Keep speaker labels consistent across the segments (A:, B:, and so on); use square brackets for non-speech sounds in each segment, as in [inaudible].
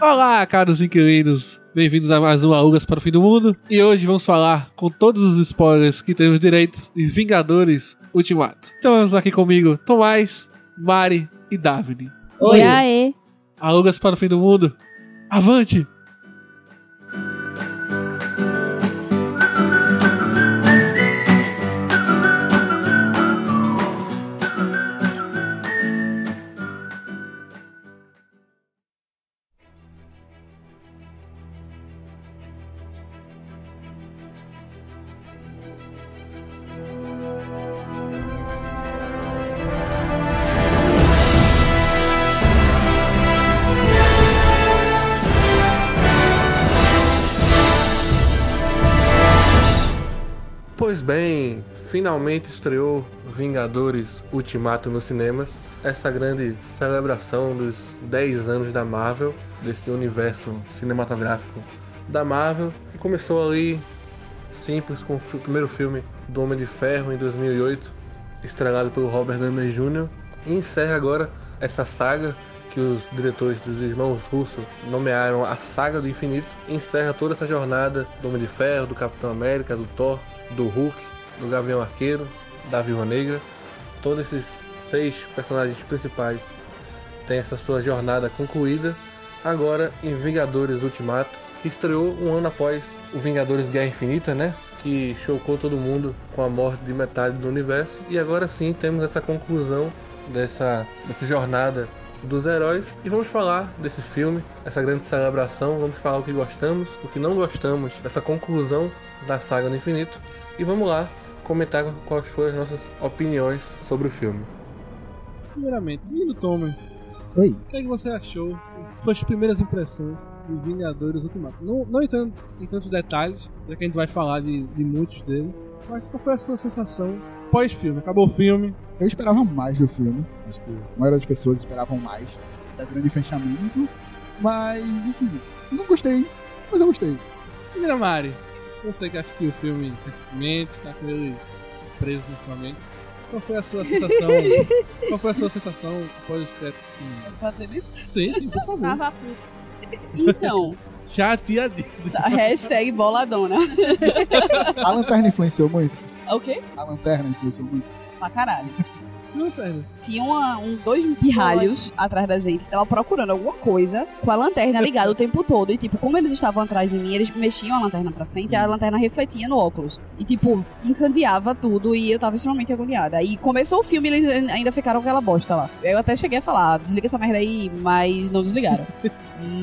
A: Olá, caros inquilinos. Bem-vindos a mais um Augas para o Fim do Mundo. E hoje vamos falar, com todos os spoilers que temos direito, de Vingadores Ultimato. Então vamos aqui comigo, Tomás, Mari e Daphne.
B: Oi, aê.
A: Augas para o Fim do Mundo. Avante!
C: Pois bem, finalmente estreou Vingadores Ultimato nos cinemas, essa grande celebração dos 10 anos da Marvel, desse universo cinematográfico da Marvel, que começou ali simples com o fi- primeiro filme do Homem de Ferro em 2008, estrelado pelo Robert Downey Jr. E encerra agora essa saga que os diretores dos irmãos Russo nomearam a Saga do Infinito. Encerra toda essa jornada do Homem de Ferro, do Capitão América, do Thor, do Hulk, do Gavião Arqueiro, da Viúva Negra. Todos esses seis personagens principais têm essa sua jornada concluída agora em Vingadores Ultimato, que estreou um ano após o Vingadores Guerra Infinita, né? Que chocou todo mundo com a morte de metade do universo. E agora sim temos essa conclusão dessa, dessa jornada dos heróis. E vamos falar desse filme, essa grande celebração. Vamos falar o que gostamos, o que não gostamos, essa conclusão da saga do infinito. E vamos lá comentar quais foram as nossas opiniões sobre o filme.
D: Primeiramente, menino Tommy,
E: Oi.
D: o que, é que você achou? Suas primeiras impressões de Vingadores Ultimato? Não, não entrando em tantos detalhes, já que a gente vai falar de, de muitos deles, mas qual foi a sua sensação pós-filme? Acabou o filme,
E: Eu esperava mais do filme. Acho que a maioria das pessoas esperavam mais da grande fechamento. Mas, assim, eu não gostei, mas eu gostei.
D: primeira Mari, você que assistiu o filme recentemente, tá com ele preso ultimamente, qual foi a sua
F: [laughs]
D: sensação? qual foi a sua sensação pós os créditos?
G: Pode ser mesmo?
D: Sim, sim, por favor.
F: Ah.
B: Tava puto.
G: Então,
D: Chateadíssimo.
G: a hashtag boladona.
E: A lanterna influenciou muito.
G: É O quê?
E: A lanterna influenciou muito.
G: Pra caralho.
D: Não, tá pera.
G: Tinha uma- um, dois pirralhos atrás da gente que tava procurando alguma coisa com a lanterna ligada o tempo todo. E, tipo, como eles estavam atrás de mim, eles mexiam a lanterna pra frente e a lanterna refletia no óculos. E, tipo, encandeava tudo e eu tava extremamente agoniada. Aí começou o filme e eles ainda ficaram com aquela bosta lá. Eu até cheguei a falar, "Ah, desliga essa merda aí, mas não desligaram.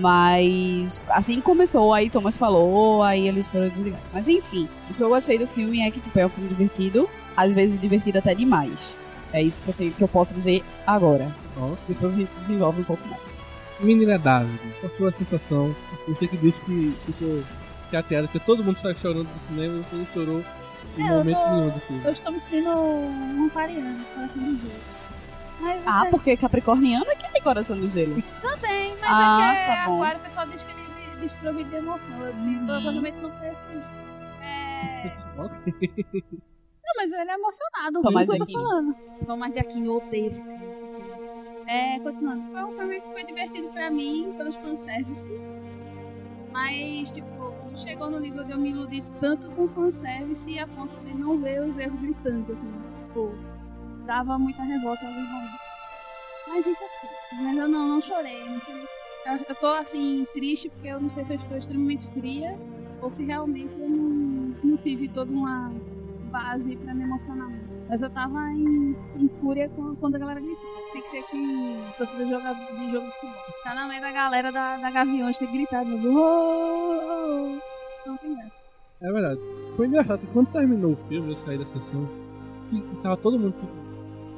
G: Mas assim que começou, aí Thomas falou, aí eles foram desligar. Mas enfim, o que eu gostei do filme é que, tipo, é um filme divertido, às vezes divertido até demais. É isso que eu, tenho, que eu posso dizer agora.
D: Ó.
G: Depois a gente desenvolve um pouco mais.
D: Menina David, qual foi a sensação? Você que disse que ficou chateada, porque todo mundo saiu chorando do cinema e você não chorou em
F: É, eu
D: momento
F: tô-
D: nenhum do filme.
F: Eu estou me sentindo um aquariano por aquele jeito. Mas
G: Ah,
F: você-
G: porque capricorniano é que tem coração no gelo.
F: também, mas
G: Ah,
F: é que
G: tá
F: é
G: bom.
F: aquário, o pessoal diz que ele de- desprove de emoção. Eu disse,
G: Uhum.
F: provavelmente não parece comigo. É...
D: Ok.
F: Não, mas ele é emocionado,
G: Tomás
F: viu o que eu tô
G: Aquino.
F: falando. Tomás de Aquino, eu odeio esse cara. É, continuando. Foi um filme que foi divertido pra mim, pelos fanservice. Mas, tipo, não chegou no nível de eu me iludir tanto com fanservice a ponto de não ver os erros gritantes. Assim. Tipo, dava muita revolta em alguns momentos. Mas, gente, assim. Mas eu não, não chorei. Não chorei. Eu, eu tô, assim, triste porque eu não sei se eu estou extremamente fria ou se realmente eu não, não tive toda uma base pra me emocionar muito. Mas eu tava em, em fúria com- quando a galera gritou. Tem que ser que torcida joga, de jogo de futebol. Tá na meio da galera da, da Gaviões ter gritado. "Uou!" Não tem graça.
D: É verdade. Foi engraçado que quando terminou o filme, eu saí da sessão e, e tava todo mundo tipo,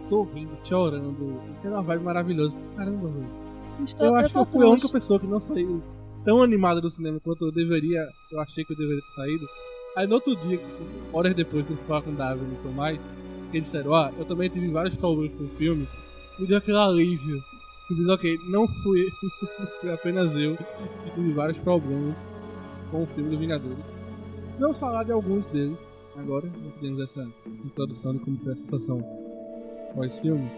D: sorrindo, chorando, e tendo uma vibe maravilhosa. Caramba, velho.
F: Eu, estou,
D: Eu,
F: eu,
D: acho que
F: tô
D: eu fui a única
F: triste.
D: pessoa que não saiu tão animada do cinema quanto eu deveria, eu achei que eu deveria ter saído. Aí no outro dia, horas depois de eu falar com o Davi e tudo mais, eles disseram, ó, eu também tive vários problemas com o filme, me deu aquele alívio. Eu disse, ok, não fui, [laughs] fui apenas eu que tive vários problemas com o filme do Vingadores. Vamos falar de alguns deles agora, né, que temos essa introdução de como foi a sensação pós-filme.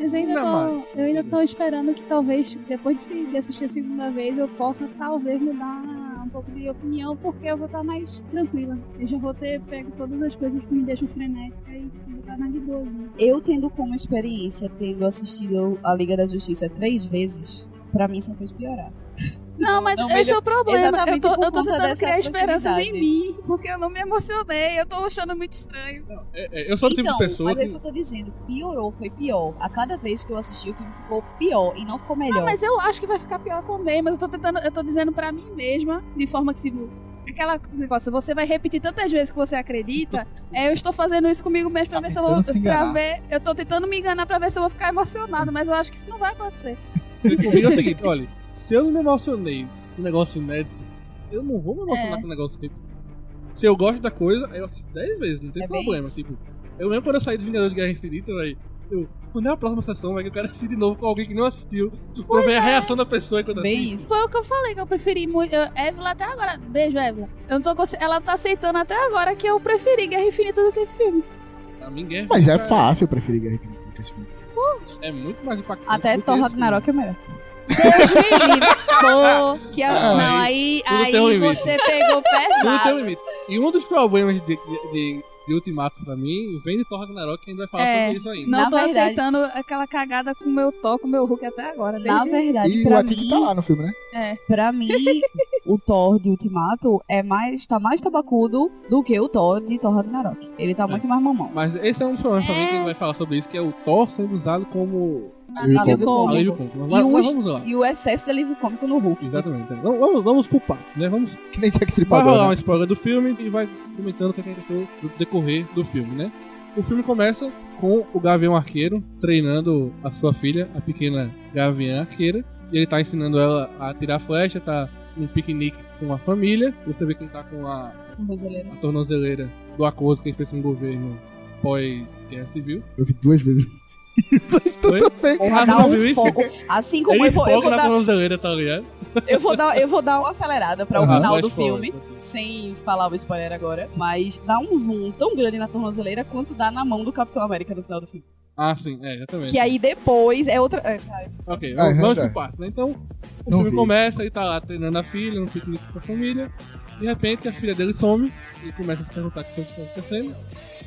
F: Mas eu ainda,
G: é
C: Não,
F: tô, eu ainda tô esperando que talvez, depois de, se- de assistir a segunda vez, eu possa talvez mudar um pouco de opinião, porque eu vou estar mais tranquila. Eu já vou ter pego todas as coisas que me deixam frenética e vou estar mais de boa. né?
G: Eu tendo como experiência, tendo assistido a Liga da Justiça três vezes, pra mim só fez piorar.
F: Não, mas
G: Não,
F: esse
G: veja-
F: é o problema. Eu
G: exatamente
F: tô,
G: por
F: eu tô
G: conta
F: tentando
G: dessa
F: criar esperanças em
G: proximidade.
F: mim, porque eu não me emocionei. Eu tô achando muito estranho.
C: É, é, eu sou o tipo
G: então,
C: de pessoa
G: mas é
C: que...
G: isso que eu tô dizendo. Piorou, foi pior. A cada vez que eu assisti, o filme ficou pior e não ficou melhor.
F: Não,
C: Ah,
F: Ah, mas eu acho que vai ficar pior também, mas eu tô tentando, eu tô dizendo pra mim mesma, de forma que, tipo, aquela negócio, você vai repetir tantas vezes que você acredita, é, eu estou fazendo isso comigo mesmo pra
E: Tá
F: ver se eu vou.
E: tentando se
F: pra
E: enganar.
F: ver, eu tô tentando me enganar pra ver se eu vou ficar emocionado, mas eu acho que isso não vai acontecer.
C: Porque comigo é o seguinte, olha, se eu não me emocionei com um negócio inédito, eu não vou me emocionar
F: É.
C: com um negócio inédito. Se eu gosto da coisa, eu assisto 10 vezes, não tem
G: É bem
C: problema.
G: isso.
C: Tipo, eu lembro quando eu saí de Vingadores de Guerra Infinita, velho, eu, quando é a próxima sessão, velho, eu quero assistir de novo com alguém que não assistiu, pra ver a reação da pessoa quando
G: é. Bem
C: assiste.
G: isso.
F: Foi o que eu falei que eu preferi muito. eu- Évila até agora. Beijo, Évila. Eu não tô conse- Ela tá aceitando até agora que eu preferi Guerra Infinita do que esse filme.
C: Pra mim, Guerra
E: Mas é
C: Infinita
E: fácil eu preferir Guerra Infinita do que esse filme.
C: É muito mais impactante.
G: Até
C: do que
G: Thor
C: esse
G: Ragnarok é melhor.
F: Deus me livre. [laughs] Pô, que eu-
C: Ah,
F: não, aí,
C: tudo tem um
F: aí
C: limite.
F: você
C: filme. Tudo
F: pegou
C: tem um
F: pesado.
C: limite. E um dos problemas de, de, de- de Ultimato pra mim vem de Thor Ragnarok, que ainda vai falar
F: É.
C: sobre isso ainda.
F: Não
G: Na
F: tô
G: verdade-
F: aceitando aquela cagada com o meu Thor, com o meu Hulk até agora.
G: Na
F: desde-
G: verdade,
E: E o
G: pra
E: Atik
G: mim,
E: tá lá no filme, né?
F: É.
G: pra mim, o Thor de Ultimato é mais, tá mais tabacudo do que o Thor de Thor Ragnarok. Ele tá muito mais mamão.
C: Mas esse é um dos problemas pra mim
F: É.
C: que vai falar sobre isso, que é o Thor sendo usado como
E: Alívio
G: Alívio
F: cômico.
G: cômico.
C: alívio cômico. Mas,
G: o
C: mas
G: est-
C: vamos lá.
G: E o excesso de alívio cômico no Hulk.
C: Exatamente. Então, vamos, vamos pro papo, né? Vamos,
E: Que
C: vai
E: nem Jack
C: rolar
E: Stripador.
C: uma
E: Né?
C: spoiler do filme e vai comentando o que a gente achou do decorrer do filme, né? O filme começa com o Gavião Arqueiro treinando a sua filha, a pequena Gavião Arqueira. E ele tá ensinando ela a tirar flecha, tá num piquenique com a família. Você vê que ele tá com a
G: tipo, um Brasileiro.
C: a tornozeleira do acordo que ele fez com o governo pós-guerra civil.
E: Eu vi duas vezes. [laughs] Isso é tudo bem.
C: O
G: Dá
C: Ah, viu
G: um
C: isso?
G: foco. Assim como
C: Ele
G: eu vou,
C: foca
G: eu vou
C: na
G: dar,
C: tornozeleira, tá ligado?
G: eu vou dar, eu vou dar uma acelerada pra É o
C: Aham. tá.
G: final
C: Flash
G: do
C: forward.
G: filme. Sem falar o spoiler agora, mas dá um zoom tão grande na tornozeleira quanto dá na mão do Capitão América no final do filme.
C: Ah, sim, é, exatamente.
G: Que aí depois é outra. é,
C: Ok,
E: Ah,
C: vamos
E: é.
C: pro parto, né? Então, o
E: Não
C: filme
E: vi.
C: começa, ele tá lá treinando a filha, no piquenique com a família. De repente, a filha dele some e começa a se perguntar o que está acontecendo.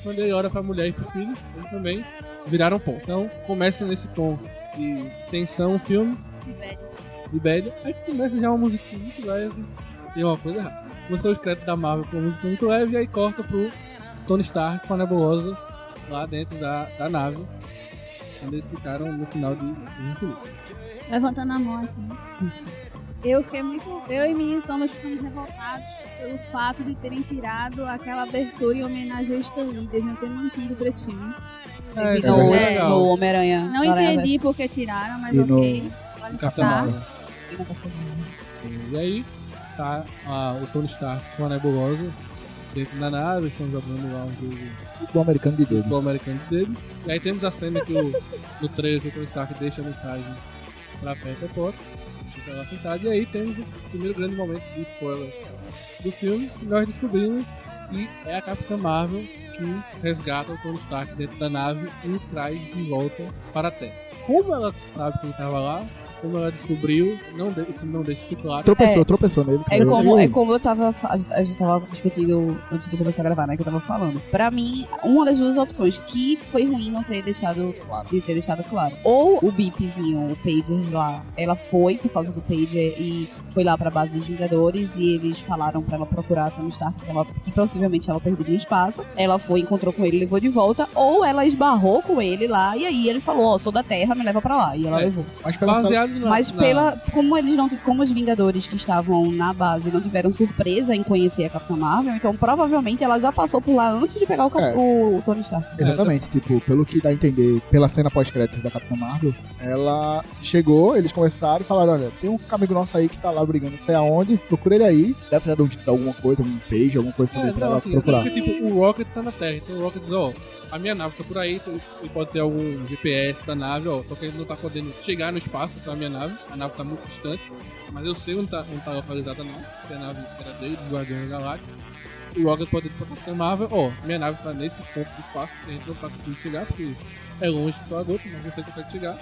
C: Quando ele olha pra mulher e pro filho, eles também viraram pó. Então, começa nesse tom de tensão o filme. De bad. Aí começa já uma musiquinha muito leve. Tem uma coisa errada. Começou os créditos da Marvel com uma música muito leve, e aí corta pro Tony Stark com a nebulosa lá dentro da, da nave. Onde eles ficaram no final de Guerra Infinita.
F: Levantando a mão aqui. Eu fiquei muito. Eu e menino Thomas ficamos revoltados pelo fato de terem tirado aquela abertura em homenagem ao Stan Lee, de não ter mantido pra esse filme.
C: É,
G: Devido
E: isso é
G: ao-
F: legal.
G: no Homem-Aranha.
F: Não
G: Aranha
F: entendi
G: Verso.
F: por que tiraram, mas
E: E no-
F: ok. Vale
C: Capitão
F: citar.
C: Marvel.
G: é
C: E aí, tá ah, o Tony Stark com a nebulosa dentro da nave, estão jogando lá um jogo
E: Do americano de
C: do
E: doido.
C: futebol americano dele. E aí temos a cena que o, no trailer que o Tony Stark deixa a mensagem pra Pepper Potts, fica lá sentado. E aí temos o primeiro grande momento de spoiler do filme, que nós descobrimos que é a Capitã Marvel que resgata o Tony Stark dentro da nave e o traz de volta para a Terra. Como ela sabe que ele estava lá, como ela descobriu, não, de, o filme não deixa isso claro.
E: Tropeçou, tropeçou nele.
G: É
E: caiu.
G: como, é como eu tava. fa- A gente, a gente tava discutindo antes de começar a gravar, né? Que eu tava falando. Pra mim, uma das duas opções que foi ruim não ter deixado claro. De ter deixado claro. Ou o bipzinho, o Pager lá, ela foi por causa do Pager e foi lá pra base dos Vingadores e eles falaram pra ela procurar Tony Stark, que, ela, que possivelmente ela perdeu no espaço. Ela foi, encontrou com ele, levou de volta. Ou ela esbarrou com ele lá e aí ele falou: Ó, sou da Terra, me leva pra lá. E ela
C: É.
G: levou.
E: Mas pela
C: Baseado na,
G: Mas
C: na-
G: pela como eles não como os Vingadores que estavam na base não tiveram surpresa em conhecer a Capitã Marvel, então provavelmente ela já passou por lá antes de pegar o, Cap-
E: É.
G: o Tony Stark.
E: Exatamente, tipo, pelo que dá a entender pela cena pós-créditos da Capitã Marvel, ela chegou, eles conversaram e falaram: olha, tem um amigo nosso aí que tá lá brigando, não sei aonde, procura ele aí. Deve ter dado um- alguma coisa, um page, alguma coisa também
C: É,
E: pra
C: não,
E: ela
C: assim,
E: procurar.
C: Porque, tipo, o Rocket tá na Terra, então o Rocket diz, ó, a minha nave tá por aí, então ele pode ter algum GPS da nave, ó, só que ele não tá podendo chegar no espaço tá a minha nave, a nave tá muito distante, mas eu sei onde tá, onde tá localizada a nave, que a nave era dele, do Guardiões da Galáxia. o Rocket pode ir pra Capitã Marvel, ó, minha nave tá nesse ponto do espaço, a gente não tá conseguindo chegar, porque é longe do adulto, mas você consegue chegar.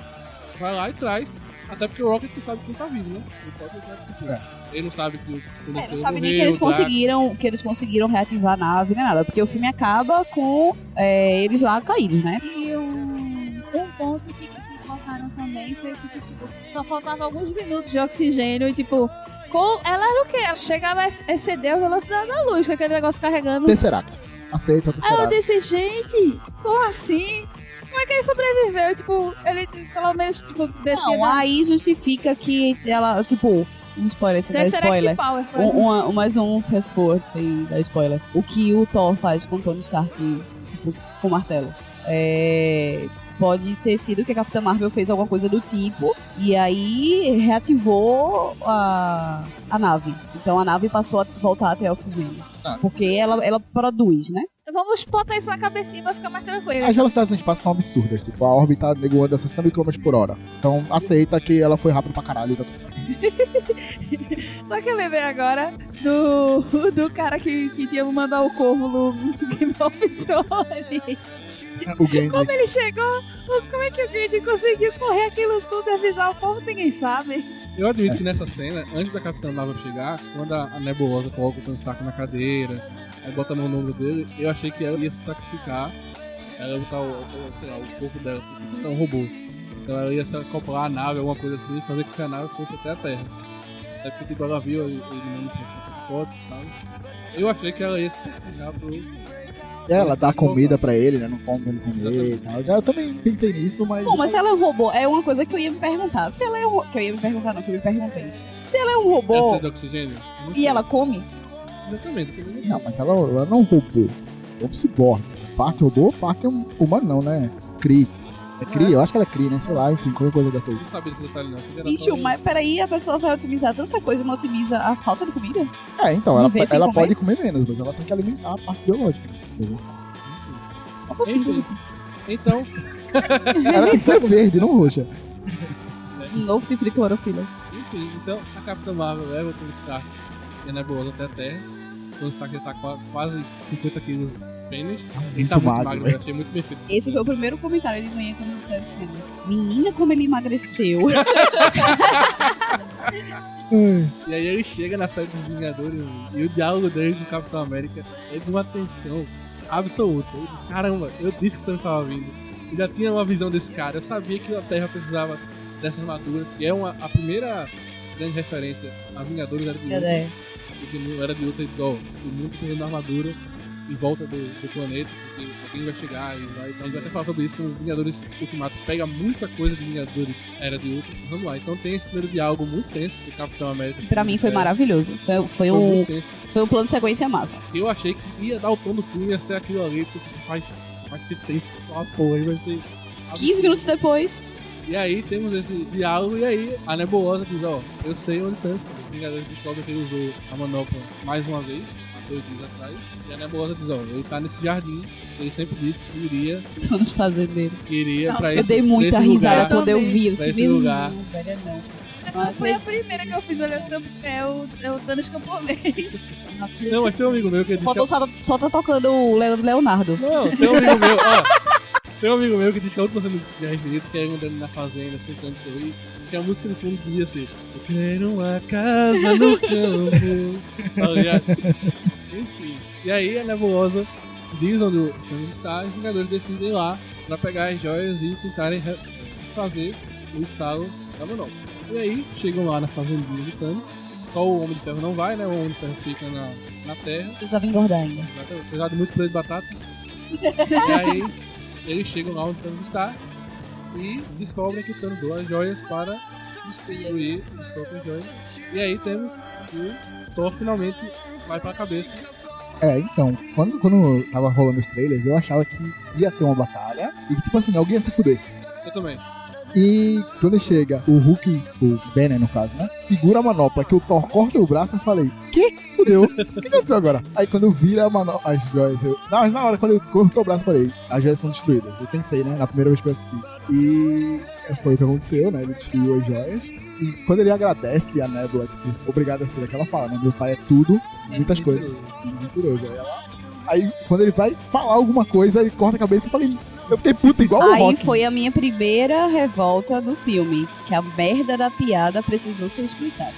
C: Vai lá e traz. Até porque o Rocket sabe que não tá vivo, né? Ele pode entrar nesse tipo.
E: É.
C: Ele não sabe que o. que o
G: É, não
C: Doutor
G: sabe nem
C: morreu,
G: que eles
C: o Drax-
G: conseguiram, que eles conseguiram reativar a nave nem nada, porque o filme acaba com é, eles lá caídos, né?
H: E um, um ponto que, que colocaram também foi que tipo, só faltava alguns minutos de oxigênio e tipo. com- ela era o quê? Ela chegava a ex- exceder a velocidade da luz, com aquele negócio carregando.
E: Tesseract. Aceita o
H: Aí eu
E: Tesseract.
H: disse, gente, como assim? Como é que ele sobreviveu? Tipo, ele pelo menos, tipo, descia
G: Não, ah, aí justifica que ela, tipo, um spoiler, sem dar spoiler.
H: Power, por
G: Um,
H: exemplo.
G: uma- um- mais um fast forward sem dar spoiler. O que o Thor faz com Tony Stark, tipo, com o martelo. É, Pode ter sido que a Capitã Marvel fez alguma coisa do tipo. E aí reativou a, a nave. Então a nave passou a voltar a ter oxigênio. Porque ela, ela produz, né?
H: Então, Vamos botar isso na cabecinha pra ficar mais tranquilo.
E: As velocidades no espaço são absurdas, tipo, a órbita negoando a 60 km por hora. Então aceita que ela foi rápida pra caralho e tá tudo certo.
H: Só que eu lembrei agora do, [laughs] do cara que, que tinha mandar o corvo no Game of Thrones.
E: O
F: é
E: Genji.
H: Como ele chegou? Como é que o Grid conseguiu correr aquilo tudo e avisar o povo? Ninguém sabe.
C: Eu admito que nessa cena, antes da Capitã Marvel chegar, quando a a Nebulosa coloca o Tony Stark na cadeira, aí bota a mão no ombro dele, eu achei que ela ia se sacrificar, ela ia botar o, o, sei lá, o corpo dela, porque é um robô. Então ela ia se acoplar a nave, alguma coisa assim, e fazer com que a nave fosse até a Terra. Até porque tipo, ela viu ele não tinha foto e tal. Eu achei que ela ia se sacrificar pro...
E: Ela dá comida pra ele, né? Não come pra ele comer e tal. Já, eu também pensei nisso, mas.
G: Bom, mas se ela é um robô, é uma coisa que eu ia me perguntar. Se ela é um ro- Que eu ia me perguntar, não, que eu me perguntei. Se ela é um
C: Ela
G: robô
C: de oxigênio. Não
G: e
C: sei.
G: ela come,
C: Exatamente.
E: Não, mas ela, ela não roubou. É um ciborgue. Parte robô, parte hum- humano, não, né? Cri. É Cri, eu acho que ela é Cri, né? Sei lá, enfim, qualquer coisa dessa aí.
C: Não sabia desse detalhe não. achei que era só
G: bicho,
C: um-
G: mas peraí, a pessoa vai otimizar tanta coisa e não otimiza a falta de comida?
E: É, então,
G: Uma
E: ela,
G: vez sem
E: ela
G: comer?
E: pode comer menos, mas ela tem que alimentar a parte biológica. entendeu?
G: Fotossíntese.
C: Então,
E: Ela tem que ser verde, não roxa.
G: Um novo tipo de clorofila.
C: Enfim, então a Capitã Marvel leva o Tony Stark e a Nebulosa até a Terra. O Tony Stark já tá qua- quase 50 quilos pênis. Ele tá
E: muito
C: muito
E: magro,
C: magro,
E: né?
C: eu achei muito perfeito.
G: Esse foi o primeiro comentário de manhã quando eu disse assim, menina, como ele emagreceu. [laughs]
C: E aí ele chega na série dos Vingadores e o diálogo dele com o Capitão América é de uma tensão absoluta. Ele diz, caramba, eu disse que o Tony tava vindo. Eu já tinha uma visão desse cara, eu sabia que a Terra precisava dessa armadura, que é uma, a primeira grande referência a Vingadores era de Ultron.
G: É, é.
C: porque não era de outra igual. O mundo correndo na armadura em volta do, do planeta, porque alguém vai chegar e vai. A gente vai até falar sobre isso com Vingadores Ultimato. Pega muita coisa de Vingadores Era de Ultron. Vamos lá, então tem esse primeiro diálogo muito tenso do Capitão América.
G: Que pra mim foi
C: É,
G: maravilhoso. Foi, foi,
C: Foi
G: um,
C: muito tenso.
G: foi um plano de sequência massa.
C: Eu achei que ia dar o tom do filme, ia ser aquilo ali, porque faz, faz ser tenso uma porra, aí vai ser.
G: 15 minutos depois, [laughs]
C: E aí temos esse diálogo, e aí a nebulosa diz, ó, eu sei onde tanto. Os Vingadores descobrem que ele usou a manopla mais uma vez, há dois dias atrás. E a nebulosa diz, ó, ele tá nesse jardim, ele sempre disse que iria,
G: todos fazendeiros.
C: que iria pra
G: Eu
C: esse
G: dei muita
C: pra esse
G: risada
C: lugar.
H: lugar.
G: quando eu vi. Eu
C: Pra
G: disse,
C: esse
G: "Meu,
C: lugar."
G: não, velha não.
H: Essa não
G: é
H: foi a primeira que eu fiz olhando é o, é o Thanos Camponês.
C: Não, mas tem um amigo meu que disse que
G: Faltou só, só tá tocando o Leandro Leonardo.
C: Não, tem um amigo meu, ó. Tem um amigo meu que disse que a última cena de Guerra Infinita que é andando na fazenda, assim, um sentando por aí, que a música no fundo dizia assim: Eu quero uma casa no campo. Tá ligado? Enfim. E aí a nebulosa diz onde o Thanos está, e os jogadores decidem ir lá pra pegar as joias e tentarem re- fazer o estalo da manopla. E aí chegam lá na fazendinha do Thanos. Só o Homem de Ferro não vai, né? O Homem de Ferro fica na, na terra.
G: Precisava engordar ainda.
C: Exatamente. Apesar de muito purê de batata. e aí, eles chegam lá onde o Thanos está e descobrem que o Thanos usou as joias para destruir as próprias joias. E aí temos que o Thor finalmente vai pra cabeça.
E: É, então, quando, quando tava rolando os trailers, eu achava que ia ter uma batalha e que, tipo assim, alguém ia se fuder.
C: Eu também.
E: E quando chega o Hulk, o Banner no caso, né? Segura a manopla, que o Thor corta o braço, eu falei, que? Fudeu. O que aconteceu agora? Aí quando vira a mano- as joias, eu. Não, mas na hora, quando eu corto o braço, eu falei, as joias estão destruídas. Eu pensei, né? Na primeira vez que eu assisti. E Foi o que aconteceu, né? Ele desferiu as joias. E quando ele agradece a Nebula, tipo, obrigado, filha, que ela fala, né? Meu pai é tudo, muitas coisas. Mentiroso. Aí, ela... aí quando ele vai falar alguma coisa, ele corta a cabeça e fala. Eu fiquei puto igual o
G: Aí
E: Rock.
G: foi a minha primeira revolta do filme, que a merda da piada precisou ser explicada.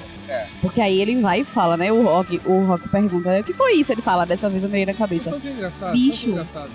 G: Porque aí ele vai e fala, né? O Rock, o Rock pergunta, o que foi isso? Ele fala, dessa vez eu ganhei na cabeça.
C: Sabe o que é engraçado?
G: Bicho.
C: Sabe o que é engraçado?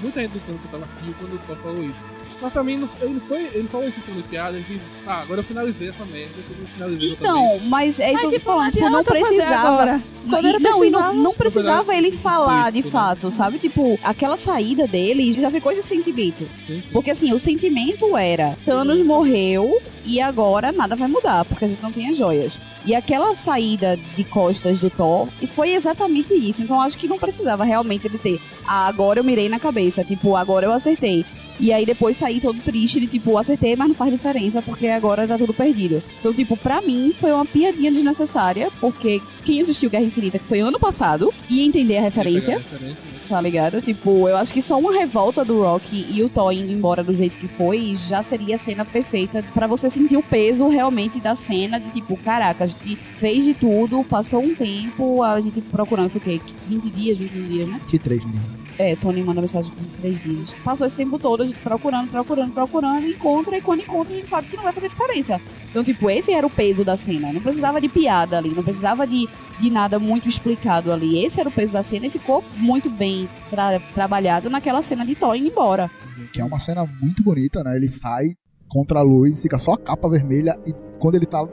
C: Muita gente do cinema que tava aqui quando o Thor falou isso. Mas pra mim, não- ele não foi. Ele falou isso como piada, ele disse, ah, agora eu finalizei essa merda, eu não finalizei
G: Então, mas é isso que eu tô falando, tipo, não precisava.
F: Quando
G: E-
F: era
G: não, e não,
F: precisava.
G: não precisava ele falar de
C: Isso, né?
G: fato, sabe? Tipo, aquela saída dele já ficou esse sentimento. Porque assim, o sentimento era: Thanos morreu e agora nada vai mudar, porque a gente não tem as joias. E aquela saída de costas do Thor e foi exatamente isso. Então acho que não precisava realmente ele ter. Ah, agora eu mirei na cabeça, tipo, agora eu acertei. E aí depois saí todo triste de tipo, acertei, mas não faz diferença, porque agora tá tudo perdido. Então, tipo, pra mim foi uma piadinha desnecessária, porque quem assistiu Guerra Infinita, que foi ano passado, ia entender a referência.
C: né?
G: Tá ligado? Tipo, eu acho que só uma revolta do Rock e o Thor indo embora do jeito que foi já seria a cena perfeita pra você sentir o peso realmente da cena de tipo, caraca, a gente fez de tudo, passou um tempo, a gente procurando, foi o quê? 20 dias, 21 dias, né?
E: Que três, né?
G: É, Tony manda mensagem por três dias. Passou esse tempo todo, a gente procurando, procurando, procurando, encontra, e quando encontra, a gente sabe que não vai fazer diferença. Então, tipo, esse era o peso da cena. Não precisava de piada ali, não precisava de, de nada muito explicado ali. Esse era o peso da cena e ficou muito bem tra- trabalhado naquela cena de Thor indo embora.
E: que é uma cena muito bonita, né? Ele sai contra a luz, fica só a capa vermelha e quando ele tá.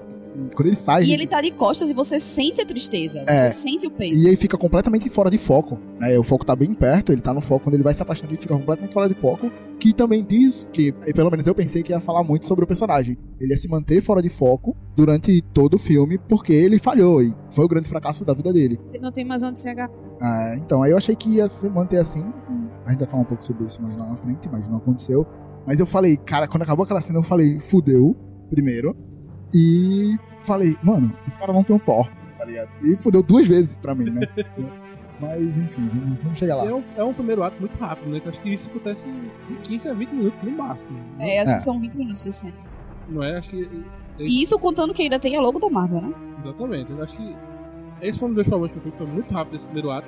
E: Quando ele sai.
G: E ele tá de costas e você sente a tristeza, você
E: É.
G: sente o peso.
E: e ele fica completamente fora de foco, né? O foco tá bem perto, ele tá no foco, quando ele vai se afastando, ele fica completamente fora de foco. Que também diz que, e pelo menos eu pensei que ia falar muito sobre o personagem. Ele ia se manter fora de foco durante todo o filme, porque ele falhou, e foi o grande fracasso da vida dele.
F: Não tem mais onde se agarrar.
E: Ah, então, aí eu achei que ia se manter assim. A gente vai falar um pouco sobre isso mais lá na frente, mas não aconteceu. Mas eu falei, cara, quando acabou aquela cena, eu falei, fudeu, primeiro. E falei, mano, os caras não tem um Thor, tá ligado? E fudeu duas vezes pra
G: [laughs]
E: mim, né? mas, enfim, vamos, vamos chegar lá.
C: É um, é um primeiro ato muito rápido, né? Que eu acho que isso acontece em 15 a 20 minutos no máximo. né?
G: É, acho
E: É.
G: que são 20 minutos de cena.
C: Não é? Acho que.
G: E isso contando que ainda tem a logo da Marvel, né?
C: Exatamente. Eu acho que esse foi um dos meus problemas que eu fui, foi muito rápido esse primeiro ato.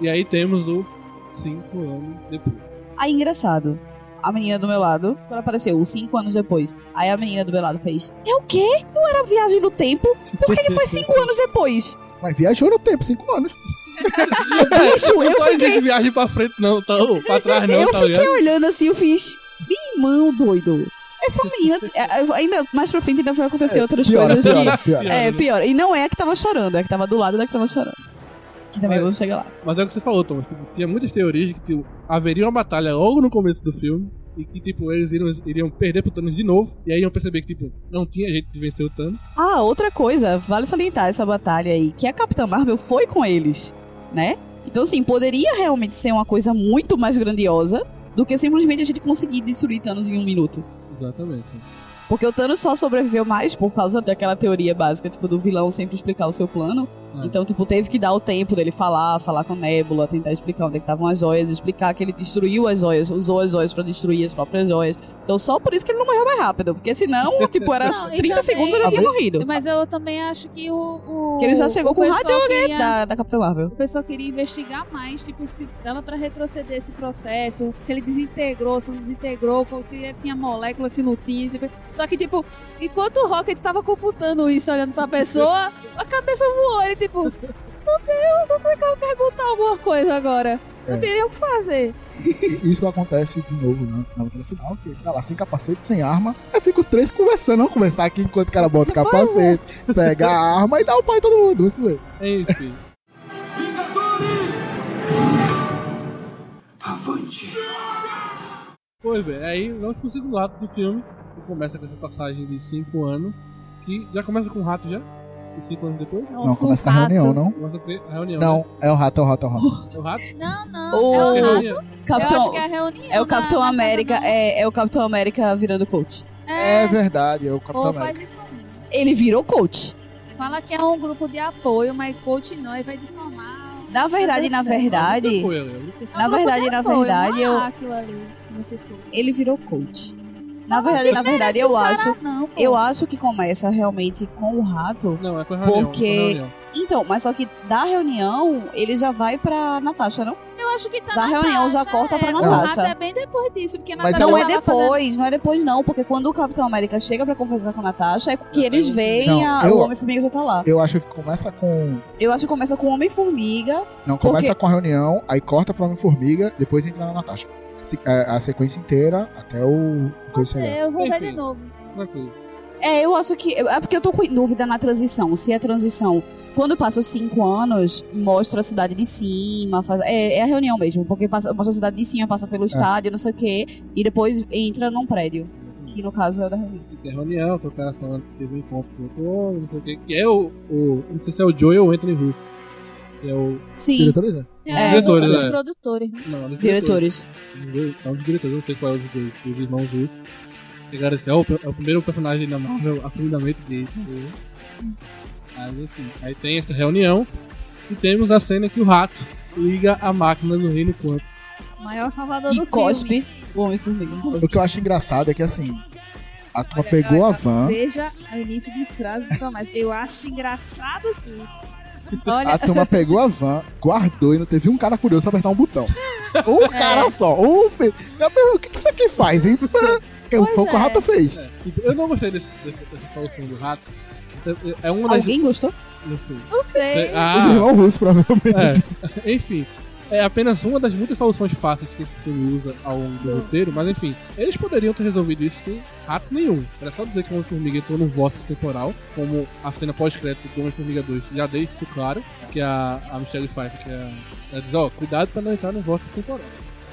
C: E aí temos o 5 anos depois.
G: Aí, engraçado. A menina do meu lado, quando apareceu, cinco anos depois. Aí a menina do meu lado fez: É o quê? Não era viagem no tempo? Por que, que foi cinco anos
A: [laughs]
G: depois?
E: Mas viajou no tempo, cinco anos.
G: Bicho, eu
A: Só
G: fiquei,
A: existe viagem pra frente, não, tá? Ô, pra trás, não,
G: eu
A: tá
G: fiquei
A: ligado?
G: olhando assim, eu fiz: Meu irmão, doido. Essa menina. é, é, Ainda mais pra frente ainda vai
A: É,
G: acontecer outras
E: Piora,
G: coisas.
E: piora,
G: que,
E: piora.
A: né?
G: é, pior. E não é a que tava chorando, é a que tava do lado da que tava chorando. Que também
C: Mas-
G: vamos chegar lá.
C: Mas é o que você falou, Thomas. Tipo, tinha muitas teorias que tipo, haveria uma batalha logo no começo do filme. E que, tipo, eles iriam, iriam perder pro Thanos de novo. E aí iam perceber que, tipo, não tinha jeito de vencer o Thanos.
G: Ah, outra coisa, vale salientar essa batalha aí, que a Capitã Marvel foi com eles, né? Então, assim, poderia realmente ser uma coisa muito mais grandiosa do que simplesmente a gente conseguir destruir Thanos em um minuto.
C: Exatamente.
G: Porque o Thanos só sobreviveu mais por causa daquela teoria básica, tipo, do vilão sempre explicar o seu plano.
C: Ah.
G: Então, tipo, teve que dar o tempo dele falar, falar com Nebula, tentar explicar onde é que estavam as joias, explicar que ele destruiu as joias, usou as joias pra destruir as próprias joias. Então, só por isso que ele não morreu mais rápido, porque senão, tipo, era
F: Não, e
G: 30
F: também-
G: segundos ele já tinha
E: Ah,
G: morrido.
F: Mas eu também acho que o. o
G: Que ele já chegou
F: o
G: com o
F: pessoal
G: rádio,
F: queria-
G: da, da Capitã Marvel.
F: O pessoal queria investigar mais, tipo, se dava pra retroceder esse processo, se ele desintegrou, se não desintegrou, qual- se ele tinha molécula, se não tinha. tipo. Só que, tipo, enquanto o Rocket tava computando isso, olhando pra pessoa, a cabeça voou. Ele, tipo, fodeu, como é que eu vou perguntar alguma coisa agora?
E: É.
F: Não tem nem o que fazer.
E: E isso acontece de novo né, na batalha final, que ele tá lá sem capacete, sem arma. Aí fica os três conversando. Vamos conversar aqui enquanto o cara bota o
F: Pois é.
G: né?
E: capacete, pega a arma e dá o pai em todo mundo. Isso mesmo.
C: Enfim. Pois bem, aí vamos pro segundo ato do filme, que começa com essa passagem de 5 anos, que já começa com o rato já, e 5 anos depois,
F: É um
E: Não, começa com a
F: sulfato.
E: reunião, não?
C: começa com a reunião.
E: Não, é o rato, é o rato, é o rato.
C: né? O rato?
F: Não, não.
G: Ô,
F: é
C: Acho que é
F: o
C: a
F: rato.
C: reunião.
F: Eu acho
G: Capitão,
F: que é a reunião.
G: é o
F: na-
G: Capitão
F: na casa
G: América,
F: do-
G: é, é o Capitão América virando coach.
E: [laughs] É
F: É,
E: verdade, é o Capitão
F: pô,
E: América.
F: faz isso mesmo.
G: Ele virou coach.
F: Fala que é um grupo de apoio, mas coach não, aí vai difamar.
G: Na verdade,
F: Deus
G: na
F: do céu.
G: verdade,
C: Então Foi, Léo.
F: É um
G: Na
F: grupo
G: verdade,
F: de
G: na
F: apoio,
G: verdade,
F: não é
G: eu-
F: aquilo ali, como se fosse.
G: ele virou coach. Na verdade, na
F: é
G: verdade,
F: um
G: eu acho.
F: Não, pô.
G: Eu acho que começa realmente com o rato.
C: Não, é com a reunião.
G: Porque-
C: é com a reunião.
G: Então, mas só que da reunião, ele já vai pra Natasha, não?
F: Eu acho que tá
G: Da
F: na
G: reunião já
F: Natasha,
G: corta
F: é,
G: pra
F: o
G: Natasha.
F: rato É bem depois disso, porque
E: Mas
F: Natasha
G: Não
F: já
G: é
F: tava fazendo-
G: depois, não é depois não, porque quando o Capitão América chega pra conversar com a Natasha, é que
C: Não,
G: eles
C: eu-
G: veem
E: Não,
G: a-
E: eu-
G: o Homem-Formiga já tá lá.
E: Eu acho que começa com.
G: Eu acho que começa com o Homem-Formiga,
E: Não, começa
G: quê?
E: com a reunião, aí corta pra Homem-Formiga, depois entra na Natasha. Se- é, a sequência inteira até o. o coisa chegar.
F: Eu vou ver de
C: Enfim.
F: novo.
C: Tranquilo.
G: É, eu acho que. É porque eu tô com dúvida na transição. Se a transição. Quando passa os cinco anos, mostra a cidade de cima. faz- é, é a reunião mesmo. Porque passa, mostra a cidade de cima, passa pelo estádio, não sei o quê. E depois entra num prédio. Que no caso é o da reunião.
C: E Tem reunião, tem o cara falando que teve um encontro com outro homem, não sei o que. Que é o, o. Não sei se é o Joey ou o Anthony Russo. Que é o.
G: Sim,
E: Diretores, é?
F: É,
C: diretores,
F: dos
C: né?
F: produtores. né?
C: Não, é dos
G: diretores.
C: Os dois- É um dos diretores, não sei qual é os dois. Os irmãos Russo. Pegaram esse. É o, é o primeiro personagem da Marvel assumidamente gay. entendeu? Mas enfim. Aí tem essa reunião. E temos a cena que o rato liga a máquina do reino quanto.
F: Maior
C: Tá
F: salvador
G: E
F: do filme.
G: cospe o Homem-Formiga.
E: O que eu acho engraçado é que assim. A turma
F: Olha,
E: pegou a
F: olha,
E: van,
F: Veja o início de frase do Tomás. Eu acho engraçado que. Olha,
E: a turma pegou a van, guardou e não teve um cara curioso pra apertar um [laughs] botão. Um cara só. Um. fe- Gabriel, O que, que isso aqui faz, [laughs] hein? Foi o que o
F: é.
E: rato fez.
C: É, tipo, eu não gostei desse, desse, dessa solução do rato. Então, É uma das.
G: Alguém gostou?
C: Não sei.
F: não
C: [laughs]
F: sei.
E: Os
C: Ah,
E: irmãos russos, provavelmente. [laughs]
C: É, [laughs] enfim. É apenas uma das muitas soluções fáceis que esse filme usa ao longo
G: É.
C: do roteiro, mas enfim, eles poderiam ter resolvido isso sem rato nenhum. Era só dizer que o Homem-Formiga entrou num vórtice temporal, como a cena pós-crédito do Homem-Formiga 2 já deixa isso claro, que a, a Michelle Pfeiffer, que é a, ela diz, ó, cuidado pra não entrar no vórtice temporal.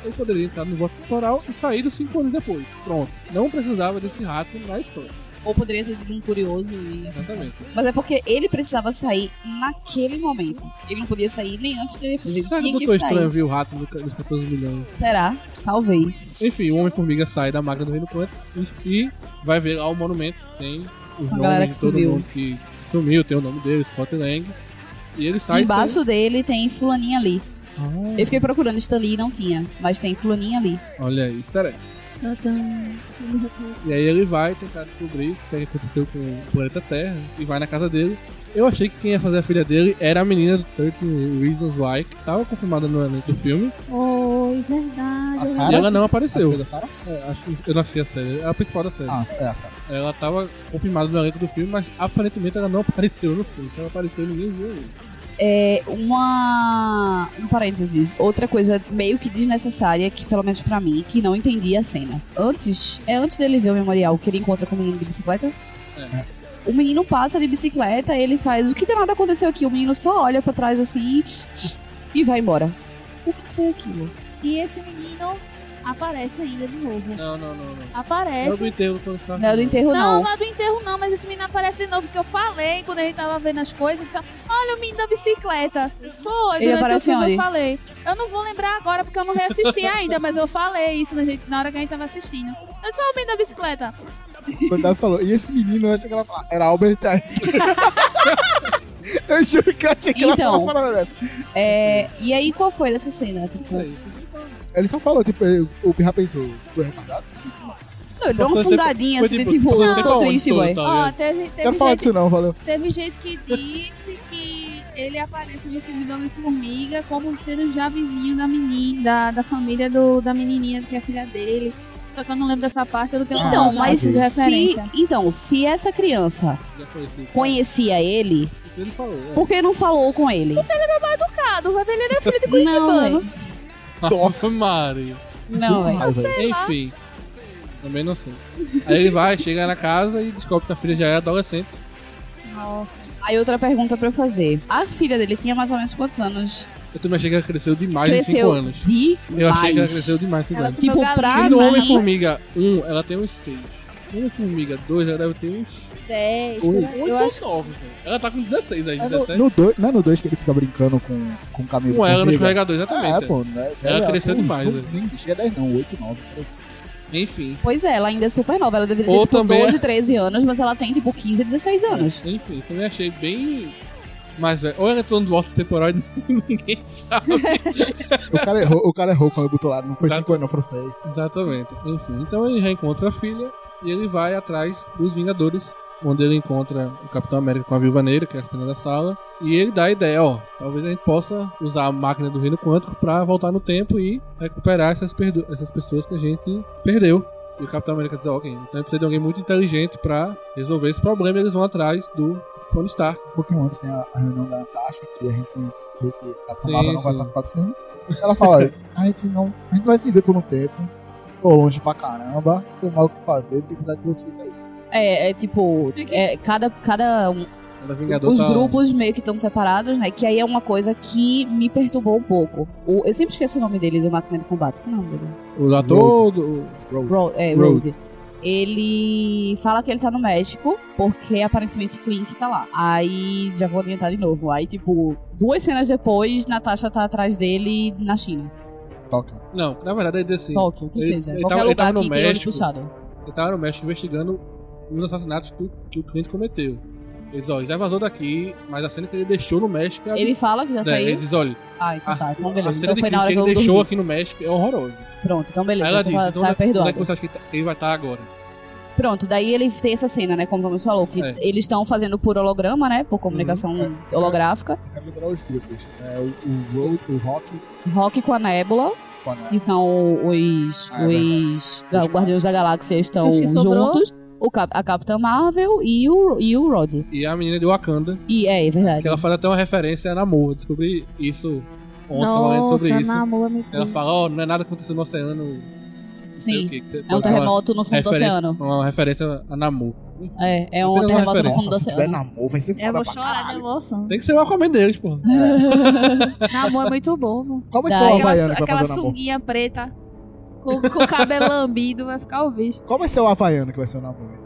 C: Ele poderia entrar no vórtice temporal e sair dos 5 anos depois. Pronto. Não precisava desse rato na história.
G: Ou poderia ter sido um curioso e.
C: Exatamente.
G: Mas é porque ele precisava sair naquele momento. Ele não podia sair nem antes nem depois. Ele
C: Será que o
G: tinha que
C: Doutor
G: sair.
C: Estranho viu o rato no ca- nos 14 milhões?
G: Será? Talvez.
C: Enfim, o Homem-Formiga sai da máquina do Reino Quântico e vai ver lá o monumento. Tem os
G: A galera
C: nomes
G: que
C: de todo
G: sumiu.
C: mundo que sumiu, tem o nome dele, Scott Lang. E ele sai
G: Embaixo dele tem fulaninha ali.
C: saindo-
G: Eu fiquei procurando Stan Lee e não tinha, mas tem fulaninha ali.
C: Ah, olha aí, peraí. E aí ele vai tentar descobrir o que aconteceu com o planeta Terra e vai na casa dele. Eu achei que quem ia fazer a filha dele era a menina do 13 Reasons Why, que tava confirmada no elenco do filme,
F: Oi, verdade.
E: A
C: e
E: Sarah?
C: ela não
E: As
C: apareceu.
E: coisas da Sarah?
C: É, acho que- eu não assisti a série, é a principal da série.
E: Ah, é a Sarah.
C: Ela tava confirmada no elenco do filme, mas aparentemente ela não apareceu no filme. Se ela apareceu, ninguém viu.
G: É uma. Um parênteses. Outra coisa meio que desnecessária, que pelo menos pra mim, que não entendi a cena. Antes. É antes dele ver o memorial que ele encontra com o menino de bicicleta?
C: É,
G: O menino passa de bicicleta, ele faz. O que danado aconteceu aqui? O menino só olha pra trás assim e vai embora. O que foi aquilo?
F: E esse menino aparece ainda de novo.
C: Não, não, não. não. Eu
F: Aparece.
C: não entendo quando tá.
G: Não é do
F: Não,
G: enterro, não.
F: não é do enterro não, mas esse menino aparece de novo, que eu falei quando ele tava vendo as coisas. eu Disse, Olha o menino da bicicleta. Foi,
G: Ele
F: durante o
G: aparece
F: filme
G: onde?
F: eu falei. Eu não vou lembrar agora porque eu não
G: [laughs]
F: reassisti ainda, mas eu falei isso na, gente- na hora que a gente tava assistindo. Eu só o menino da bicicleta.
E: Quando ela falou, e esse menino, eu achei que ela falou, era Albert Einstein. [laughs] eu juro que eu achei que ela
G: Então.
E: falou uma parada dessa.
G: É, e aí, qual foi essa cena? Tipo,
C: Isso aí.
E: Ele só falou, tipo, eu- o Pirra pensou, tu é retardado?
G: Não, ele deu uma
C: Foi
G: fundadinha
C: foi
G: assim, de
C: tipo-
G: tipo,
C: foi
G: eu
C: tipo
G: tô
C: aonde
G: triste,
C: todo,
G: boy.
C: tá
F: Ó,
C: ligado?
F: teve,
E: Quero
F: teve,
E: falar
F: gente,
E: disso não, valeu.
F: teve gente que disse que ele aparece no filme do Homem-Formiga como sendo já vizinho da menina, da, da família do, da menininha que é filha dele. Só que eu não lembro dessa parte, eu não tenho
G: Então,
E: Ah,
G: mas
E: sabe.
G: se,
F: referência.
G: então, se essa criança
C: Já foi assim.
G: conhecia ele,
C: O que Ele falou. é.
G: por que não falou com ele?
F: Ah, do Revelio ele é filho de
G: Não,
F: Curitibano.
G: véi.
C: Nossa, [laughs] Mari.
G: não, véi.
E: Mas, velho,
C: Enfim. Também não sei. Aí ele vai, chega na casa e descobre que a filha já é adolescente.
F: Nossa.
G: Aí outra pergunta pra eu fazer. A filha dele tinha mais ou menos quantos anos?
C: Eu também achei que ela cresceu demais em 5
G: cresceu
C: anos. Eu achei que ela cresceu
G: demais.
C: demais em 5 anos.
F: Ela
G: Tipo,
F: Meu
G: pra
C: E no
G: mim,
C: Homem-Formiga 1, ela tem uns 6. No Homem-Formiga 2, ela deve ter uns
F: 10.
C: 8 ou
F: Eu acho
C: 9. velho. Ela tá com 16 aí,
E: é no-
C: 17.
E: no dois- não é no 2 que ele fica brincando com, com o caminho
C: Com
E: do
C: ela no
E: formiga?
C: escorregador, exatamente.
E: É, pô, né?
C: Ela cresceu
E: pô,
C: demais, né?
E: não-
C: velho.
E: Nem chega a 10 não, 8, 9. peraí.
C: Enfim.
G: pois é, ela ainda é super nova. Ela deveria ter
C: Ou
G: tipo
C: também-
G: 12, 13 anos, mas ela tem tipo 15, 16 anos.
C: É, Enfim, também achei bem. Mas, velho, ou ela entrou no voto temporal e [laughs] ninguém sabe.
E: O cara errou, o cara errou quando ele botou lá, não foi
C: Exato.
E: 5 anos, não, foram 6.
C: Exatamente. Enfim, então ele reencontra a filha E ele vai atrás dos Vingadores, onde ele encontra o Capitão América com a Viúva Negra, que é a cena da sala. E ele dá a ideia, ó, talvez a gente possa usar a máquina do reino quântico pra voltar no tempo e recuperar essas, perdu- essas pessoas que a gente perdeu. E o Capitão América diz, ó, ok, então precisa de alguém muito inteligente pra resolver esse problema. E eles vão atrás do Tony Stark.
E: Um pouquinho antes tem a, a reunião da Natasha, que a gente vê que a
C: Sim,
E: Palavra não vai
C: sim.
E: participar do filme. Ela fala, olha, a gente não. A gente vai se ver por um tempo. Tô longe pra caramba. Tenho mal o que fazer do que cuidar de vocês aí.
G: É, é tipo, é, cada, cada um,
C: Cada Vingador
G: os
C: tá-
G: grupos meio que estão separados, né? Que aí é uma coisa que me perturbou um pouco. O- eu sempre esqueço o nome dele do máquina de combate. Como é o nome dele?
C: O ator... do-
G: Ro- é,
C: Road.
G: Road. Ele fala que ele tá no México, porque aparentemente Clint tá lá. Aí já vou adiantar de novo. Aí, tipo, duas cenas depois, Natasha tá atrás dele na China.
E: Tóquio.
C: Não, na verdade ele diz assim...
G: Tóquio, que
C: Ele-
G: seja.
C: ele
G: Qualquer
C: tava- ele
G: lugar
C: tava no
G: que tem olho
C: México.
G: puxado.
C: Ele tava no México investigando os assassinatos que o, que o cliente cometeu. Ele diz, ó, ele já vazou daqui, mas a cena que ele deixou no México é
G: Ele
C: absurda.
G: fala que já
C: É, ele
G: saiu.
C: diz, olha,
G: Ah, então
C: a,
G: tá. Então
C: a
G: beleza.
C: cena
G: Então
C: de
G: foi
C: crime
G: na hora
C: que
G: que
C: ele
G: eu
C: deixou
G: dormi.
C: aqui no México é horrorosa.
G: Pronto, então
C: Aí
G: beleza.
C: ela
G: Então
C: diz,
G: tá,
C: então onde,
G: tá
C: onde é que
G: perdoado.
C: você acha que tá- ele vai estar agora?
G: Pronto, daí ele tem essa cena, né? Como o Thomas falou, que
C: É. Uhum.
G: eles estão fazendo por holograma, né? Por comunicação holográfica.
E: Eu quero lembrar os grupos. É o, o Road, o Rock,
G: Rock com a Nebula.
E: com a-
G: que são os,
E: Ah, é
G: os ga- Guardiões da Galáxia estão
F: Os que sobrou.
G: juntos, o Cap- a Capitã Marvel e o, e o Rod.
C: E a menina de Wakanda,
G: E é, é
C: que
G: verdade.
C: ela faz até uma referência a Namor. Eu Descobri isso ontem, tava lendo
F: Nossa,
C: sobre isso.
F: Namor é muito
C: Ela
F: bom.
C: fala, ó, não é nada acontecendo no oceano. não sei o
G: Sim.
C: quê, que você-
G: É um
C: pode ser uma
G: terremoto no fundo do
C: referência-
G: oceano.
C: Uma referência a Namor.
G: É, é
C: Apenas
G: um
C: uma
G: terremoto no
C: referência.
G: fundo do
E: Nossa, se tiver
G: oceano.
E: namoro, vai ser
F: Eu
E: foda
F: vou
E: pra
F: chorar de
E: caralho.
F: emoção.
C: Tem que ser o Aquaman deles, porra.
F: Namor é muito
E: [laughs]
F: bom. vô.
E: Qual vai
G: Dá.
E: ser o
F: Aquela,
E: Havaiano que vai
F: aquela
E: fazer o namoro?
F: sunguinha preta com, com o cabelo lambido vai ficar o bicho.
E: Qual vai ser o Havaiano que vai ser o namoro?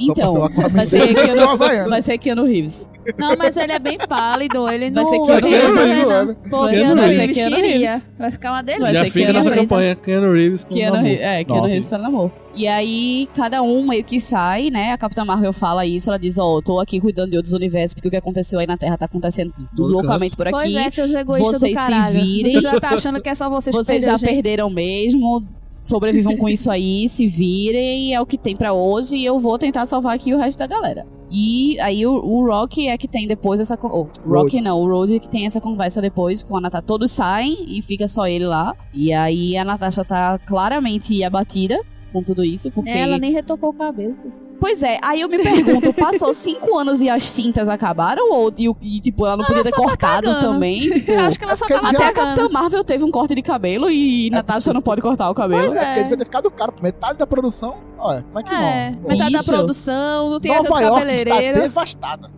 G: Então,
E: Só pra ser o Aquaman.
G: vai ser
E: Vai ser o
G: Keanu, [laughs]
E: Havaiano.
G: vai ser Keanu Reeves.
F: Não, mas ele é bem pálido. Ele
G: Vai
F: não
G: ser
F: vai
G: Keanu Reeves.
F: não. Pô,
G: Vai
F: Keanu
C: ser
F: Reeves
G: Keanu
F: queria.
G: Reeves.
F: Vai ficar uma
G: Vai
F: delícia.
C: Já
G: ser
C: fica
G: Keanu
C: nossa
G: Reeves.
C: campanha, Keanu Reeves com
G: é Keanu,
C: Namor.
G: Reeves- é, Keanu
E: Nossa.
G: Reeves para namor. E aí, cada um meio que sai, né? A Capitã Marvel fala isso, ela diz, ó, tô aqui cuidando de outros universos, porque o que aconteceu aí na Terra tá acontecendo
C: todo
G: loucamente por
F: Pois
G: aqui.
F: é, seus egoístas do
G: vocês se
F: caralho.
G: virem.
F: Vocês já tá achando que é só vocês que
G: Vocês
F: perderam,
G: já
F: gente.
G: perderam mesmo. Sobrevivam com isso aí, [laughs] se virem, é o que tem pra hoje e eu vou tentar salvar aqui o resto da galera. E aí o, o Rock é que tem depois essa. con- Oh, Rock não, o Road é que tem essa conversa depois com a Natasha. Todos saem e fica só ele lá. E aí a Natasha tá claramente abatida com tudo isso, porque.
F: É, Ela nem retocou o cabelo.
G: Pois é, aí eu
F: [laughs]
G: me pergunto, passou cinco anos e as tintas acabaram? Ou, e, o- e, tipo, ela não podia ter
F: só tá
G: cortado
F: cagando.
G: também? Tipo,
F: Eu acho que ela só
E: porque
F: tava
E: já-
G: até a
F: cagando. É.
G: Capitã Marvel teve um corte de cabelo e Natasha não pode cortar o cabelo.
F: Pois
E: É, porque
F: é.
E: devia ter ficado caro. Metade da produção, olha, como é que
F: É,
E: não? Pô,
F: metade da
G: Isso.
F: produção, não tem tanto
E: Nova York tá está
F: cabeleireiro.
E: devastada.
F: é.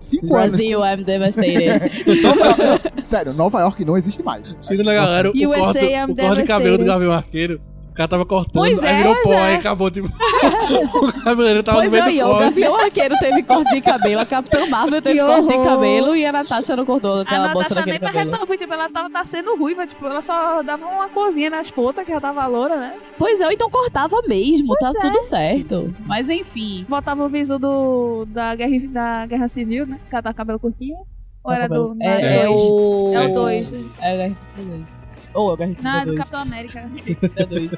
E: Cinco anos.
G: Brasil, I'm [laughs] devastated.
E: Nova York- [laughs] Sério, Nova York não existe mais.
C: Segundo a né, galera, o
F: USA,
C: corte,
F: I'm
C: o corte de cabelo
F: devastated.
C: do Gabriel Arqueiro, o cara tava cortando,
G: Pois
C: aí
G: é,
C: virou
G: pois
C: pó,
G: é.
C: aí acabou, tipo... [laughs] o cabeleiro tava
G: pois
C: Tá no meio
G: é, e
C: do
G: o
C: corte.
G: Gavião Arqueiro teve corte de cabelo, a Capitã Marvel teve
F: Que
G: corte de
F: horror.
G: cabelo e a Natasha não cortou
F: A
G: aquela bosta
F: Natasha
G: daquele
F: nem pra
G: cabelo.
F: reto- foi, tipo, ela tava tá sendo ruiva, tipo, ela só dava uma cozinha nas pontas que já tava loura, né?
G: Pois é, ou então cortava mesmo, tá
F: é.
G: tudo certo. Mas enfim.
F: Botava o viso do, da, guerra, da guerra civil, né? Que ela tava com cabelo curtinho. Ou era do. na-
G: É, é
F: dois?
G: o.
F: É o 2.
G: É o Garfield 2. Ou é o Garfield
F: Na do
G: 2.
F: Capitão América.
G: É dois.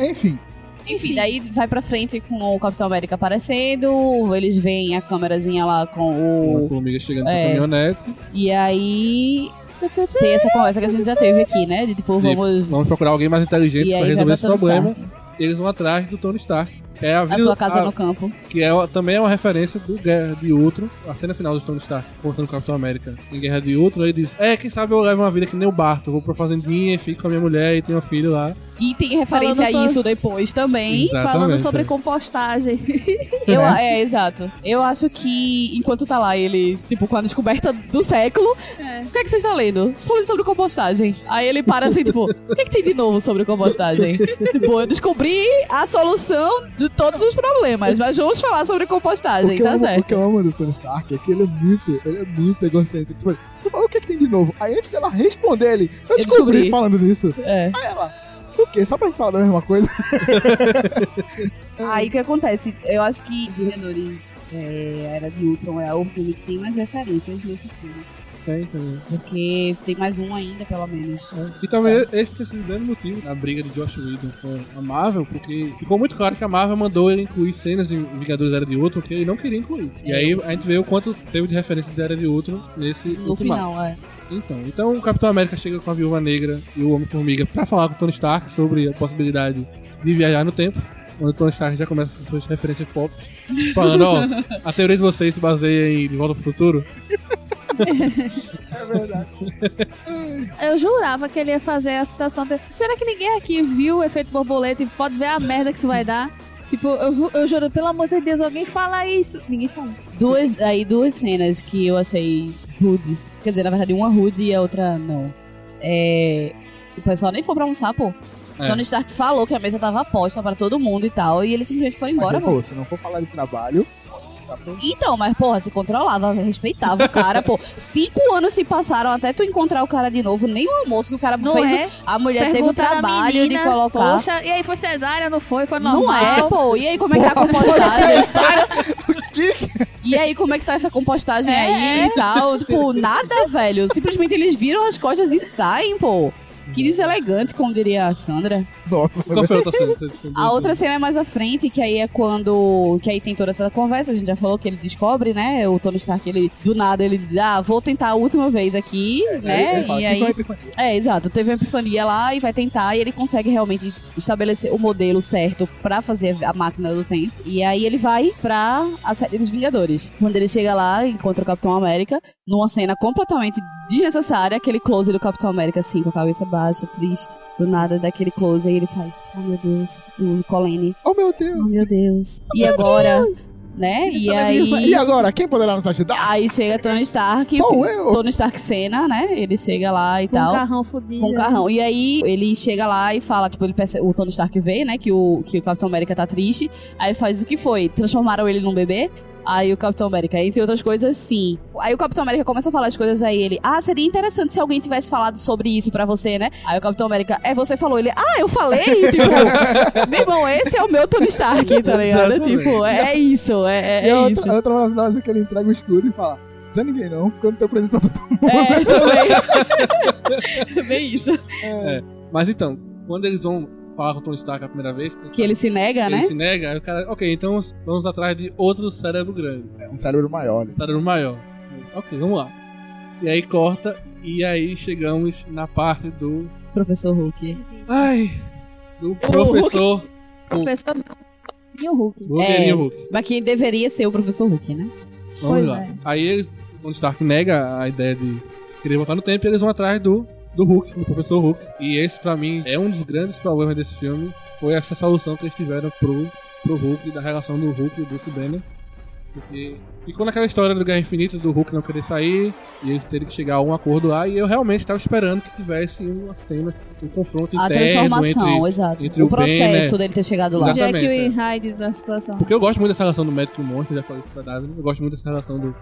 E: Enfim,
G: Enfim, daí vai pra frente com o Capitão América aparecendo, eles veem a câmerazinha lá com
C: Uma
G: o.
C: formiga chegando com
G: É.
C: a caminhonete.
G: E aí. Tem essa conversa que a gente já teve aqui, né? De tipo,
C: Sim.
G: vamos.
C: Vamos procurar alguém mais inteligente
G: E
C: pra
G: aí vai
C: resolver
G: pra
C: esse
G: Tony
C: problema.
G: Stark.
C: Eles vão atrás do Tony Stark. É a,
G: A
C: vida-
G: sua casa
C: a-
G: no campo.
C: Que é, uma- também é uma referência do Guerra de Outro. A cena final do Tony Stark contando o Capitão América em Guerra de Outro. Ele diz: É, quem sabe eu levo uma vida que nem o Barto. Eu vou pra fazendinha, fico com a minha mulher e tenho um filho lá.
G: E tem referência
F: Falando
G: a
F: sobre-
G: isso depois também.
F: Falando
C: Exatamente.
F: sobre compostagem. [laughs]
G: Eu, é, exato. Eu acho que enquanto tá lá ele, tipo, com a descoberta do século, o que é que vocês estão lendo? Estou lendo sobre compostagem. Aí ele para assim, tipo, o que, é que tem de novo sobre compostagem? tipo, eu descobri a solução de todos os problemas, mas vamos falar sobre
E: o
G: compostagem,
E: que, eu
G: tá
E: amo, o que
G: certo?
E: eu amo do Tony Stark é que ele é muito, ele é muito egocêntrico. Tipo, eu falo, o que, é que tem de novo? Aí antes dela responder ele, eu, descobri,
G: descobri.
E: falando nisso.
G: É.
E: Aí ela, o quê? Só pra gente falar da mesma coisa? [laughs]
G: Aí o que acontece? Eu acho que Vingadores é, Era de Ultron é o filme que tem mais referências nesse filme.
C: Tem também.
G: Porque tem mais um ainda, pelo menos.
E: É,
C: E talvez esse tenha sido o grande motivo da briga de Josh Whedon com a Marvel, porque ficou muito claro que a Marvel mandou ele incluir cenas de Vingadores Era de Outro que ele não queria incluir. E aí a gente vê o quanto teve de referência de Era de Outro nesse
G: No
C: ultimato.
G: final, é.
C: Então, então o Capitão América chega com a Viúva Negra e o Homem-Formiga pra falar com o Tony Stark sobre a possibilidade de viajar no tempo. Onde o Tony Stark já começa com suas referências pop, falando,
G: [laughs]
C: ó, a teoria de vocês se baseia em De Volta pro Futuro.
E: É verdade.
F: Eu jurava que ele ia fazer a citação dele. Será que ninguém aqui viu o efeito borboleta e pode ver a merda que isso vai dar? Tipo, eu, ju- eu juro, pelo amor de Deus, alguém fala isso. Ninguém fala.
G: Duas, aí duas cenas que eu achei rudes. Quer dizer, na verdade, uma rude e a outra não. É. O pessoal nem foi pra almoçar, pô.
C: É.
G: Tony Stark falou que a mesa tava posta pra todo mundo e tal, e eles simplesmente foram
E: Mas
G: embora,
E: ele
G: mano.
E: falou, se não for falar de trabalho, tá dá [laughs] pra
G: Então, mas porra, se controlava, respeitava o cara, pô. Cinco anos se passaram até tu encontrar o cara de novo, nem o almoço que o cara
F: Não
G: fez.
F: é?
G: A mulher teve o
F: Pergunta da
G: trabalho
F: menina,
G: de colocar.
F: Poxa, e aí foi cesárea, não foi? Foi
G: não
F: normal?
G: é, pô. E aí, como é que tá a compostagem?
E: que?
G: E aí, como é que tá essa compostagem
F: É,
G: aí
F: é.
G: e tal? Tipo, nada, velho. Simplesmente eles viram as costas e saem, pô. Que deselegante, como diria a Sandra.
E: Nossa,
C: Qual foi a outra cena? Tem-
G: A outra cena é mais à frente, que aí é quando. Que aí tem toda essa conversa, a gente já falou que ele descobre, né? O Tony Stark, ele do nada, ele. Ah, vou tentar a última vez aqui, né?
E: É, Ele fala,
G: e
E: "Que
G: aí.
E: foi a epifania?"
G: É, exato. Teve uma epifania lá e vai tentar e ele consegue realmente estabelecer o modelo certo pra fazer a máquina do tempo. E aí ele vai pra a série dos Vingadores. Quando ele chega lá, encontra o Capitão América numa cena completamente desnecessária, aquele close do Capitão América assim, com a cabeça baixa, triste, do nada daquele close aí ele faz: "Oh meu Deus, eu uso Colene.
E: Oh, meu Deus.
G: Oh meu Deus. E agora, né?
F: Ele
E: é
G: E
F: só lembra-
G: aí
E: E agora, quem poderá nos ajudar?
G: Aí chega Tony Stark,
E: Sou eu.
G: Tony Stark cena, né? Ele chega lá e
F: Com
G: tal
F: um carrão fudido.
G: então, com o carrão. E aí ele chega lá e fala, tipo, ele perce- o Tony Stark vê, né, que o, que o Capitão América tá triste. Aí ele faz o que foi? Transformaram ele num bebê? Aí o Capitão América, entre outras coisas, sim. Aí o Capitão América começa a falar as coisas aí ele. Ah, seria interessante se alguém tivesse falado sobre isso pra você, né? Aí o Capitão América, é, você falou. Ele, ah, eu falei? [laughs] tipo, meu irmão, esse é o meu Tony Stark, tá ligado?
C: Exatamente.
G: tipo, é isso, é, é,
E: e a
G: é
E: outra, [laughs]
G: isso.
E: a outra maravilhosa é que ele entrega o escudo e fala: Não ninguém não, porque eu não tenho presente pra todo mundo.
G: É, também. [laughs] Bem isso.
C: Mas então, quando eles vão falar com o Tony Stark a primeira vez,
G: Que ele se nega,
C: ele
G: né?
C: se nega, aí o cara, ok, então vamos atrás de outro cérebro grande.
E: É um cérebro maior. né?
C: Cérebro maior. Ok, vamos lá. E aí corta, e aí chegamos na parte do.
G: Professor Hulk.
C: Ai! Do professor.
F: Professor, não. E o Hulk.
C: Wolverine
G: É.
C: Hulk.
G: Mas quem deveria ser o professor Hulk, né?
C: Vamos
F: Pois
C: lá.
F: é.
C: Aí eles, o Stark nega a ideia de querer voltar no tempo e eles vão atrás do, do Hulk, do professor Hulk. E esse, pra mim, é um dos grandes problemas desse filme. Foi essa solução que eles tiveram pro, pro Hulk, da relação do Hulk e do Bruce Banner. Porque ficou naquela história do Guerra Infinita, do Hulk não querer sair, e eles terem que chegar a um acordo lá, e eu realmente tava esperando que tivesse uma cena, um confronto
G: A
C: interno
G: transformação,
C: entre...
G: exato.
C: entre o
G: o processo
C: bem, né?
G: dele ter chegado lá.
C: Exato.
F: Jack
C: Exatamente,
F: e Hyde da situação.
C: Porque eu gosto muito dessa relação do médico e do monstro, eu já falei isso pra Davi, eu gosto muito dessa relação do,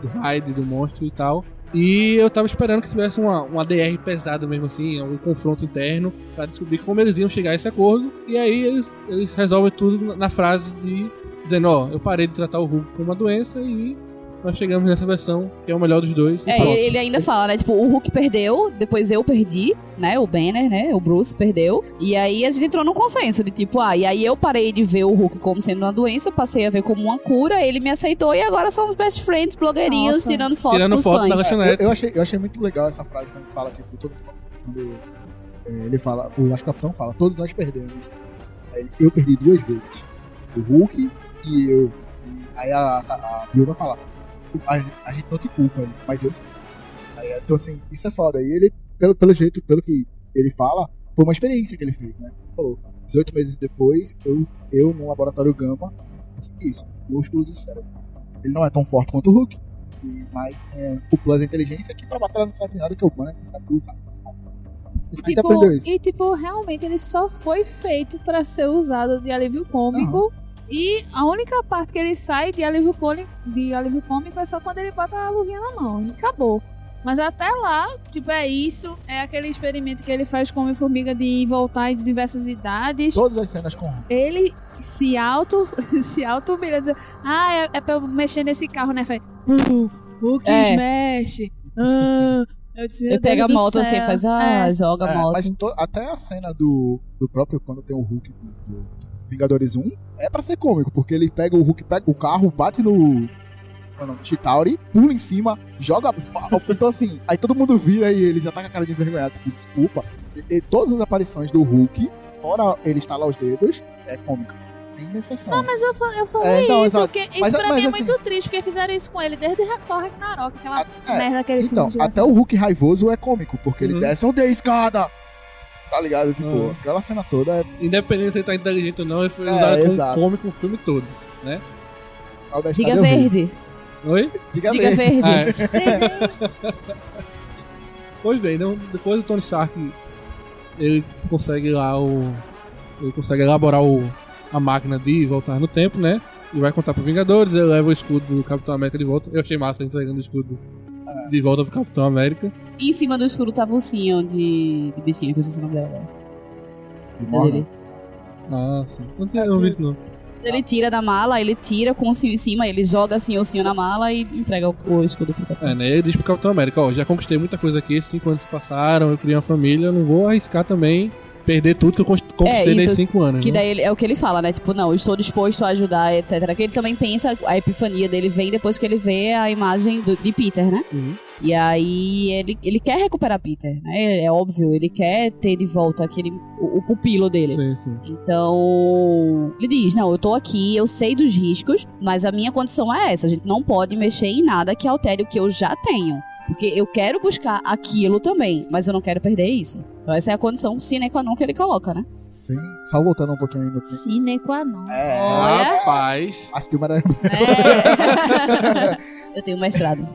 C: do Hyde, do monstro e tal. E eu tava esperando que tivesse uma, uma DR pesada mesmo assim, um confronto interno, pra descobrir como eles iam chegar a esse acordo. E aí eles, eles resolvem tudo na- na frase de dizendo, ó, eu parei de tratar o Hulk como uma doença e nós chegamos nessa versão, que é o melhor dos dois. e
G: É,
C: pronto.
G: ele- ele ainda fala, né? Tipo, o Hulk perdeu, depois eu perdi, né? O Banner, né? O Bruce perdeu. E aí a gente entrou num consenso de tipo, ah, e aí eu parei de ver o Hulk como sendo uma doença, passei a ver como uma cura, ele me aceitou e agora somos best friends, blogueirinhos,
F: Nossa.
G: tirando foto
C: Tirando
G: pros
C: foto
G: fãs.
C: da
E: É,
C: lanchonete.
E: eu, eu achei, eu achei muito legal essa frase quando ele fala, tipo, todo mundo fala- quando é, ele fala, o, acho que o capitão fala, todos nós perdemos. Aí ele, eu perdi duas vezes. O Hulk e eu. E aí a, a, a viúva fala, a, a gente não te culpa, ele, mas eu sim. Aí, então assim, isso é foda. E ele, pelo, pelo jeito, pelo que ele fala, foi uma experiência que ele fez, né? Ele Falou, 18 meses depois, eu, eu no laboratório Gama, consegui isso, músculos e cérebro. Ele não é tão forte quanto o Hulk, e- mas é, o plus da inteligência é que pra batalha não serve nada que o banner não sabe lutar. A gente aprendeu isso.
F: e tipo, realmente ele só foi feito pra ser usado de alívio cômico. E a única parte que ele sai de alívio, cômico, de alívio cômico é só quando ele bota a luvinha na mão. E acabou. Mas até lá, tipo, é isso. É aquele experimento que ele faz com a formiga de ir e voltar em diversas idades.
E: Todas as cenas com
F: Ele se auto [laughs] se auto humilha, dizer, ah, é, é pra eu mexer nesse carro, né? Faz, "Pum, Hulk
G: É.
F: smash, Ah, eu disse, meu
G: Ele pega a
F: Deus do
G: moto assim,
F: céu.
G: faz, ah,
F: É.
G: joga a
E: É,
G: moto.
E: mas to- até a cena do, do próprio, quando tem o Hulk do, do Vingadores 1, é pra ser cômico, porque ele pega o Hulk, pega o carro, bate no. qual é o nome? Chitauri, pula em cima, joga. [laughs] Então assim, aí todo mundo vira e ele já tá com a cara de envergonhado, tipo, desculpa. E, e todas as aparições do Hulk, fora ele estalar os dedos, é cômica. Sem exceção.
F: Não, mas eu, fa- eu falei
E: É, então,
F: isso,
E: exato.
F: porque isso
E: Mas-
F: pra
E: mas
F: mim é
E: assim-
F: muito triste, porque fizeram isso com ele desde Thor Ragnarok, aquela
E: É,
F: merda que ele um
E: Então,
F: fingiu,
E: até o Hulk raivoso é cômico, porque ele
C: Uhum.
E: desce, eu dei escada! Tá ligado? Tipo,
C: Uhum.
E: aquela cena toda é
C: Independente se ele tá inteligente ou não, ele foi
E: É,
C: usado como
E: exato.
C: cômico o filme todo.
E: pau da
G: Diga
E: escada, eu ri.
G: verde.
C: Oi?
E: Diga,
G: Diga
E: verde.
G: verde.
C: Ah, é.
F: assim. Você vê?
C: Pois bem, não, depois o Tony Stark ele consegue lá o. Ele consegue elaborar o, a máquina de voltar no tempo, né? E vai contar pro Vingadores, ele leva o escudo do Capitão América de volta. Eu achei massa entregando o escudo
G: É.
C: de volta pro Capitão América.
G: E em cima do escuro tava o Sion de, de bichinho, que eu esqueci o nome dela. agora.
E: De Morgan.
C: Ah, sim. Não tinha
G: É,
C: não vi isso não.
G: Ele tira da mala, ele tira com o Sion em cima, ele joga assim o Sion na mala e entrega o, o escudo pro capitão.
C: É, né? Ele diz pro Capitão América, ó, já conquistei muita coisa aqui, cinco anos passaram, eu criei uma família, eu não vou arriscar também perder tudo que eu const- conquistei
G: É, isso
C: nesses cinco anos.
G: Que
C: né?
G: daí ele- é o que ele fala, né? Tipo, não, eu estou disposto a ajudar, etc. Que ele também pensa, a epifania dele vem depois que ele vê a imagem do- de Peter, né?
C: Uhum.
G: E aí ele, ele quer recuperar Peter, né? É óbvio, ele quer ter de volta aquele, o, o pupilo dele.
C: Sim, sim.
G: Então, ele diz: Não, eu tô aqui, eu sei dos riscos, mas a minha condição é essa: a gente não pode mexer em nada que altere o que eu já tenho. Porque eu quero buscar aquilo também, mas eu não quero perder isso. Então, essa é a condição sine qua non que ele coloca, né?
E: Sim. Só voltando um pouquinho aí no tempo.
F: Sine qua non.
E: É.
F: Olha,
C: Rapaz.
E: A Silmar era... [laughs]
F: né?
G: Eu tenho mestrado.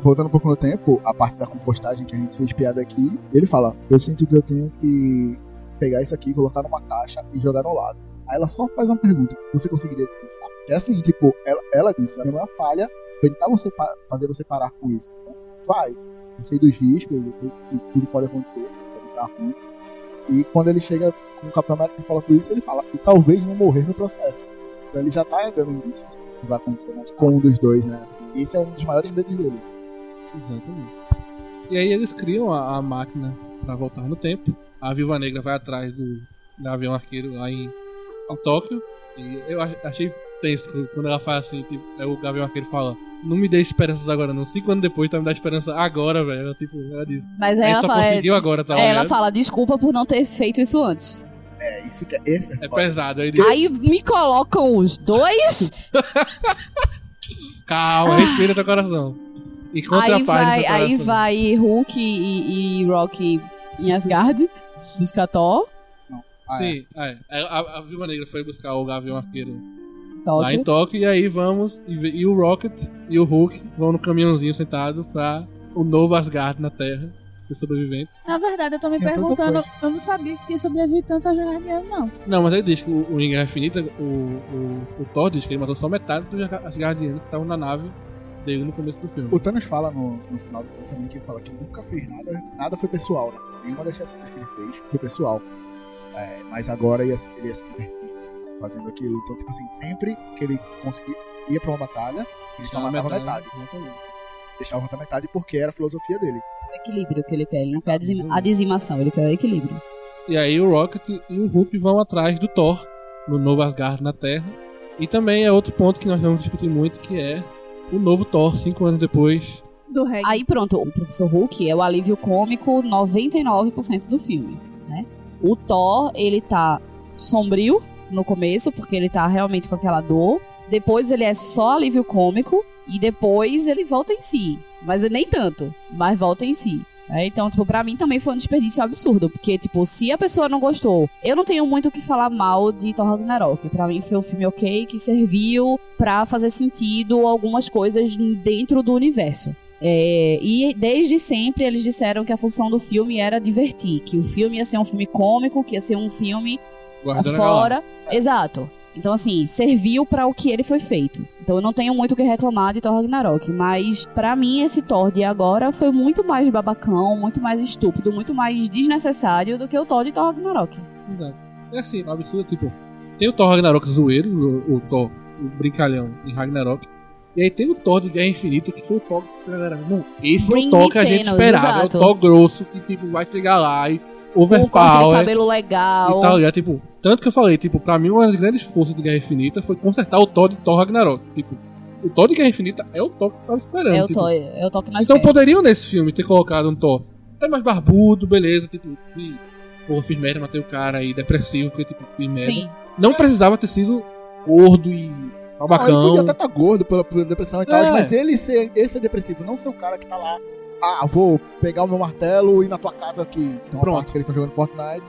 E: Voltando um pouco no tempo, a parte da compostagem que a gente fez piada aqui, ele fala: Eu sinto que eu tenho que pegar isso aqui, colocar numa caixa e jogar no lado. Aí ela só faz uma pergunta: Você conseguiria descansar? É assim, tipo, ela, ela disse: Tem uma falha, tentar você pa- fazer você parar com isso. Então, vai, eu sei dos riscos, eu sei que tudo pode acontecer, pode dar ruim. E quando ele chega com o Capitão América e fala com isso, ele fala: E talvez não morrer no processo. Então ele já tá dando indícios que vai acontecer mais com um dos dois, né? Assim, esse é um dos maiores medos dele.
C: Exatamente. E aí eles criam a, a máquina pra voltar no tempo. A Viúva Negra vai atrás do, do avião arqueiro lá em, em Tóquio. E eu ach- achei tenso que quando ela faz assim, tipo, aí o avião arqueiro fala, não me dê esperanças agora não. Cinco anos depois tá me dando esperança agora, velho. Ela, tipo, ela diz,
G: Mas
C: a
G: aí
C: gente
G: ela
C: só
G: fala. é-
C: conseguiu agora, tá
G: é, ela
C: ligado?"
G: fala, desculpa por não ter feito isso antes.
E: É isso que é esse.
C: É
E: foda.
C: pesado. Aí ele diz,
G: Aí me colocam
C: [laughs]
G: os dois,
C: calma, respira teu coração. E
G: aí
C: contraparte
G: vai,
C: teu
G: aí
C: coração.
G: vai Hulk e, e Rock em Asgard, buscar Thor,
E: Ah,
C: Sim, é. A, a- a Viúva Negra foi buscar o Gavião Arqueiro lá
G: Tóquio.
C: em Tóquio, e aí vamos, e, ve- e o Rocket e o Hulk vão no caminhãozinho sentado pra o novo Asgard na Terra, os sobreviventes.
F: Na verdade, eu tô me
E: Tinha tanta
F: perguntando, eu não sabia que tinha sobrevivido tanto a Jornada de Ano, não.
C: Não, mas aí diz que o, o Guerra Infinita, o, o, o Thor diz que ele matou só metade dos Asga- Asgardianos que estavam na nave dele no começo do filme.
E: O Thanos fala no, no final do filme também que ele fala que nunca fez nada, nada foi pessoal, né? Nenhuma das chacinas que ele fez foi pessoal. É, mas agora ia se- ele ia se divertir fazendo aquilo. Então, tipo assim, sempre que ele conseguia ia pra uma batalha, ele só
C: Só
E: matava metade.
C: metade.
E: Deixava outra metade porque era a filosofia dele.
G: O equilíbrio que ele quer, ele não quer a,
E: Exato.
G: dizima- a dizimação, ele quer o equilíbrio.
C: E aí o Rocket e o Hulk vão atrás do Thor no novo Asgard na Terra. E também é outro ponto que nós vamos discutir muito, que é o novo Thor, cinco anos depois,
F: Do reggae.
G: Aí pronto, o Professor Hulk é o alívio cômico 99% do filme, né? O Thor, ele tá sombrio no começo, porque ele tá realmente com aquela dor. Depois ele é só alívio cômico e depois ele volta em si. Mas nem tanto, mas volta em si. né? então, tipo, pra mim também foi um desperdício absurdo. Porque, tipo, se a pessoa não gostou, eu não tenho muito o que falar mal de Thor Ragnarok. Pra mim foi um filme ok que serviu pra fazer sentido algumas coisas dentro do universo. É, e desde sempre eles disseram que a função do filme era divertir, que o filme ia ser um filme cômico, que ia ser um filme
C: guardando a
G: fora. Exato. Então, assim, serviu pra o que ele foi feito. Então, eu não tenho muito o que reclamar de Thor Ragnarok, mas pra mim esse Thor de agora foi muito mais babacão, muito mais estúpido, muito mais desnecessário do que o Thor de Thor Ragnarok.
C: Exato. É assim, o absurdo é tipo, tem o Thor Ragnarok zoeiro, o, o Thor, o brincalhão em Ragnarok, E aí tem o Thor de Guerra Infinita, que foi o Thor que a galera. Não, esse é
G: Bring
C: o Thor
G: me
C: que a gente
G: Thanos,
C: esperava.
G: exato.
C: É o Thor grosso que tipo, vai chegar lá e
G: Um corte de
C: overpower.
G: cabelo legal.
C: E tal, e é, tipo, tanto que eu falei, tipo, pra mim uma das grandes forças de Guerra Infinita foi consertar o Thor de Thor Ragnarok. Tipo, o Thor de Guerra Infinita é o Thor que eu tava esperando.
G: é o
C: tipo.
G: Thor, é o Thor que nós
C: Então
G: queremos.
C: poderiam nesse filme ter colocado um Thor até mais barbudo, beleza, tipo, e, pô, fiz merda, matei o cara aí, depressivo, porque tipo, fiz merda.
G: Sim.
C: Não precisava ter sido gordo e
E: Ah, ele
C: babacão.
E: podia até tá gordo pela, pela depressão e tal,
C: É.
E: mas ele ser, esse é depressivo, não ser o cara que tá lá. Ah, vou pegar o meu martelo e ir na tua casa aqui. Então,
C: Pronto.
E: Pronto. que eles estão jogando Fortnite.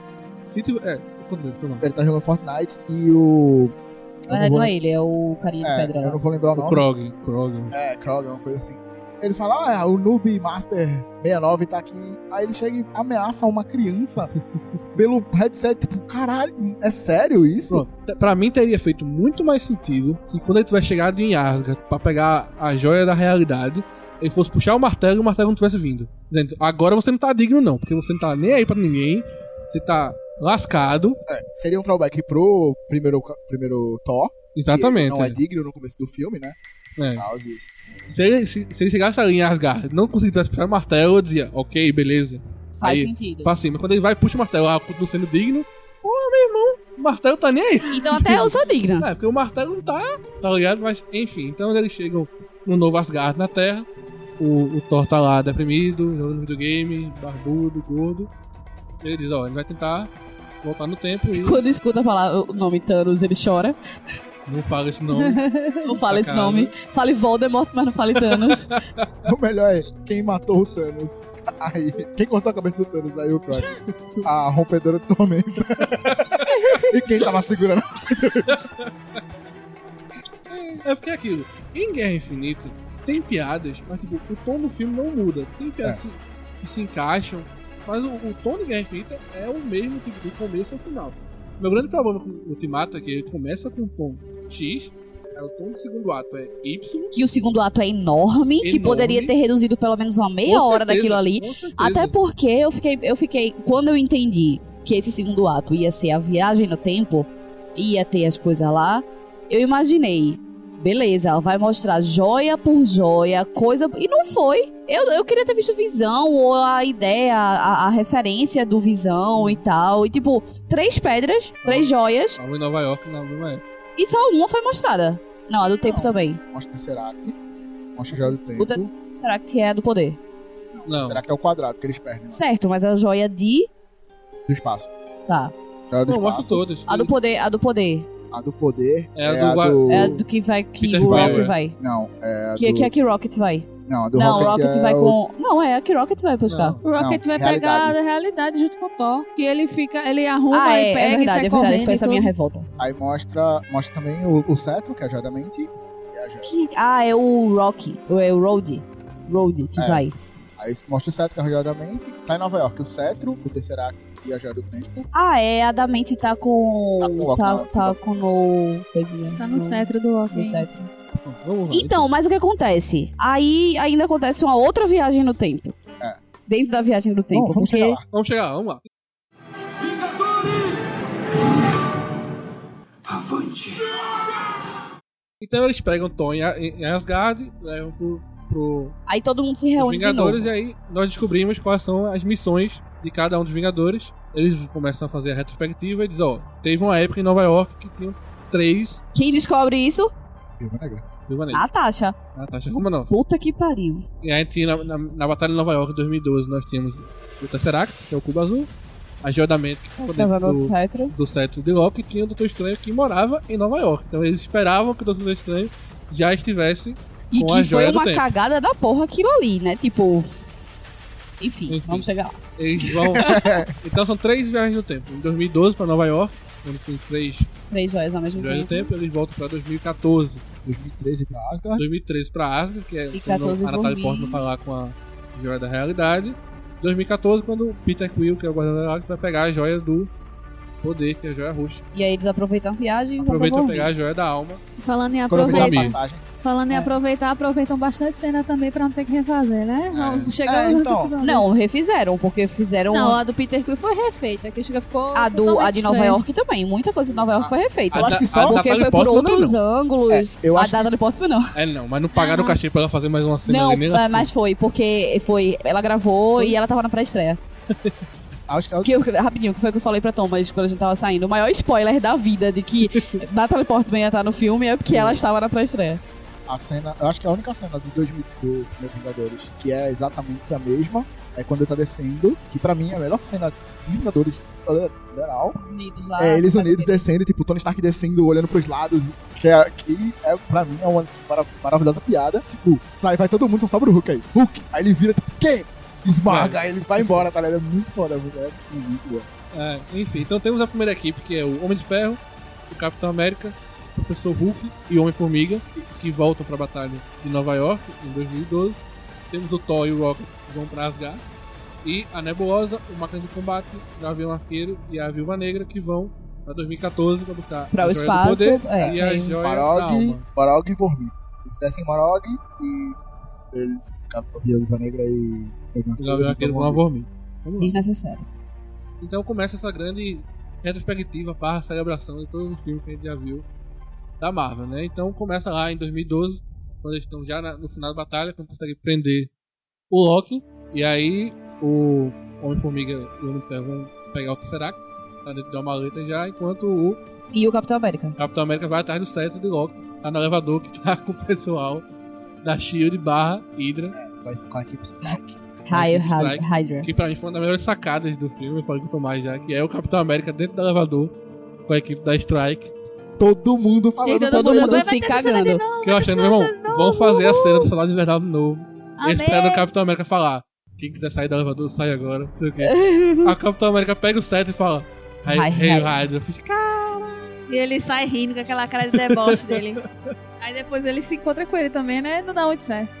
C: Se tiver- é, continua, continua.
E: Ele tá jogando Fortnite e o. eu
G: Na verdade,
E: vou-
G: não é ele, é o carinha de
E: é,
G: pedra
E: eu não
G: lá.
E: vou lembrar o
C: O
E: nome.
C: Krog, Krog.
E: É, Krog, uma coisa assim. Ele fala, ah, o Noob Master 69 tá aqui. Aí ele chega e ameaça uma
G: [laughs]
E: criança pelo headset. Tipo, caralho, é sério isso?
C: Pronto. Te- Pra mim teria feito muito mais sentido se quando ele tivesse chegado em Asgard pra pegar a joia da realidade, ele fosse puxar o martelo e o martelo não tivesse vindo. Dizendo, agora você não tá digno não, porque você não tá nem aí pra ninguém, você tá lascado.
E: É, seria um throwback pro primeiro, ca- primeiro Thor. que ele
C: Exatamente.
E: Não é digno no começo do filme, né?
C: É.
E: Tal, isso. [laughs]
C: Se ele, se, se ele chegasse ali em Asgard e não conseguisse puxar o martelo, eu dizia, ok, beleza.
G: Faz
C: Aí-
G: sentido.
C: Pra cima. Quando ele vai e puxa o martelo, ah, não sendo digno, pô, meu irmão, o martelo tá nem aí.
G: Então até eu sou digna.
C: É, porque o martelo não tá, tá ligado? Mas, enfim, então eles chegam no novo Asgard na Terra. O, o Thor tá lá deprimido, jogando videogame, barbudo, gordo. Ele diz, ó, ele vai tentar voltar no tempo
G: [laughs]
C: e
G: Quando escuta falar o nome Thanos, ele chora.
C: não fala esse nome.
G: Não fala esse
C: Sacada.
G: nome. Fale Voldemort, mas não fale [laughs] Thanos.
E: O melhor é quem matou o Thanos. [laughs] Aí, quem cortou a cabeça do Thanos? Aí o
G: [laughs]
E: Croc. A rompedora do tormento. [laughs] e quem tava segurando?
C: É porque é aquilo. Em Guerra Infinita, tem piadas, mas tipo, o tom do filme não muda. Tem piadas que,
E: É.
C: se, que se encaixam, mas o, o tom de Guerra Infinita é o mesmo tipo, do começo ao final. Meu grande problema com o Ultimato é que ele começa com um tom X, é o tom do segundo ato é Y.
G: Que o segundo ato é enorme, que
C: Enorme.
G: poderia ter reduzido pelo menos uma meia
C: com
G: hora
C: certeza,
G: daquilo ali.
C: com certeza.
G: Até porque eu fiquei, eu fiquei. Quando eu entendi que esse segundo ato ia ser a viagem no tempo, ia ter as coisas lá, eu imaginei. Beleza, ela vai mostrar joia por joia, coisa. E não foi. Eu, eu queria ter visto visão, ou a ideia, a, a referência do visão e tal. E tipo, três pedras, três joias,
C: Tava em Nova York é? na mesma época.
G: e só uma foi mostrada. Não, a do tempo
E: Não.
G: também.
E: Mostra o Tesseract. Mostra o Joia do Tempo.
G: O te- Será que é a do poder?
C: Não,
E: Será que é o quadrado que eles perdem? né?
G: Certo, mas a joia de.
E: Do espaço.
G: Tá.
E: Joia do
C: não mostra
E: espaço.
C: todas.
G: A do poder, a do poder.
E: A do poder
C: É
E: é,
C: a do
E: a
C: gua-
E: do...
G: É a do que vai que
C: Peter
G: o
E: Parker.
G: Rocket vai.
E: Não, é a
G: Que,
E: do...
G: que é que Rocket vai.
E: Não, a do
G: não,
E: Rocket,
G: o Rocket
E: é
G: vai
E: o-
G: com. Não, é a que Rocket vai buscar.
C: Não.
F: O Rocket
E: Não,
F: vai pegar
E: realidade.
F: a realidade junto com o Thor. Que ele fica, ele arruma
G: Ah,
F: e
G: é,
F: pega
G: é
F: e sai
G: verdade, é
F: correndo.
G: verdade. Foi
F: e
G: essa
F: tudo.
G: minha revolta.
E: Aí mostra, mostra também o, o cetro, que é a joia da mente. E a joia.
G: Que- Ah, é o Rocky. ou É o Road. Road que
E: É.
G: vai.
E: Aí mostra o cetro, que é a joia da mente. Tá em Nova York, o cetro, o Tesseract e a joia do tempo.
G: Ah, é, a da mente tá com.
E: Tá com o
G: Tá,
E: Rocket.
G: tá com no. Coisinha.
F: Tá no cetro do
G: No
F: Loki.
G: cetro.
C: Vamos lá.
G: Então, mas o que acontece? Aí ainda acontece uma outra viagem no tempo.
E: É.
G: Dentro da viagem do tempo.
E: Bom, vamos
G: porque
E: chegar lá.
C: Vamos chegar, vamos lá. Então eles pegam Thor em A- em Asgard, levam pro, pro
G: aí todo mundo se
C: os
G: reúne É de novo.
C: Vingadores e aí nós descobrimos quais são as missões de cada um dos Vingadores. Eles começam a fazer a retrospectiva e dizem, ó, teve uma época em Nova York que tinham três
G: Quem descobre isso?
E: Viúva Negra.
C: Viúva
G: Ah.
C: Negra.
G: Natasha.
C: Natasha Romanoff.
G: Puta que pariu.
C: E aí tinha na, na, na Batalha de Nova York de 2012 nós tínhamos o Tesseract, que é o Cubo Azul, a Joia da Mente, que tava
G: Tava
C: dentro
G: no
C: do,
G: cetro.
C: do cetro de Loki tinha o Doutor Estranho que morava em Nova York. Então eles esperavam que o Doutor Estranho já estivesse.
G: E
C: com a
G: que foi
C: joia do
G: uma
C: tempo.
G: cagada da porra aquilo ali, né? Tipo. f- Enfim,
C: Enfim.
G: vamos chegar lá.
C: Eles
G: [laughs]
C: vão. então são três viagens no tempo. Em 2012 pra Nova York, onde tem três
G: Três joias ao mesmo
C: viagens no
G: tempo.
C: tempo, eles voltam pra 2014.
E: 2013 pra Asgard.
C: 2013 pra Asgard, que é
G: E
C: quando
G: 14
C: a Natalie
G: por
C: Portman
G: mim.
C: tá lá com a joia da realidade. 2014, quando o Peter Quill, que é o guardião da realidade, vai pegar a joia do poder, que é a joia roxa.
G: E aí eles aproveitam a viagem e vão pra
C: Aproveita pra
G: Morbi.
C: pegar a joia da alma.
F: Falando em
E: Economizar a
A: Aproveita.
E: passagem.
F: Falando em
E: É.
F: aproveitar, aproveitam bastante cena também pra não ter que refazer, né? Vamos chegar
E: É, então.
G: Não, refizeram, porque fizeram
F: Não, a do Peter Quill foi refeita, que chega ficou
G: Então, a, do, a de
F: totalmente
G: Nova
F: estranha.
G: York também. Muita coisa de Nova York foi refeita.
C: a
E: Eu acho
C: da-
E: que só
C: a da
G: Porque
C: Natalie
G: foi por
C: Portman, não.
G: outros ângulos.
E: É, eu
G: a
E: acho
G: da Natalie Portman não.
C: É, não, mas não pagaram o cachê pra ela fazer mais uma cena
G: Não, é
C: ali, nem ela-
G: mas foi, porque foi. Ela gravou e ela tava na pré-estreia.
E: Acho que é o
G: Que eu- rapidinho, que foi o que eu falei pra Thomas quando a gente tava saindo. O maior spoiler da vida
C: [laughs]
G: de que Natalie Portman ia estar no filme é porque ela estava na pré-estreia.
E: a cena, eu acho que é a única cena do 2000 do primeiro né, Vingadores que é exatamente a mesma é quando ele tá descendo, que pra mim é a melhor cena de Vingadores eh, geral.
G: Unidos lá.
E: é eles unidos descendo, tipo, Tony Stark descendo, olhando pros lados, que é, que é pra mim é uma mara- maravilhosa piada. Tipo, sai, vai todo mundo, só sobra o Hulk aí. Hulk! Aí ele vira, tipo, quem? Esmaga, aí ele vai embora, tá ligado? É muito foda, é muito, é muito boa.
C: É, enfim, então temos a primeira equipe, que é o Homem de Ferro, o Capitão América, o Professor Hulk e o Homem-Formiga, que voltam pra Batalha de Nova York em 2012. Temos o Thor e o Rocket que vão pra Asgard. E a Nebulosa, o Máquina de Combate, o Gavião Arqueiro e a Viúva Negra, que vão pra 2014 pra buscar
G: Pra
C: a
G: o
C: Joia
G: espaço,
C: do Poder
G: é,
C: e a
G: tem
C: Joia da
E: Marog,
C: Alma.
E: Marog e Vormir. Eles descem Marog e ele capta a Viúva Negra e
C: O Gavião Arqueiro vão a Vormir. Vamos lá.
G: Desnecessário.
C: Então começa essa grande retrospectiva barra celebração de todos os filmes que a gente já viu da Marvel, né? Então começa lá em 2012, quando eles estão já na- no final da batalha, quando consegue prender o Loki, e aí o Homem-Formiga e o Homem-Ferro vão pegar o Tesseract, tá dentro de uma maleta já, enquanto o
G: E o Capitão América.
C: Capitão América vai atrás do cetro de Loki, tá no elevador que tá [laughs] com o pessoal da SHIELD barra Hydra,
E: Vai com a equipe Stark.
G: Raio,
C: Strike.
G: Hydra.
C: que pra mim foi uma das melhores sacadas do filme, eu falei com o Tomás já, que é o Capitão América dentro do elevador com a equipe da Strike,
E: Todo mundo falando,
F: Eita,
G: Todo mundo
F: Vai
G: se
F: ter essa cena de
G: cagando.
C: Que eu achando, meu irmão, vão fazer a cena do Soldado Invernal de novo.
F: Amei.
C: Esperando o Capitão América falar. Quem quiser sair do elevador, sai agora. Não sei o quê. a Capitão América pega o set e fala. Hey,
G: Hi,
C: hey,
G: hi."
C: Hydra. Eu fiz, "Cara,
F: E ele sai rindo com aquela cara de deboche dele. Aí depois ele se encontra com ele também, né? Não dá muito certo.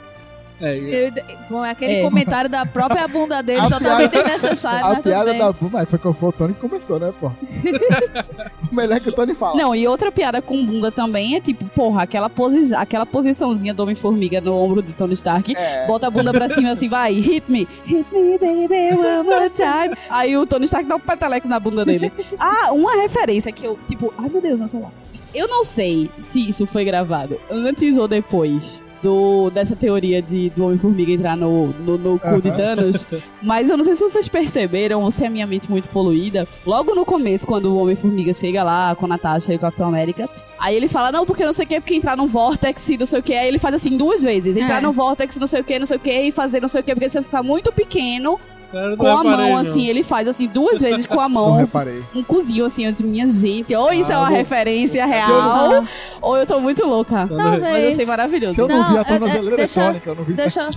C: É,
F: Eu- bom, aquele
G: É.
F: comentário da própria bunda dele
E: A
F: totalmente
E: piada-
F: desnecessário.
E: né, A
F: mas
E: piada
F: tudo
E: da Buma aí foi que foi o Tony que começou, né, pô?
F: [laughs]
E: o melhor é que o Tony fala.
G: [laughs] Não, e outra piada com bunda também é tipo, porra, aquela, posi aquela posiçãozinha do Homem-Formiga no ombro de Tony Stark.
E: É,
G: Bota a bunda pra cima assim, vai, hit me. Hit me, baby, one more time. Aí o Tony Stark dá um peteleco na bunda dele. Ah, uma referência que eu, tipo, ai meu Deus, meu celular. Eu não sei se isso foi gravado antes ou depois do, dessa teoria de, do Homem-Formiga entrar no, no, no cu de
E: Aham.
G: Thanos. Mas eu não sei se vocês perceberam ou se é a minha mente muito poluída. Logo no começo, quando o Homem-Formiga chega lá com a Natasha e o Capitão América, aí ele fala, não, porque não sei o que, porque entrar no Vortex e não sei o que. Aí ele faz assim duas vezes. Entrar
F: É.
G: no Vortex, não sei o que, não sei o que, e fazer não sei o que, porque você ficar muito pequeno.
C: cara, não
G: Com
C: é
G: a mão,
C: aparelho."
G: assim, ele faz assim duas vezes com
E: não é
G: a mão,
E: reparei.
G: um cozinho assim, eu disse, minha gente, ou isso é uma
E: Ah, eu-
G: referência real,
F: Não,
G: ou eu tô muito louca.
C: Quando-
F: Talvez.
G: Mas eu achei maravilhoso.
E: Se eu não,
F: Não,
E: vi a
F: é- é-
E: tornozeleira
F: deixa-
E: eletrônica, eu não vi isso.
F: Deixa.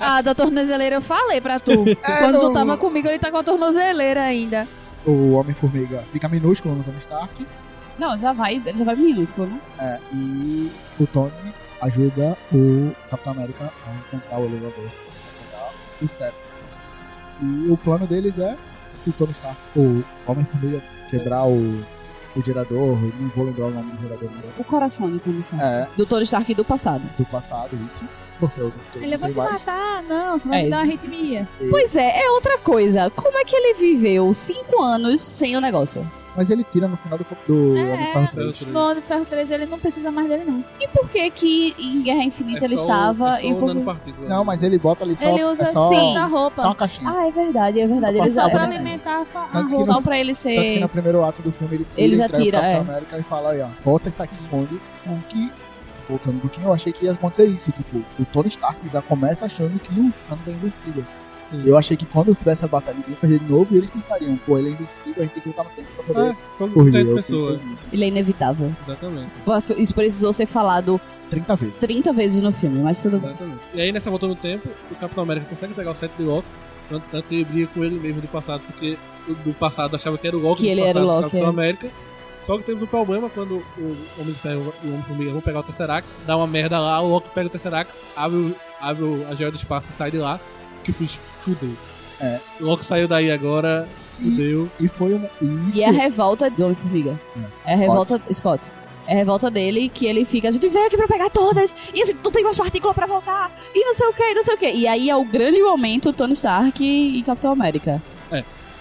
F: Ah, da tornozeleira eu falei pra tu. Quando
E: não-
F: tu tava comigo, ele tá com a tornozeleira ainda.
E: O Homem-Formiga fica minúsculo no Tony Stark.
G: Não, já vai, ele já vai minúsculo, né?
E: É, e o Tony ajuda o Capitão América a encontrar o elevador. a pegar O set. E o plano deles é o Tony Stark, o Homem-Formiga, quebrar o, o gerador. Não vou lembrar o nome do gerador. mas-
G: O coração de Tony Stark.
E: É,
G: Do Tony Stark do passado.
E: do passado, isso. Porque eu fiquei
F: Ele é vai te matar. Não, você vai
G: É,
F: me dar uma arritmia.
G: Pois é, é outra coisa. Como é que ele viveu cinco anos sem o negócio?
E: Mas ele tira no final do, do
F: É,
E: Homem de Ferro
C: Pelo
E: 3.
C: trailer.
F: No Homem de Ferro 3, ele não precisa mais dele, não.
G: E por que que em Guerra
C: É
G: Infinita
C: só
G: ele
C: o-
G: estava
C: é só
G: e
C: o
G: por...
C: dano partido, né?
E: Não, mas ele bota ali só,
F: ele usa assim,
E: é só,
F: sim da roupa.
E: só uma caixinha.
G: Ah, é verdade, é verdade.
C: Tá
E: Só
G: Ele
E: passar
G: só
F: Só pra
C: né?
E: pra-
F: alimentar a fa- a
E: Tanto que
F: roupa.
G: só pra ele
E: Tanto que
G: ser.
E: no primeiro ato do filme ele tira,
G: Ele já
E: entrega
G: tira,
E: o Capitão
G: é.
E: América e fala aí, ó, bota isso aqui, esconde. O que, voltando um pouquinho, eu achei que ia acontecer isso. Tipo, o Tony Stark já começa achando que o Thanos é invencível.
C: Hum.
E: Eu achei que quando tivesse a batalha, eles iam perder de novo e eles pensariam, pô, ele é invencível, a gente tem que lutar no tempo pra poder
G: É,
C: Como
E: correr.
C: tanta
E: Eu
C: pessoa.
E: pensei nisso.
G: Ele é inevitável.
C: Exatamente,
G: Isso precisou ser falado
E: 30 vezes.
G: 30 vezes no filme, mas tudo bem.
C: exatamente. E aí nessa volta no tempo, o Capitão América consegue pegar o set de Loki. Tanto, tanto que ele briga com ele mesmo do passado, porque o do passado achava que era o Loki.
G: Que
C: do
G: ele era o
C: passado,
G: Loki,
C: Capitão
G: é.
C: América. Só que temos um problema quando o Homem de Ferro e o Homem Formiga vão pegar o Tesseract, dá uma merda lá, o Loki pega o Tesseract, abre, o- abre o- a joia do espaço e sai de lá. Que eu fiz, fudeu.
E: É.
C: Logo saiu daí agora, fudeu.
E: E foi um. e Isso.
G: E é a revolta do Homem-Formiga.
C: Hum.
G: É a revolta. Scott. É a revolta dele que ele fica, a gente veio aqui pra pegar todas, e assim, não tem mais partícula pra voltar, e não sei o que, e não sei o que. E aí é o grande momento Tony Stark e Capitão América.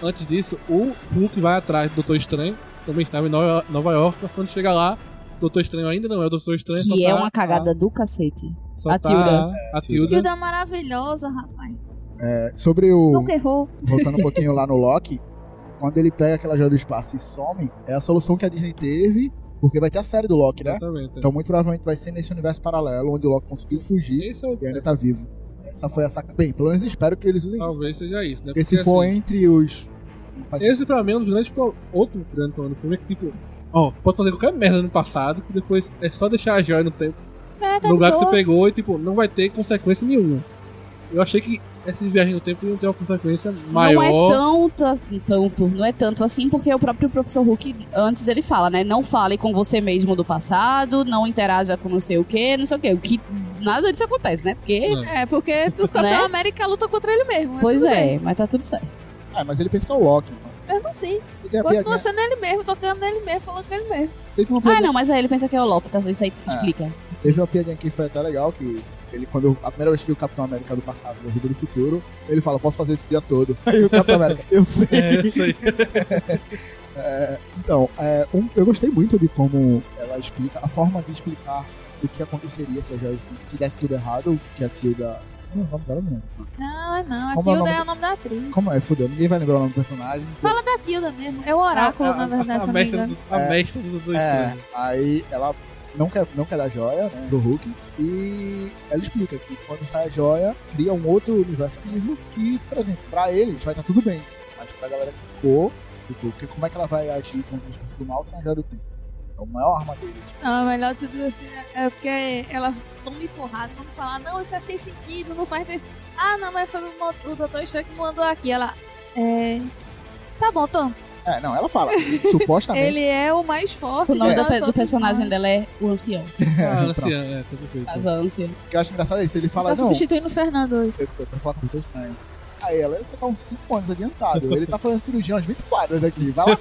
C: Antes disso, o Hulk vai atrás do Doutor Estranho, também estava em Nova, Nova York, mas quando chega lá, o Doutor Estranho ainda não é o Doutor Estranho. só
G: Que é
C: tá
G: uma cagada do cacete.
C: A, só
G: A
C: tá
G: Tilda.
C: A Tilda.
H: Tilda maravilhosa, rapaz.
E: É, sobre o.
H: Nunca errou.
E: Voltando um pouquinho lá no Loki, quando ele pega aquela joia do espaço e some, é a solução que a Disney teve, porque vai ter a série do Loki, né?
C: Exatamente.
E: Então, muito provavelmente vai ser nesse universo paralelo onde o Loki conseguiu fugir
C: Esse é o.
E: e ainda tá vivo. Essa foi a saca. Bem, pelo menos espero que eles usem isso.
C: Talvez seja isso, né?
E: Porque se
C: Porque,
E: for
C: assim,
E: entre os. Faz-
C: Esse pra mim é um dos grandes pro- outro grande problema do filme é que, tipo, ó, pode fazer qualquer merda no passado, que depois é só deixar a joia no tempo,
H: É, tá
C: no lugar
H: de
C: que você
H: boa.
C: pegou e, tipo, não vai ter consequência nenhuma. Eu achei que essas viagens no tempo iam ter uma consequência maior.
G: Não é tanto, tanto, não é tanto assim, porque o próprio professor Hulk, antes ele fala, né? Não fale com você mesmo do passado, não interaja com não sei o que, não sei o que. O que nada disso acontece, né? Porque.
C: Não.
F: É, porque o Capitão
G: Né?
F: América luta contra ele
H: né?
F: mesmo. mas
G: Pois
F: tudo
G: é,
F: bem.
G: mas tá tudo certo.
E: Ah, mas ele pensa que é o Loki, então.
F: Mesmo assim.
E: E tem a
F: Continua
E: piadinha.
F: sendo ele mesmo, tocando nele mesmo, falando com ele mesmo.
E: Teve uma
G: Ah,
E: piadinha,
G: não, mas aí ele pensa que é o Loki, tá? Isso aí explica.
E: teve uma piadinha que foi até legal, que ele, quando. A primeira vez que o Capitão América do passado derruba do futuro, ele fala, posso fazer isso o dia todo. [laughs] Aí o Capitão América, eu sei.
C: É, isso aí.
E: [laughs] É, então, é, um- eu gostei muito de como ela explica, a forma de explicar o que aconteceria se, a Joyce- se desse tudo errado, que a Tilda. Como é o nome dela, menina?
H: Não, não. A
E: Como é o
H: Tilda
E: nome
H: é
E: do-
H: o nome da atriz.
E: Como é? Fudeu, ninguém vai lembrar o nome do personagem.
H: Fala da Tilda mesmo. É o oráculo,
E: Ah,
C: A- a-
H: na verdade, se
C: a,
H: eu não me
C: mestra
H: engano.
C: do, a
E: É.
C: mestra do Doutor [laughs]
E: É,
C: Estranho.
E: aí ela não quer, não quer dar joia né, do Hulk. E ela explica que quando sai a joia, cria um outro universo vivo que, por exemplo, pra eles vai estar tudo bem. Mas pra galera que ficou, tipo, que- como é que ela vai agir contra os do mal sem a joia do tempo? É a maior arma deles.
H: Não, melhor tudo assim é- é porque ela toma empurrada, toma falar, não, isso é sem sentido, não faz sentido. Ah, não, mas foi o, mo- o Dr. Stan que mandou aqui. Ela, é... Tá bom, Tom.
E: É, não, ela fala, supostamente.
H: Ele é o mais forte.
G: O nome
E: É.
G: da
H: de
G: pe- do
H: todos
G: personagem
H: nós.
G: dela é o Ancião.
C: Ah,
E: Pronto.
C: Luciana, é, tá perfeito. [laughs]
G: Caso a Ancião.
E: O que eu acho engraçado é isso, ele fala,
H: Tá
E: não,
H: substituindo o Fernando hoje.
E: eu, eu quero falar com o doutor estranho. Aí ela, você tá uns 5 anos adiantado. Ele tá fazendo cirurgia umas 20 quadras daqui. Vai lá.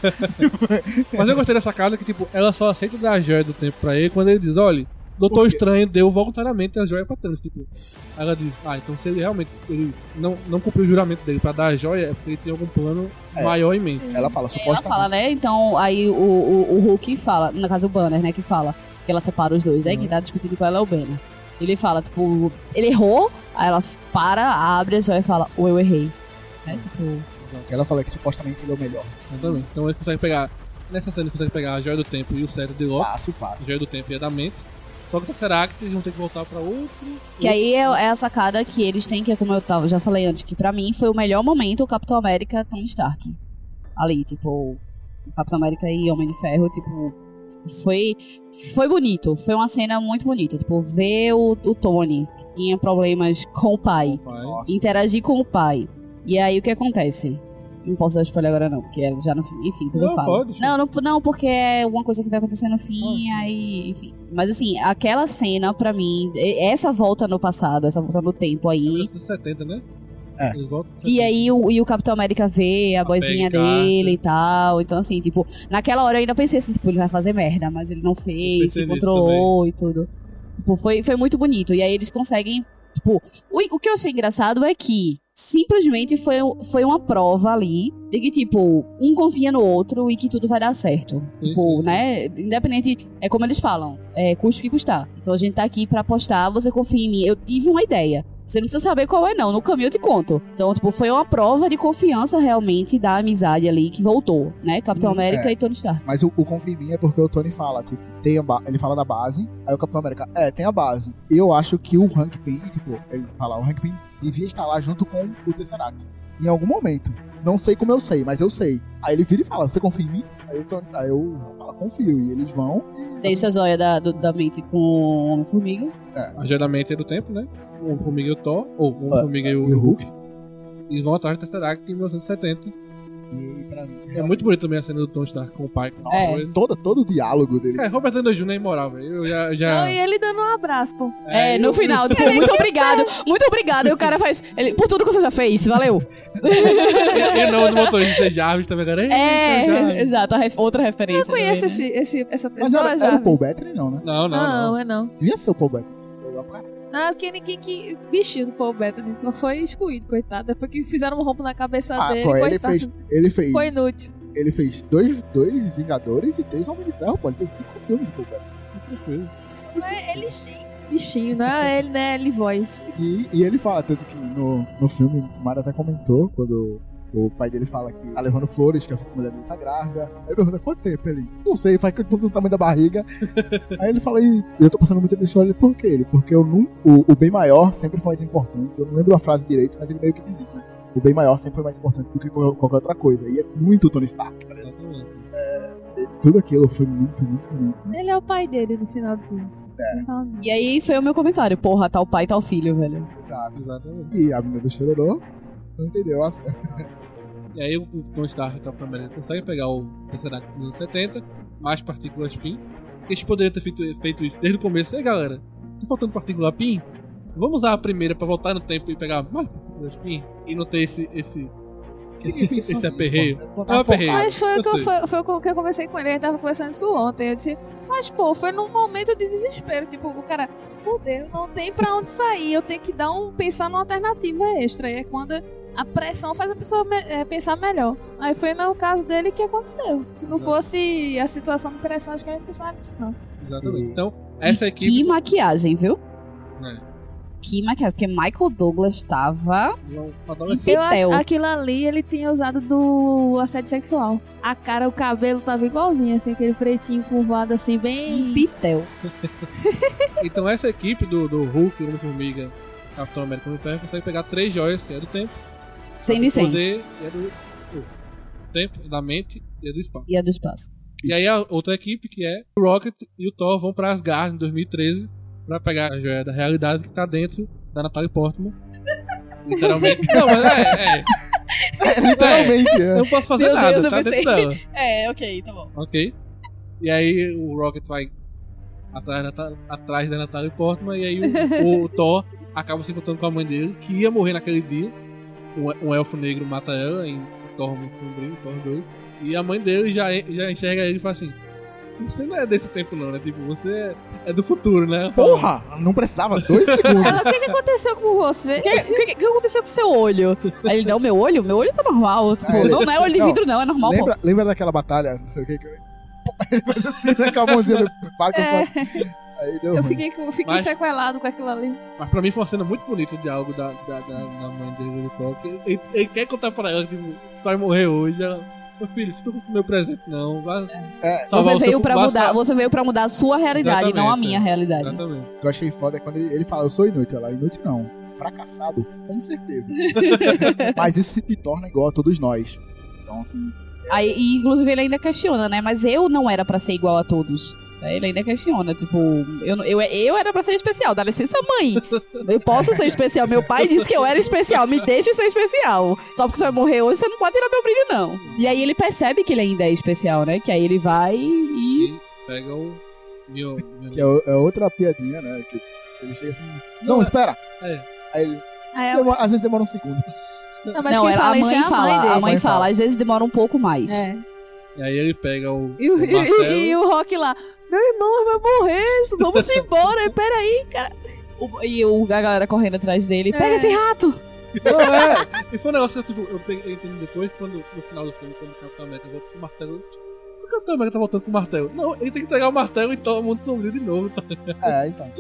C: Mas eu gostei dessa casa que, tipo, ela só aceita dar a joia do tempo pra ele quando ele diz, olha,
E: Por
C: Doutor
E: quê?
C: Estranho deu voluntariamente a joia pra Thanos, tipo. Aí Ela diz, ah, então se ele realmente ele não, não cumpriu o juramento dele pra dar a joia, é porque ele tem algum plano
E: É.
C: maior em mente.
E: Ela fala,
G: Ela
E: supostamente.
G: fala, né? Então, aí o, o, o Hulk fala, no caso o Banner, né? Que fala que ela separa os dois, né? Quem tá discutindo com ela é o Banner. Ele fala, tipo, ele errou, aí ela para, abre a joia e fala, ou eu errei. Né? Tipo,
E: Não, que ela fala que supostamente ele é o melhor.
C: Exatamente. Então ele consegue pegar. Nessa cena ele consegue pegar a joia do tempo e o cérebro de Loki,
E: Fácil,
C: a
E: fácil.
C: joia do tempo e a da mente. Só que o Tesseract eles vão ter que voltar pra outro.
G: que aí é, é a sacada que eles têm, que é como eu tava, já falei antes, que pra mim foi o melhor momento o Capitão América Tony Stark. Ali, tipo, o Capitão América e Homem de Ferro, tipo, foi, foi bonito. Foi uma cena muito bonita. Tipo, ver o, o Tony, que tinha problemas com o pai.
C: Pai.
E: Nossa.
G: interagir com o pai. E aí o que acontece? Não posso dar spoiler agora, não, porque é já no fim. Enfim, depois eu
C: Não,
G: falo.
C: pode, Ah. sim.
G: não, não, não, porque é uma coisa que vai acontecer no fim, aí, enfim. Mas assim, aquela cena, pra mim, e- essa volta no passado, essa volta no tempo aí.
C: Dos 70, né?
E: É.
C: Eles voltam dos
G: E
C: 70.
G: aí o, e o Capitão América vê
C: Assim.
G: a,
C: A
G: boizinha
C: Peggy Carter.
G: dele e tal. Então, assim, tipo, naquela hora eu ainda pensei assim, tipo, ele vai fazer merda, mas ele não fez,
C: pensei
G: se
C: nisso
G: controlou e tudo. Tipo, foi, foi muito bonito. E aí eles conseguem. Tipo, o, o que eu achei engraçado é que simplesmente foi, foi uma prova ali de que, tipo, um confia no outro e que tudo vai dar certo.
C: Sim,
G: tipo,
C: sim, sim.
G: né? Independente. É como eles falam, é custo que custar. Então a gente tá aqui pra apostar, você confia em mim. Eu tive uma ideia. Você não precisa saber qual é, não. No caminho eu te conto. Então, tipo, foi uma prova de confiança realmente da amizade ali que voltou, né? Capitão
F: Uhum. É.
G: América e Tony Stark.
E: Mas o, o confia em mim é porque o Tony fala, tipo, tem a ba- ele fala da base, aí o Capitão América, é, tem a base. Eu acho que o Hank Pym, tipo, ele fala, o Hank Pym devia estar lá junto com o Tesseract. Em algum momento. Não sei como eu sei, mas eu sei. Aí ele vira e fala, você confia em mim? Aí o Tony, aí eu falo, confio. E eles vão.
G: Deixa a joia da, do- da mente com o Homem-Formiga.
C: A joia da mente é do tempo, né? O Formiga e o Thor, ou o
E: Ah,
C: Formiga e o,
E: e o
C: Hulk. E vão atrás do Tesseract em 1970.
E: E pra mim,
C: É muito bonito também a cena do Tom Stark com o pai. com o
G: É.
C: Tony.
E: toda, todo o diálogo dele.
C: Cara, Robert Downey Jr. é imoral, velho. Eu já... já...
F: Não, e ele dando um abraço, pô.
G: É, no
C: eu-
G: final, tipo, muito obrigado, muito obrigado. E o cara faz, ele, por tudo que você já
F: [laughs]
G: fez, valeu.
C: [laughs] E não, do motorista Jarvis também, cara. Eita,
G: É,
C: Jarvis.
G: exato, a ref- outra referência.
F: Eu conheço
G: também, né?
F: esse, esse, essa
E: Mas
F: pessoa
E: era,
F: já.
E: era o Paul Bettany, não, né?
C: né? Não, não, não.
F: não, é não.
E: Devia ser o Paul Bettany. Legal pra caralho.
F: Não, é porque ninguém que. Bichinho do Paul Bettany só foi excluído, coitado. Depois que fizeram um rompo na cabeça
E: Ah,
F: dele,
E: pô,
F: coitado.
E: ele fez, ele fez,
F: Foi inútil.
E: ele fez dois, dois Vingadores e três Homens de Ferro, pô. Ele fez cinco filmes, Paul Bettany.
C: Tranquilo.
F: é,
H: Ele gente.
F: Bichinho, né? Ele, né? Ele voz.
E: E, e ele fala, tanto que no, no filme, o Mara até comentou, quando o pai dele fala que tá levando flores, que a mulher dele tá grávida. Aí ele pergunta, quanto tempo? Ele, não sei, faz que eu tô do tamanho da barriga. Aí ele fala, e eu tô passando muita história. Ele, por quê? Ele, porque eu não, o, o bem maior sempre foi mais importante. Eu não lembro a frase direito, mas ele meio que diz isso, né? O bem maior sempre foi mais importante do que qual- qualquer outra coisa. E é muito Tony Stark, tá ligado?
C: Exatamente.
E: E Tudo aquilo foi muito, muito bonito.
F: Ele é o pai dele no final do filme.
E: É.
G: né? E aí foi o meu comentário, porra, tal pai, tal filho, velho.
E: Exato.
C: Exatamente.
E: E a menina do Chororô não entendeu. a-
C: E aí o Tom Stark e o Capitão América conseguem pegar o Tesseract dos anos 70, mais partículas PIN. que Eles poderiam ter feito, feito isso desde o começo. E aí, galera, tá faltando partícula PIN? Vamos usar a primeira pra voltar no tempo e pegar mais partículas PIN? E não ter esse... esse... [laughs]
E: é
C: Esse aperreio.
E: Botar
C: É um aperreio.
E: tá focado.
F: Mas foi
C: eu
F: o, que eu,
C: sei.
F: foi, foi o que eu conversei com ele, a gente tava conversando isso ontem. Eu disse, mas pô, foi num momento de desespero. Tipo, o cara, fudeu, não tem pra onde sair. Eu tenho que dar um. pensar numa alternativa extra. E é quando a pressão faz a pessoa me- eh, pensar melhor. Aí foi no caso dele que aconteceu. Se não fosse a situação de pressão, acho que a gente pensaria nisso, não.
C: Exatamente. Então, essa
G: E
C: equipe...
G: Que maquiagem, viu?
C: É.
G: Que maquiagem, porque Michael Douglas tava.
F: Eu
G: Pitel.
F: acho aquilo ali ele tinha usado do assédio sexual. A cara, o cabelo tava igualzinho, assim, aquele pretinho curvado, assim, bem.
G: em um Pitel.
C: Então essa equipe do, do Hulk, Homem-Formiga, Capitão América e Homem de Ferro consegue pegar três joias, que é do tempo,
G: Sem
C: do
G: licença.
C: poder, e é do, do tempo, da mente e é do espaço.
G: E a do espaço.
C: E aí a outra equipe, que é o Rocket e o Thor, vão pra Asgard em 2013 pra pegar a joia da realidade que tá dentro da Natalie Portman.
G: [laughs]
C: Literalmente. Não, mas é, é.
E: Literalmente,
C: Eu [laughs]
E: é.
C: não posso fazer
G: Meu
C: nada,
G: Deus, eu
C: tá
G: pensei.
C: dentro dela.
G: É, ok, tá bom.
C: Ok. E aí o Rocket vai atrás da, Ta- atrás da Natalie Portman e aí o, o Thor acaba se encontrando com a mãe dele, que ia morrer naquele dia. Um, um elfo negro mata ela em Thor Sombrio, Thor 2. E a mãe dele já, en- já enxerga ele e fala assim: Você não é desse tempo, não, né? Tipo, você é- é do futuro, né?
E: Porra, não precisava,
C: [laughs]
E: dois
F: Ela,
E: segundos.
F: o que, que aconteceu com você?
G: O que, o que- o que aconteceu com seu olho? Aí ele, não, meu olho? Meu olho tá normal. Tipo,
E: É, ele-
G: não, não é olho de
E: não,
G: vidro, não, é normal, pô.
E: lembra, lembra daquela batalha, não sei o que, que eu... [laughs] Ele faz assim, né, com a mãozinha do barco, só- aí deu
F: É.
E: ruim.
F: Eu fiquei, com- fiquei
C: Mas-
F: sequelado com aquilo ali.
C: Mas pra mim foi uma cena muito bonita o diálogo da, da, da, da mãe dele do Thor. que Ele, ele quer contar pra ela, tipo, tu vai morrer hoje. Ela, meu filho, se preocupa com meu presente, não. Vai,
E: É.
C: salvar
G: Você
C: o seu-
G: veio, pra
C: vai
G: mudar,
C: salvar-
G: você veio pra mudar a sua realidade, não a
C: Exatamente,
G: minha
C: é.
G: realidade.
C: Exatamente.
E: O que eu achei foda é quando ele, ele fala, eu sou inútil. Ela, inútil não. Fracassado, com
F: [laughs]
E: certeza. Mas isso se te torna igual a todos nós. Então, assim,
G: Aí, e, inclusive ele ainda questiona, né? Mas eu não era pra ser igual a todos. Aí Ele ainda questiona, tipo, eu, não- eu, eu era pra ser especial, dá licença, mãe. Eu posso ser especial. Meu pai disse que eu era especial, me deixe ser especial. Só porque você vai morrer hoje, você não pode tirar meu brilho, não. E aí ele percebe que ele ainda é especial, né? Que aí ele vai e.
C: pega o meu, meu
E: que é, o- é outra piadinha, né? Que ele chega assim, não, espera.
C: é.
E: Aí ele,
F: Aí ela-
E: demora- às vezes demora um segundo. [laughs]
F: não, mas
G: não,
F: quem
G: ela-
F: fala
G: a
F: isso
G: mãe
F: é a mãe
G: fala,
F: dele.
G: a mãe
E: Mãe
G: fala,
E: fala.
G: às vezes demora um pouco mais.
F: É.
C: E aí ele pega o,
F: E, o-
C: o martelo.
F: e- e o Rock lá, meu irmão vai morrer, vamos embora, e peraí.
G: O- e o, a galera correndo atrás dele, pega
F: É.
G: esse rato!
C: [laughs] Não, é. E foi um negócio que tipo, eu, peguei, eu entendi depois, quando, no final do filme, quando o Capitão América volta com o martelo. tipo, Por que o Capitão América tá voltando com o martelo? Não, ele tem que pegar o martelo e todo mundo sombrio de novo. tá?
E: É, então.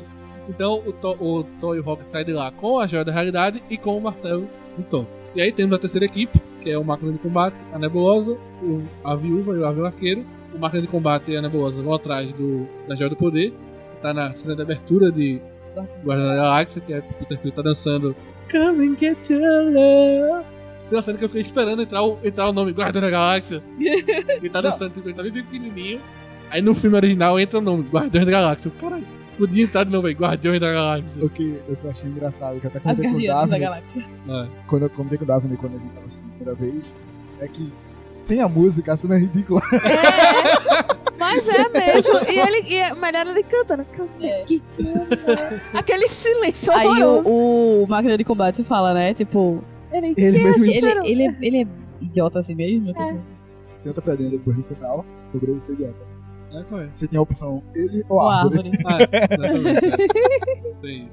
C: Então o Thor, o Thor e o Rocket saem de lá com a joia da realidade e com o martelo do Thor. E aí temos a terceira equipe, que é o Máquina de Combate, a Nebulosa, o, a Viúva e o Avião Arqueiro. O Máquina de Combate e a Nebulosa vão atrás do, da Joia do Poder, que tá na cena de abertura de Guardião da Galáxia, que é o Peter Quill tá dançando Come and get your love. Tem uma cena que eu fiquei esperando entrar o, entrar o nome Guardião da Galáxia. Ele tá dançando, tipo, ele tá bem pequenininho. Aí no filme original entra o nome Guardião da Galáxia. Eu, Caralho, podia entrar de novo aí, Guardião da Galáxia.
E: O que, o que eu achei engraçado, que eu até
G: As
E: conversei com o
G: Guardianas da
E: Davi,
G: Galáxia.
C: É.
E: quando eu comentei com o Davi quando a gente tava assistindo a primeira vez, é que Sem a música, a cena é ridícula. [laughs]
F: É, mas é mesmo. E ele, e é melhor ele cantando. Come aqui, tu ama. Aquele silêncio
G: É. Aí
F: horroroso.
G: o, o máquina de combate fala, né? Tipo,
F: Ele,
E: Ele
F: quem é
E: mesmo-
G: ele,
F: sincero?
G: ele, é- ele é idiota assim mesmo? Tipo,
E: Tem outra pedrinha depois no final. Dobrei esse idiota.
C: É, qual
E: [laughs]
C: é?
E: Você tem a opção ele ou
G: uma
E: a árvore.
C: [laughs]
G: árvore.
C: Ah, exatamente. Tem isso.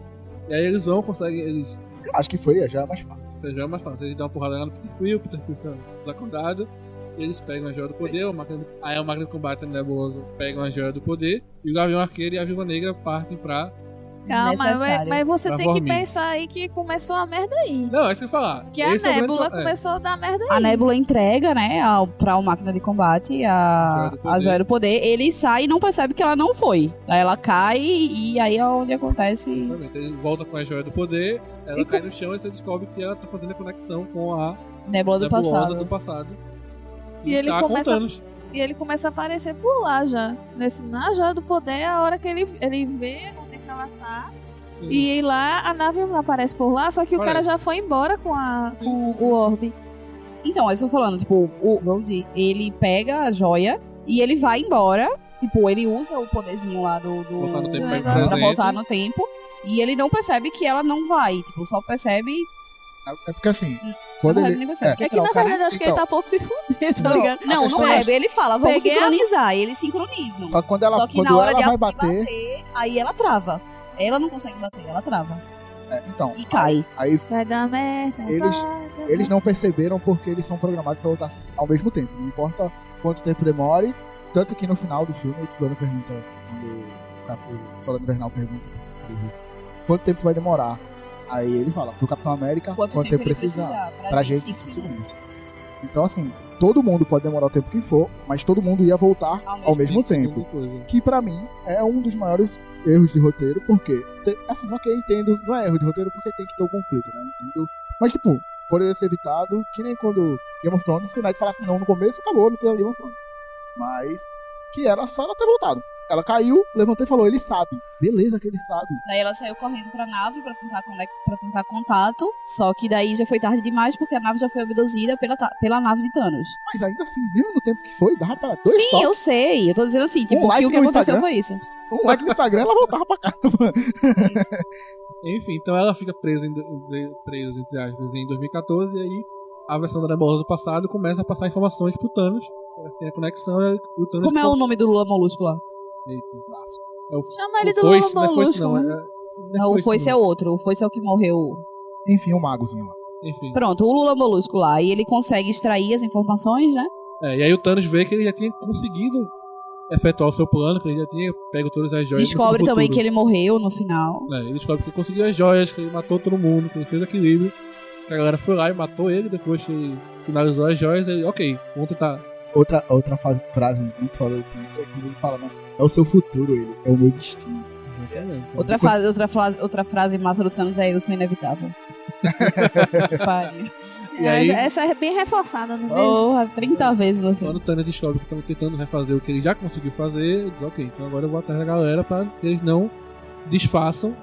C: E aí eles vão, conseguem, eles
E: Acho que foi, já é mais fácil.
C: já é mais fácil, eles dão uma porrada lá no Peter Quill, o Peter Quill fica desacordado, e eles pegam a joia do poder, o máquina, aí o máquina de combate nebuloso pegam a joia do poder, e o Gavião Arqueiro e a Viúva Negra partem pra...
F: Calma, mas,
G: é Desnecessário.
F: mas você
C: Pra
F: tem que
C: dormir.
F: pensar aí que começou a merda aí.
C: Não, é isso que eu ia falar.
F: Que a
C: Esse é o grande
F: nébula
C: pro- é.
F: começou a dar merda
G: A
F: aí.
G: Nebula entrega, né, ao, pra o máquina de combate
C: Joia
G: a,
C: do poder.
G: a joia do poder. Ele sai e não percebe que ela não foi. Aí ela cai e aí é onde acontece.
C: Exatamente. Ele volta com a joia do poder, ela
G: E
C: cai no chão e você descobre que ela tá fazendo a conexão com a
G: Nebula do
C: nebulosa
G: passado.
C: do passado.
F: E ele
C: está
F: começa-
C: contando.
F: E ele começa a aparecer por lá já. Nesse, na Joia do Poder é a hora que ele, ele vê onde que ela tá. E aí lá a nave aparece por lá, só que o
C: Olha.
F: cara já foi embora com, a, com o orbe.
G: Então, eu estou falando, tipo, o Road, ele pega a joia e ele vai embora. Tipo, ele usa o poderzinho lá do. do
C: Voltar no tempo
F: pra ir
G: pra
F: presente.
G: voltar no tempo. E ele não percebe que ela não vai. Tipo, só percebe.
E: É porque assim,
G: Hum,
E: quando
G: na verdade,
E: ele.
G: nem percebe.
E: que
F: É que na
E: troca, né?
F: verdade eu acho que ele
E: Então,
F: tá pouco se fudendo, tá
E: Não,
F: ligado?
G: Não, não é. Ele fala, vamos
F: Peguei a-
G: sincronizar. E eles sincronizam. Só,
E: Só que quando ela,
G: que
E: quando
G: na hora
E: ela
G: de
E: vai
G: ela
E: bater.
G: aí ela trava. Ela não consegue bater, ela trava.
E: é, então,
G: E cai.
E: aí
F: Vai dar merda.
E: Eles-
F: vai dar
E: eles não perceberam porque eles são programados pra voltar ao mesmo tempo. Não importa quanto tempo demore. Tanto que no final do filme, o Plano pergunta. Quando o Cap- o Soldado Invernal pergunta pro Hulk, quanto tempo vai demorar. Aí ele fala pro Capitão América
G: Quanto, tempo, ele precisar? Pra,
E: pra
G: gente,
E: gente
G: cinco
E: cinco
G: segundos.
E: segundos. Então, assim, todo mundo pode demorar o tempo que for, mas todo mundo ia voltar ao mesmo tempo.
C: Alguma coisa.
E: Que pra mim é um dos maiores erros de roteiro, porque. te- Assim, ok, entendo, não é erro de roteiro porque tem que ter o conflito, né? Entendo. Mas, tipo, poderia ser evitado, que nem quando Game of Thrones, se o Knight falasse não no começo, acabou, não tem Game of Thrones. Mas, que era só ela ter voltado. Ela caiu, levantou e falou, ele sabe. Beleza que ele sabe.
G: Daí ela saiu correndo pra nave pra tentar, conec- pra tentar contato. Só que daí já foi tarde demais porque a nave já foi abduzida pela, ta- pela nave de Thanos.
E: Mas ainda assim, mesmo no tempo que foi, dava pra dois
G: Sim,
E: toques.
G: eu sei. Eu tô dizendo assim, tipo,
E: Um like
G: que o que
E: no
G: aconteceu
E: Instagram.
G: foi isso.
E: Um like no Instagram, ela voltava pra casa, mano.
C: Enfim, então ela fica presa, em, do- pre- presa entre aspas, em 2014 e aí a versão da Nebulosa do passado começa a passar informações pro Thanos. Ela tem a conexão e o Thanos...
G: Como é o nome do Lula Molusco lá?
C: Eita.
E: Lasco.
C: É o
F: Chama
C: o
F: ele do
C: foice, não é
F: Lobo
C: foice, não.
F: Molusco,
C: É,
G: né? Não,
C: não
G: o Foice é outro. O Foice é o que morreu.
E: Enfim, um magozinho lá.
C: Enfim.
G: Pronto, o Lula Molusco lá. E ele consegue extrair as informações, né?
C: É, e aí o Thanos vê que ele já tinha conseguido efetuar o seu plano, que ele já tinha pego todas as joias.
G: Descobre
C: do
G: também que
C: futuro.
G: ele morreu no final.
C: É, ele descobre que conseguiu as joias, que ele matou todo mundo, que ele fez o equilíbrio. Que a galera foi lá e matou ele, depois que ele finalizou as joias, ele, ok, tá vamos tentar.
E: Outra, outra fase- frase muito falada tem muito é quando ele fala, não, é o seu futuro, ele, é o meu destino.
G: Outra, frase, outra, frase, outra frase massa do Thanos é eu sou
E: [laughs]
G: inevitável. que pariu.
C: E
F: É,
C: aí-
F: Essa é bem reforçada no meio.
G: Porra, 30 vezes no filme.
C: Quando o Thanos descobre que estão tentando refazer o que ele já conseguiu fazer, ele diz, ok, então agora eu vou atrás da galera pra que eles não disfaçam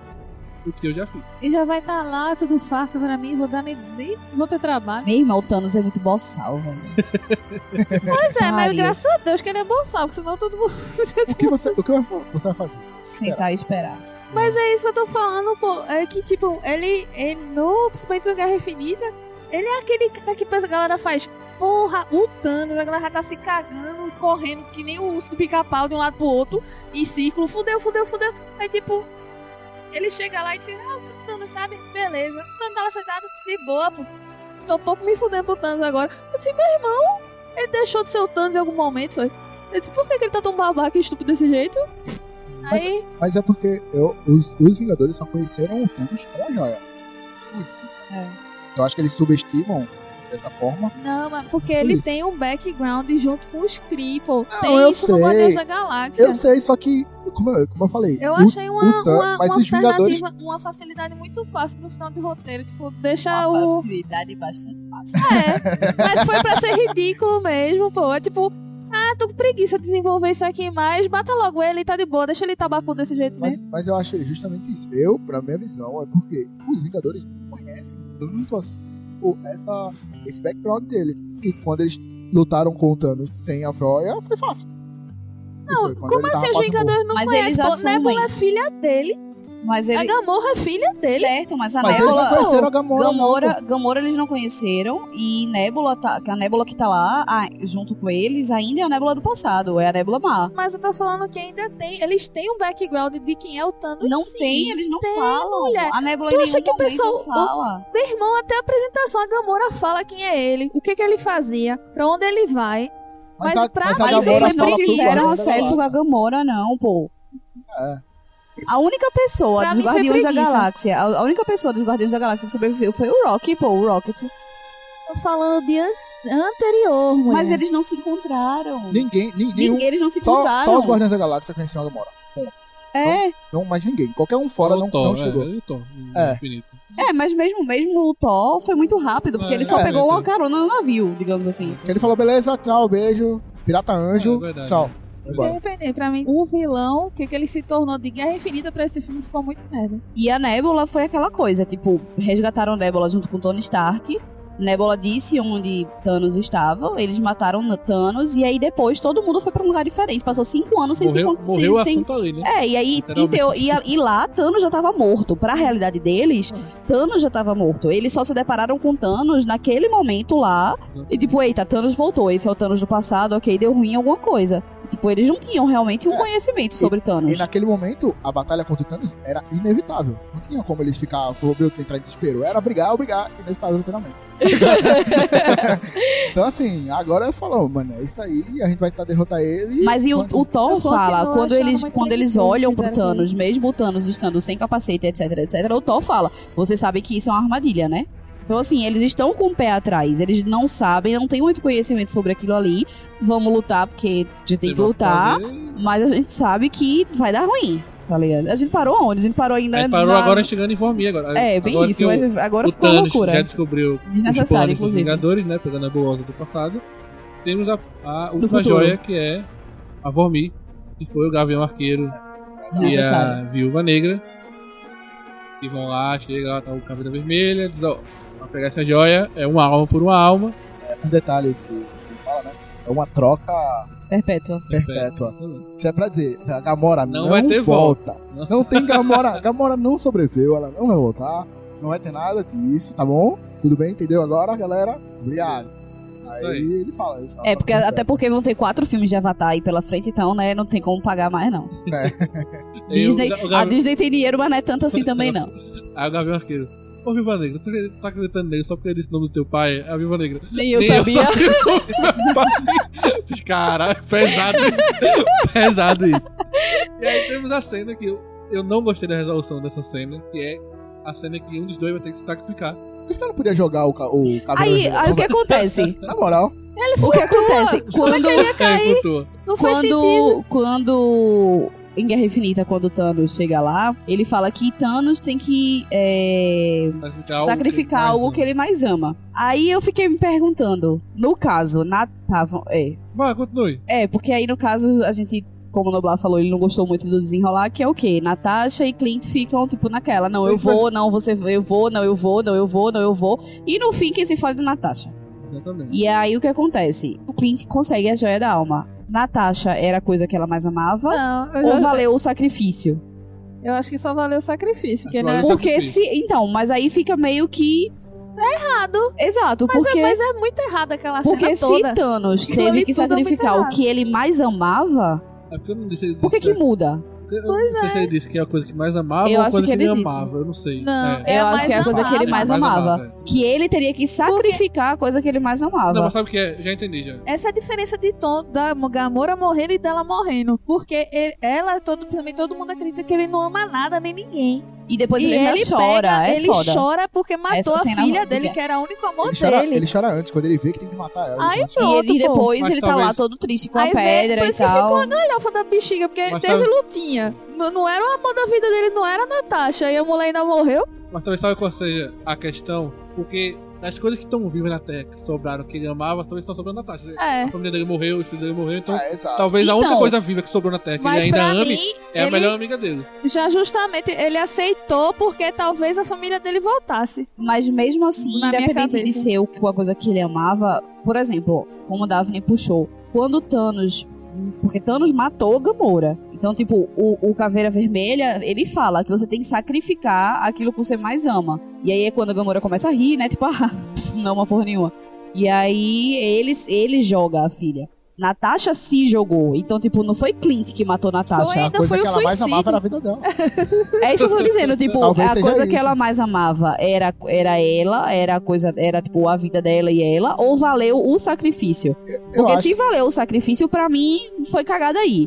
C: o que eu já fiz.
F: E já vai estar tá lá, tudo fácil pra mim, vou dar nem, nem vou ter trabalho.
G: Meu irmão, o Thanos é muito boçal, velho.
F: Pois é, mas
G: Pariu.
F: graças a Deus que ele é bolsal, porque senão todo mundo.
E: O que você, o que você vai fazer?
G: Sentar e esperar.
F: mas é isso que eu tô falando, pô. É que, tipo, ele, ele no, principalmente no Guerra Infinita, ele é aquele cara que pensa, a galera faz. Porra, o Thanos, a galera já tá se cagando, correndo, que nem o urso do pica-pau de um lado pro outro, em círculo, fudeu, fudeu, fudeu. Aí, tipo, ele chega lá e diz, ah, o Thanos sabe? Beleza. O Thanos tava sentado, de boa, pô. Tô um pouco me fudendo pro Thanos agora. Eu disse, meu irmão, ele deixou de ser o Thanos em algum momento, foi? Eu disse, por que, que ele tá tão babaca e estúpido desse jeito?
E: Mas-
F: Aí,
E: Mas é porque eu, os, os Vingadores só conheceram o Thanos com a joia. Isso é muito simples. Então acho que eles subestimam dessa forma.
F: não, mas porque
E: Por
F: ele
E: isso.
F: tem um background junto com os Cripple.
E: Não,
F: Tem
E: eu
F: isso no Guardiões
E: sei.
F: da Galáxia.
E: Eu sei, só que, como eu, como eu falei,
F: Eu
E: o-
F: achei uma,
E: o Tan-
F: uma,
E: mas
F: uma
E: os Vingadores-
F: alternativa, uma facilidade muito fácil no final de roteiro. Tipo,
I: Ah,
F: deixa
G: Uma
F: o.
G: facilidade bastante fácil.
F: [laughs] É, mas foi pra ser ridículo mesmo, pô. É tipo, ah, tô com preguiça de desenvolver isso aqui mais. Bata logo ele, tá de boa, deixa ele tabaco desse jeito
E: mas,
F: mesmo.
E: mas eu acho justamente isso. Eu, pra minha visão, é porque os Vingadores não conhecem tanto assim o- essa, esse background dele. E quando eles lutaram com o Thanos sem a joia, foi fácil. E
I: Não,
E: foi quando
I: como
E: ele
I: assim os
E: tava passando por-
I: Vingadores não
G: Mas eles
I: conhecem? Pô, Nebula
G: assumem.
I: é filha dele.
G: Mas ele.
I: A Gamorra é filha dele.
G: Certo, mas a
E: Mas eles não
G: Nebula.
E: conheceram a Gamora. não, pô.
G: Gamora, Gamora eles não conheceram e Nebula tá, que a Nebula que tá lá a- junto com eles ainda é a Nebula do passado, é a Nebula má.
I: Mas eu tô falando que ainda tem. Eles têm um background de quem é o Thanos.
G: Não
I: sim.
G: tem, eles não
I: tem,
G: falam.
I: mulher.
G: A Nebula
I: Tu
G: em
I: acha
G: nenhum
I: que o
G: momento
I: pessoal-
G: fala.
I: Meu irmão, até a apresentação, a Gamora fala quem é ele, o que que ele fazia, pra onde ele vai.
E: Mas,
I: mas
E: a,
I: pra-
E: mas a
I: Mas
G: Mas
E: Gamora
G: eles
E: fala
G: não
E: tudo
G: tiveram
E: antes da
G: acesso
E: Gamora.
G: à Gamora, não, pô.
E: É.
G: A única pessoa
I: Pra
G: dos
I: mim foi
G: Guardiões da
I: preguiça.
G: Galáxia, a, a única pessoa dos Guardiões da Galáxia que sobreviveu foi o Rocket, pô, o Rocket.
I: Tô falando de an- anterior, mulher.
G: Mas eles não se encontraram.
E: Ninguém, ni- nenhum,
G: Ninguém, eles não se
E: só,
G: encontraram.
E: só os Guardiões da Galáxia conheciam a Gamora.
G: É,
E: Não, mais ninguém. Qualquer um fora não,
C: o Thor,
E: não chegou.
C: É, o Thor,
E: É.
C: infinito.
G: é, mas mesmo, mesmo o Thor foi muito rápido,
C: Então,
G: porque
C: É,
G: ele só
E: é,
G: pegou
C: né,
G: uma
C: tem-
G: carona no navio, digamos assim.
E: Que ele falou, beleza, tchau, beijo, pirata anjo,
C: É, é verdade.
E: tchau.
C: É
E: Embora.
F: Dependendo, pra mim, o vilão, o que, que ele se tornou de Guerra Infinita pra esse filme ficou muito merda.
G: E a Nebula foi aquela coisa, tipo, resgataram Nebula junto com Tony Stark. Nebula disse onde Thanos estava, eles mataram na- Thanos, e aí depois todo mundo foi pra um lugar diferente. Passou cinco anos sem se
C: Morreu,
G: encont- sem-
C: morreu o
G: sem-
C: assunto ali, né?
G: É, e aí, e,
C: Literalmente.
G: teo- e, a- e lá, Thanos já tava morto. Pra realidade deles,
C: É.
G: Thanos já tava morto. Eles só se depararam com Thanos naquele momento lá.
C: Né?
G: E tipo, eita, Thanos voltou. Esse é o Thanos do passado, ok, deu ruim em alguma coisa. Tipo, eles não tinham realmente um
E: É.
G: conhecimento sobre Thanos.
E: E naquele momento, a batalha contra o Thanos era inevitável. Não tinha como eles ficar, pô, meu, entrar em desespero. Era brigar, brigar, inevitável,
G: [laughs]
E: literalmente. então, assim, agora eu falo, mano, é isso aí, a gente vai tentar derrotar ele.
G: Mas e o,
E: Quando-
G: o Thor
F: Eu continuo
G: fala, quando
F: achando
G: eles,
F: muito
G: quando eles
F: preguiçoso
G: olham
F: que
G: pro
F: fizeram
G: Thanos, mesmo o Thanos estando sem capacete, etc, etc, o Thor fala, você sabe que isso é uma armadilha, né? Então, assim, eles estão com o pé atrás, eles não sabem, não têm muito conhecimento sobre aquilo ali. Vamos lutar, porque a gente tem que lutar, mas a gente sabe que vai dar ruim, tá ligado? A gente parou onde? A gente parou ainda.
C: Aí parou
G: né, na-
C: agora chegando em Vormir agora.
G: É, bem
C: Agora
G: isso,
C: que o-
G: mas agora
C: o
G: ficou uma
C: Thanos
G: loucura.
C: já descobriu os
G: Desnecessário,
C: planos dos
G: inclusive.
C: Vingadores, né? Pegando a nebulosa do passado. Temos a, a última
G: futuro.
C: joia, que é a Vormir, que foi o Gavião Arqueiro e
G: Desnecessário.
C: a Viúva Negra. E vão lá, chega lá, tá o Caveira Vermelha, diz, ó, pra pegar essa joia, é uma alma por uma alma.
E: Um detalhe que ele fala, né? É uma troca
G: Perpétua.
E: perpétua. Isso é pra dizer, a Gamora não,
C: Não vai ter
E: volta. Não tem Gamora. [laughs] Gamora não sobreviveu, ela não vai voltar. Não vai ter nada disso, tá bom? Tudo bem, entendeu agora, galera? Obrigado. Aí,
C: Aí.
E: ele fala. "Tá isso,
G: É, porque,
E: ela-
G: até porque vão ter quatro filmes de Avatar aí pela frente, então, né? Não tem como pagar mais, não.
C: Aí o
G: Disney,
C: Ga- o
G: a
C: Gavi-
G: Disney tem dinheiro, mas não é tanto assim também, [laughs] não.
C: Aí o Gavião Arqueiro. Ô Viúva Negra, tu acredita- tá acreditando nele só porque ele disse o nome do teu pai? é A Viúva Negra.
G: Nem eu
C: Nem
G: sabia.
C: sabia o nome do meu pai. [laughs] Fiz, Caralho, pesado. isso. pesado isso. E aí temos a cena que eu, eu não gostei da resolução dessa cena, que é a cena que um dos dois vai ter que se sacrificar.
E: Por isso que ela não podia jogar o, ca- o cabelo
G: Aí,
E: vermelho.
G: aí o que acontece?
E: Na moral,
G: O que acontece? Quando,
C: Aí flutua.
F: Não faz sentido.
G: quando, quando em Guerra Infinita, quando o Thanos chega lá, ele fala que Thanos tem que é,
C: Sacrificar, algo
G: sacrificar
C: um.
G: algo que ele mais ama. Aí eu fiquei me perguntando, no caso, na tá, vão- é,
C: Vai, continue.
G: É, porque aí no caso a gente, como o Noblar falou, ele não gostou muito do desenrolar, que é o quê? Natasha e Clint ficam tipo naquela, não, eu vou, não, você, eu vou, não, eu vou, não, eu vou, não, eu vou. E no fim quem se fala de Natasha.
C: Exatamente.
G: E é aí o que acontece? O Clint consegue a joia da alma. Natasha era a coisa que ela mais amava.
F: Não, eu,
G: Ou
F: já-
G: valeu o sacrifício?
F: eu acho que só valeu o sacrifício, porque não
I: né?
C: Valeu
F: é
C: o
G: Porque
C: sacrifício.
G: se. Então, mas aí fica meio que.
F: errado.
G: Exato,
F: Mas,
G: porque.
F: é, mas é muito errado aquela
G: porque
F: cena toda.
G: se Thanos
F: Aquilo
G: teve
F: ali
G: que
F: tudo é muito
G: sacrificar o
F: errado.
G: que ele mais amava,
C: É porque eu não disse.
G: por que que muda?
C: Eu não sei se ele disse que é a coisa que mais amava
G: Eu
C: ou a
G: acho
C: coisa
G: que
C: que,
G: ele
C: ele
G: disse.
C: amava. Eu não sei.
F: Não,
C: é.
F: é
G: eu
F: a
G: acho
F: mais
G: que é a coisa que ele
F: amava.
G: mais amava.
C: é.
G: que ele teria que sacrificar a coisa que ele mais
C: Não,
G: amava.
C: mas sabe o que é? Já entendi já.
F: Essa é a diferença de tom da Gamora morrendo e dela morrendo. Porque ele- ela, todo, também todo mundo acredita que ele não ama nada nem ninguém.
G: E depois
F: e
G: ele ainda chora,
F: pega-
G: é
F: ele
G: foda.
F: chora porque
G: Essa
F: matou a
G: cena
F: filha
G: é
F: dele,
G: horrível.
F: que era o único amor
E: ele chora,
F: dele.
E: ele chora antes, quando ele vê que tem que matar ela. Então, assim,
F: Aí
E: Mas-
G: E
F: pronto,
G: ele
F: pô.
G: depois
C: Mas
G: ele tá
C: talvez-
G: lá todo triste com
F: Aí
G: a
F: vê-
G: pedra
F: por
G: e
F: isso que
G: tal.
F: galhofa é da bexiga, porque
C: Mas
F: teve
C: sabe-
F: lutinha. Não, não era o amor da vida dele, não era a Natasha. E a mulher ainda morreu.
C: Mas talvez sabe qual seja a questão? Porque das coisas que estão vivas na Terra, que sobraram, que ele amava, talvez estão sobrando na Tasha.
I: É.
C: A família dele morreu, o filho dele morreu, então
E: Ah, exato.
C: talvez a única
I: Então,
C: coisa viva que sobrou na Terra que ele
I: Mas
C: ainda
I: pra
C: ame
I: mim,
C: é a
I: ele
C: melhor amiga dele.
I: já justamente ele aceitou porque talvez a família dele voltasse.
G: Mas mesmo assim,
I: Na minha
G: independente de
I: cabeça.
G: ser o- uma coisa que ele amava, por exemplo, como Daphne puxou, quando Thanos. Porque Thanos matou Gamora. Então, tipo, o, o Caveira Vermelha, ele fala que você tem que sacrificar aquilo que você mais ama. E aí é quando a Gamora começa a rir, né? Tipo, [laughs] ah, pss, não uma porra nenhuma. E aí ele, ele joga a filha. Natasha se jogou. Então, tipo, não foi Clint que matou Natasha.
I: Foi
E: é A
I: ainda
E: coisa
I: foi
E: que
I: o
E: ela mais
I: suicídio.
E: amava era a vida dela.
G: É isso que eu tô dizendo, tipo,
E: Talvez
G: a
E: seja
G: coisa que
E: isso.
G: ela mais amava era, era ela, era a coisa, era tipo a vida dela e ela, ou valeu o sacrifício.
E: Eu
G: Porque
E: acho
G: se valeu o sacrifício, pra mim foi cagada aí.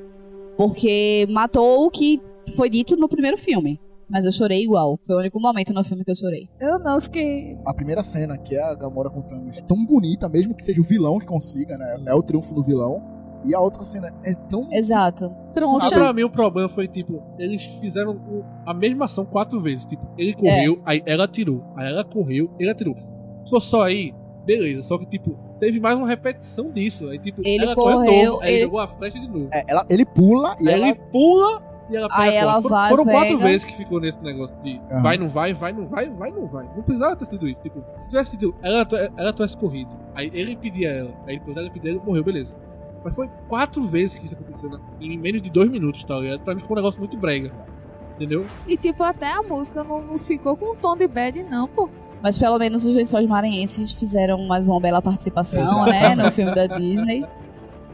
G: Porque matou o que foi dito no primeiro filme. Mas eu chorei igual. Foi o único momento no filme que eu chorei.
I: Eu não, eu fiquei.
E: a primeira cena, que é a Gamora com o Thanos, é tão bonita, mesmo que seja o vilão que consiga, né? É o triunfo do vilão. E a outra cena é tão.
G: Exato.
C: Mas
I: Troncha.
C: pra mim o problema foi, tipo, eles fizeram o- a mesma ação quatro vezes. Tipo, ele correu, aí ela atirou. Aí ela correu, ele atirou. Se fosse só aí, beleza. Só que, tipo, teve mais uma repetição disso. Aí, tipo,
G: Ele
C: ela correu,
G: correu,
C: novo, aí ele
G: ele-
C: jogou a flecha de novo.
E: É, ela, ele pula e
C: aí
E: ela.
C: ele pula e ela pega
G: Aí
C: a bola.
G: ela
C: Foram-
G: vai,
C: Foram quatro
G: pega.
C: vezes que ficou nesse negócio de
E: Aham.
C: vai, não vai, vai, não vai, vai, não vai. Não precisava ter sido isso. Tipo, se tivesse sido, ela, ela tivesse corrido. Aí ele pedia ela. Aí depois ela pedia, ele morreu, beleza. Mas foi quatro vezes que isso aconteceu né? em menos de dois minutos, tá ligado? Pra mim ficou um negócio muito brega. Entendeu?
I: E tipo, até a música não, não ficou com um tom de bad, não, pô.
G: Mas pelo menos os lençóis maranhenses fizeram mais uma bela participação, né? No filme da Disney.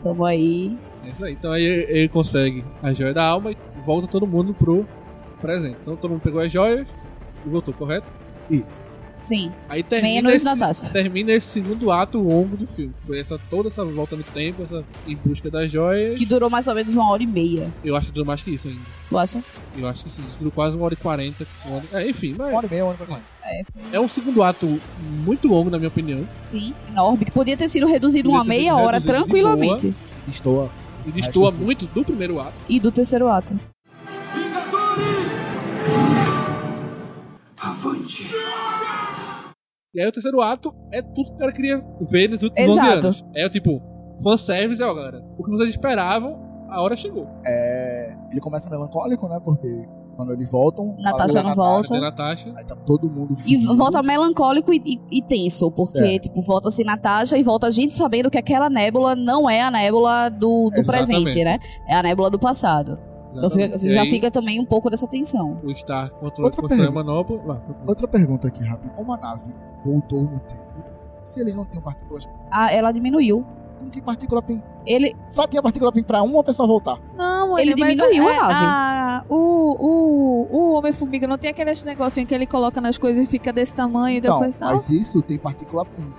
G: Tamo aí.
C: É isso aí. Então aí ele, ele consegue a joia da alma e volta todo mundo pro presente. Então todo mundo pegou as joias e voltou, correto?
E: Isso.
G: Sim.
C: Aí termina
G: Menos
C: esse-
G: Natasha.
C: termina esse segundo ato longo do filme. Foi essa, toda essa volta no tempo, essa em busca das joias.
G: Que durou mais ou menos uma hora e meia.
C: Eu acho que durou mais que isso ainda.
G: Tu acha?
C: Eu acho que sim, isso durou quase uma hora e quarenta. uma hora- É, enfim,
E: Uma
C: mas
E: hora e meia, uma hora e meia.
C: é um segundo ato muito longo, na minha opinião.
G: Sim, enorme. Que podia ter sido reduzido
C: Podia
G: uma
C: ter sido
G: meia hora
C: reduzido de
G: tranquilamente.
E: Destoa.
C: E destoa
E: que sim.
C: muito do primeiro ato.
G: E do terceiro ato.
C: E aí o terceiro ato é tudo que o cara queria ver nos últimos
G: Exato.
C: 11 anos. É tipo, fanservice é, ó, galera. O que vocês esperavam, a hora chegou.
E: É, ele começa melancólico, né? Porque quando eles voltam.
G: Natasha
E: fala,
G: não
E: "Natasha",
G: volta.
C: Cadê Natasha?
E: Aí tá todo mundo.
G: E
C: Uhum.
E: fudido.
G: volta melancólico e, e- e tenso. Porque,
E: É.
G: tipo, volta-se Natasha e volta a gente sabendo que aquela nébula não é a nébula do, do
C: Exatamente.
G: presente, né? É a nébula do passado. Então fica-
C: Exatamente. E
G: já
C: aí,
G: fica também um pouco dessa tensão.
C: tá O Star controla,
E: Outra
C: constrói a
E: pergunta.
C: manopla. Lá, continua.
E: Outra pergunta aqui, rápido. Uma nave voltou no tempo. Se eles não têm partículas.
G: Ah, ela diminuiu.
E: Como que partícula PIN?
G: Ele.
E: Só tinha partícula PIN pra uma pessoa voltar.
F: Não,
G: Ele
F: mas é,
G: diminuiu a nave.
F: a- o, o, o Homem-Formiga não tem aquele negocinho que ele coloca nas coisas e fica desse tamanho e
E: Então,
F: depois tal.
E: mas isso tem partícula PIN.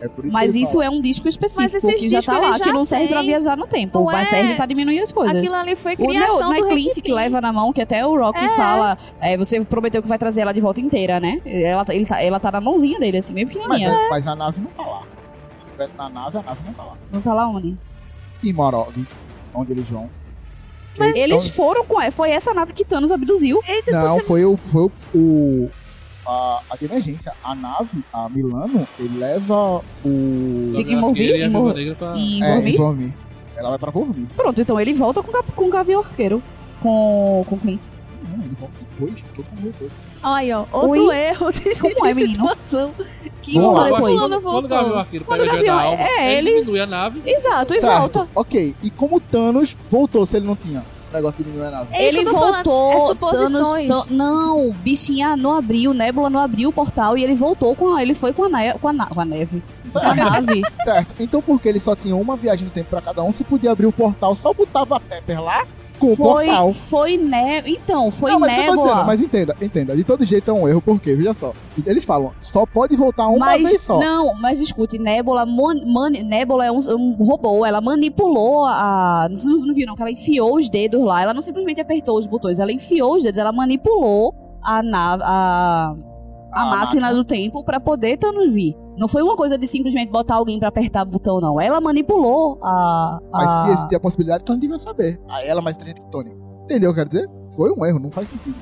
E: É por isso
G: tá Mas
E: que ele
G: isso é um disco
F: Mas
G: específico
F: esses
G: que já tá
F: discos,
G: lá,
F: ele
G: que
F: já
G: não serve pra
F: tem.
G: viajar no tempo.
F: Não
G: mas
F: é.
G: serve pra diminuir as coisas.
F: Aquilo ali foi
G: O
F: criação
G: não, não
F: do
G: é Clint
F: Rick
G: que leva na mão, que até o Rock
F: É.
G: fala. é, você prometeu que vai trazer ela de volta inteira, né? Ela, tá- ele tá, ela tá na mãozinha dele, assim, meio
E: Mas,
G: pequenininha.
E: é- mas a nave não tá lá. Se tivesse na nave, a nave não tá lá.
G: Não tá lá onde?
E: E Morog, onde eles vão.
G: Eles
E: então-
G: foram com. é, Foi essa nave que Thanos abduziu.
F: Eita,
E: Não,
F: você...
E: foi o. Foi o, o- a, a de emergência. A nave, a Milano, ele leva o.
G: Fica em Morvi-
C: Ele e a
G: em
C: Viúva
G: Mor-
C: Negra pra-
G: E
E: É,
G: Vormir.
E: em Vormir. Ela vai pra Vormir.
G: Pronto, então ele volta com, o Cap- com o Gavião Arqueiro. Com, com o Clint.
E: Não, ele volta depois, todo mundo voltou.
F: Olha aí, ó, outro
G: Oi?
F: erro [laughs] de,
G: Como é,
F: de
G: menino?
F: situação. Que
E: Bom,
F: rolou
E: agora
F: depois.
C: Quando-
F: Fulano
C: Quando o
F: voltou.
C: Gavião Arqueiro
G: Quando
C: pega
G: o
C: a joia da
G: Gavião-
C: alma,
G: é,
C: ele
G: ele-
C: diminui a nave.
G: Exato, e
E: Certo.
G: volta.
E: Ok, e como Thanos voltou se ele não tinha o negócio de diminuir a nave?
F: É isso
G: ele
F: que eu tô falando.
G: voltou.
F: É suposições.
G: Thanos- Than- não, bichinha não abriu, Nebula não abriu o portal e ele voltou com a. Ele foi com a, ne- com a, na- com a neve. Com
E: [laughs]
G: a
E: Certo,
G: nave.
E: certo. Então porque ele só tinha uma viagem no tempo pra cada um, se podia abrir o portal, só botava a Pepper lá com o
G: foi,
E: portal.
G: foi neve. Então, foi
E: não, mas o que eu tô
G: nébula.
E: dizendo, mas entenda, entenda. De todo jeito é um erro, porque, veja só. Eles falam, só pode voltar uma
G: Mas-
E: vez só.
G: Não, mas discute, Nebula, mon- mani- Nebula é um, um robô, ela manipulou a. Vocês não, não viram que ela enfiou os dedos lá, ela não simplesmente apertou os botões, ela enfiou os dedos, ela manipulou a nave. A, a
E: Ah, A
G: máquina,
E: máquina.
G: do tempo pra poder Thanos vir. Não foi uma coisa de simplesmente botar alguém pra apertar botão, não. Ela manipulou a. a-
E: Mas se existia a possibilidade, Tony devia saber. A ela mais inteligente que Tony. Entendeu o que eu quero dizer? Foi um erro, não faz sentido.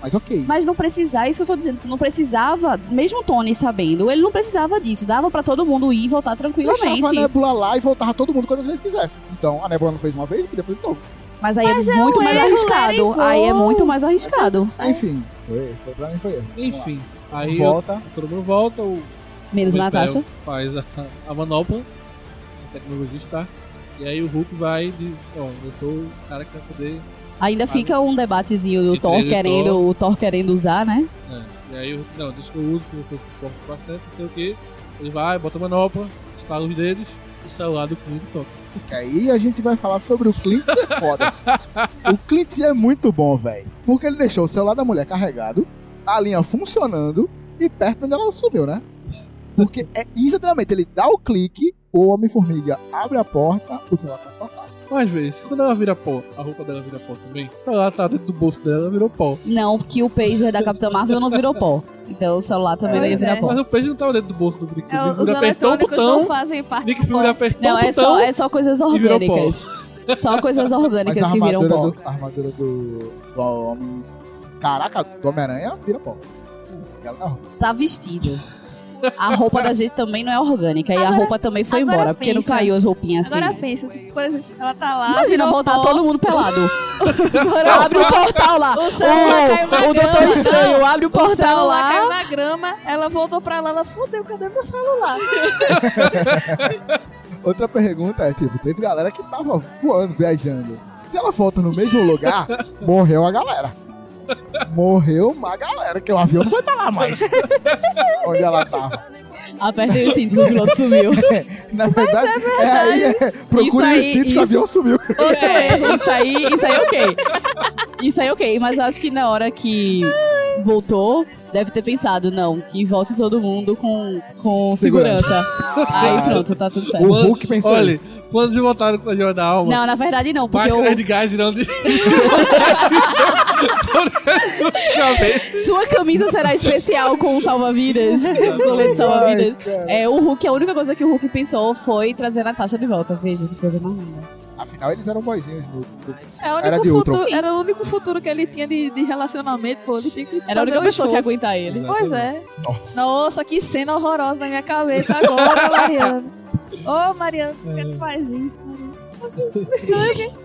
E: Mas ok.
G: Mas não precisava, é isso que eu tô dizendo, que não precisava, mesmo o Tony sabendo, ele não precisava disso. Dava pra todo mundo ir e voltar
E: Deixava né, a
G: tranquilamente.
E: nébula lá e voltava todo mundo quantas vezes quisesse. Então, a nébula não fez uma vez e podia fazer de novo.
G: Mas aí
I: Mas
G: é
I: é
G: muito
I: um
G: mais
I: erro, let it
G: arriscado.
I: go.
G: Aí é muito mais arriscado.
E: Enfim, foi, foi pra mim foi erro. Vamos lá.
C: Enfim, aí eu-
E: Volta.
C: todo mundo volta, o
G: Menos
C: o
G: Natasha.
C: Theo faz a, a manopla, a tecnologia está. E aí o Hulk vai e diz, ó, eu sou o cara que vai poder.
G: Ainda fica um debatezinho do
C: Entre
G: Thor
C: ele ah, e o
G: querendo, o Thor querendo usar, né?
C: né? E aí o não, deixa que eu uso, porque eu sou forte bastante, não sei o que. Ele vai, bota a manopla, instala os dedos e sai lá do Clint toca.
E: Que aí a gente vai falar sobre o Clint
C: [laughs]
E: é foda. o Clint é muito bom, velho. Porque ele deixou o celular da mulher carregado, a linha funcionando e perto de onde ela sumiu, né? Porque é exatamente, ele dá o clique, o Homem-Formiga abre a porta, o celular tá tocado.
C: Mas vê, se quando ela vira pó, a roupa dela vira pó também, o celular tá dentro do bolso dela, virou pó.
G: Não, porque o pager da Capitã Marvel não virou pó. Então o celular também não ia
F: Pois
G: virar
F: é.
G: pó.
C: Mas o peixe não tava dentro do bolso do Nick
F: É,
C: Fury.
F: os
C: Ele apertou o
F: eletrônicos não
C: um botão,
F: fazem parte
C: Nick
F: do
C: Fury
F: corpo.
C: apertou
G: Não,
C: o
G: é só,
C: um botão
G: é só coisas
C: e virou pó.
G: orgânicas. Só coisas
E: Mas a
G: orgânicas que viram
E: armadura,
G: pó.
E: do, a armadura do, do homem. Caraca, do Homem-Aranha vira pó. Ela não.
G: Tá vestido. A roupa da gente também não é orgânica. e a
F: Agora-
G: roupa também foi
F: agora
G: embora, porque não
F: pensa.
G: caiu as roupinhas assim.
F: Agora pensa, tipo, por exemplo, ela tá lá.
G: Imagina
F: virou
G: voltar
F: pó,
G: todo mundo pelado.
F: Agora-
G: [laughs] abre o portal lá.
F: O celular caiu na
G: O, o Doutor
F: grama.
G: Estranho abre o
F: O
G: portal
F: celular
G: lá.
F: caiu na grama, ela voltou pra lá, ela fudeu, cadê meu celular?
E: Outra pergunta é, tipo, teve galera que tava voando, viajando. Se ela volta no mesmo lugar, morreu a galera. Morreu uma galera, que o avião não vai estar lá mais. Onde ela tava. [laughs]
G: Apertei o cinto, o piloto [laughs] sumiu.
E: Na verdade, é aí, é, procure
G: Isso
E: os
G: aí,
E: sítios que o
G: isso.
E: avião sumiu.
G: Outro erro. Isso aí, isso aí ok. Isso aí é ok, mas eu acho que na hora que voltou, deve ter pensado, não, que volte todo mundo com, com segurança.
E: Segurança. [laughs]
G: Aí pronto, tá tudo certo.
E: O Hulk pensou
A: Olha,
E: isso.
A: quando eles voltaram com a Jornal da Alma,
G: Não, na verdade não, porque
A: máscara
G: eu,
A: de gás
G: [laughs]
A: e não de... Sobre a cabeça.
G: sua camisa será especial com
F: [laughs]
G: o salva-vidas, com o colete salva-vidas. É, o Hulk, a única coisa que o Hulk pensou foi trazer a Natasha de volta. Veja, que coisa mais linda.
E: Afinal, eles eram boizinhos no, no
F: É o
E: Era
F: único
E: de Ultron.
F: futuro, era o único futuro que ele tinha de, de relacionamento, pô. Ele tinha que
G: Era a
F: fazer
G: única
F: um
G: pessoa que ia
F: esforço.
G: aguentar ele.
F: Pois é.
E: Nossa.
F: Nossa, que cena horrorosa na minha cabeça
E: [laughs]
F: agora, Mariana. Ô, Mariana, por que tu faz isso? Mariana?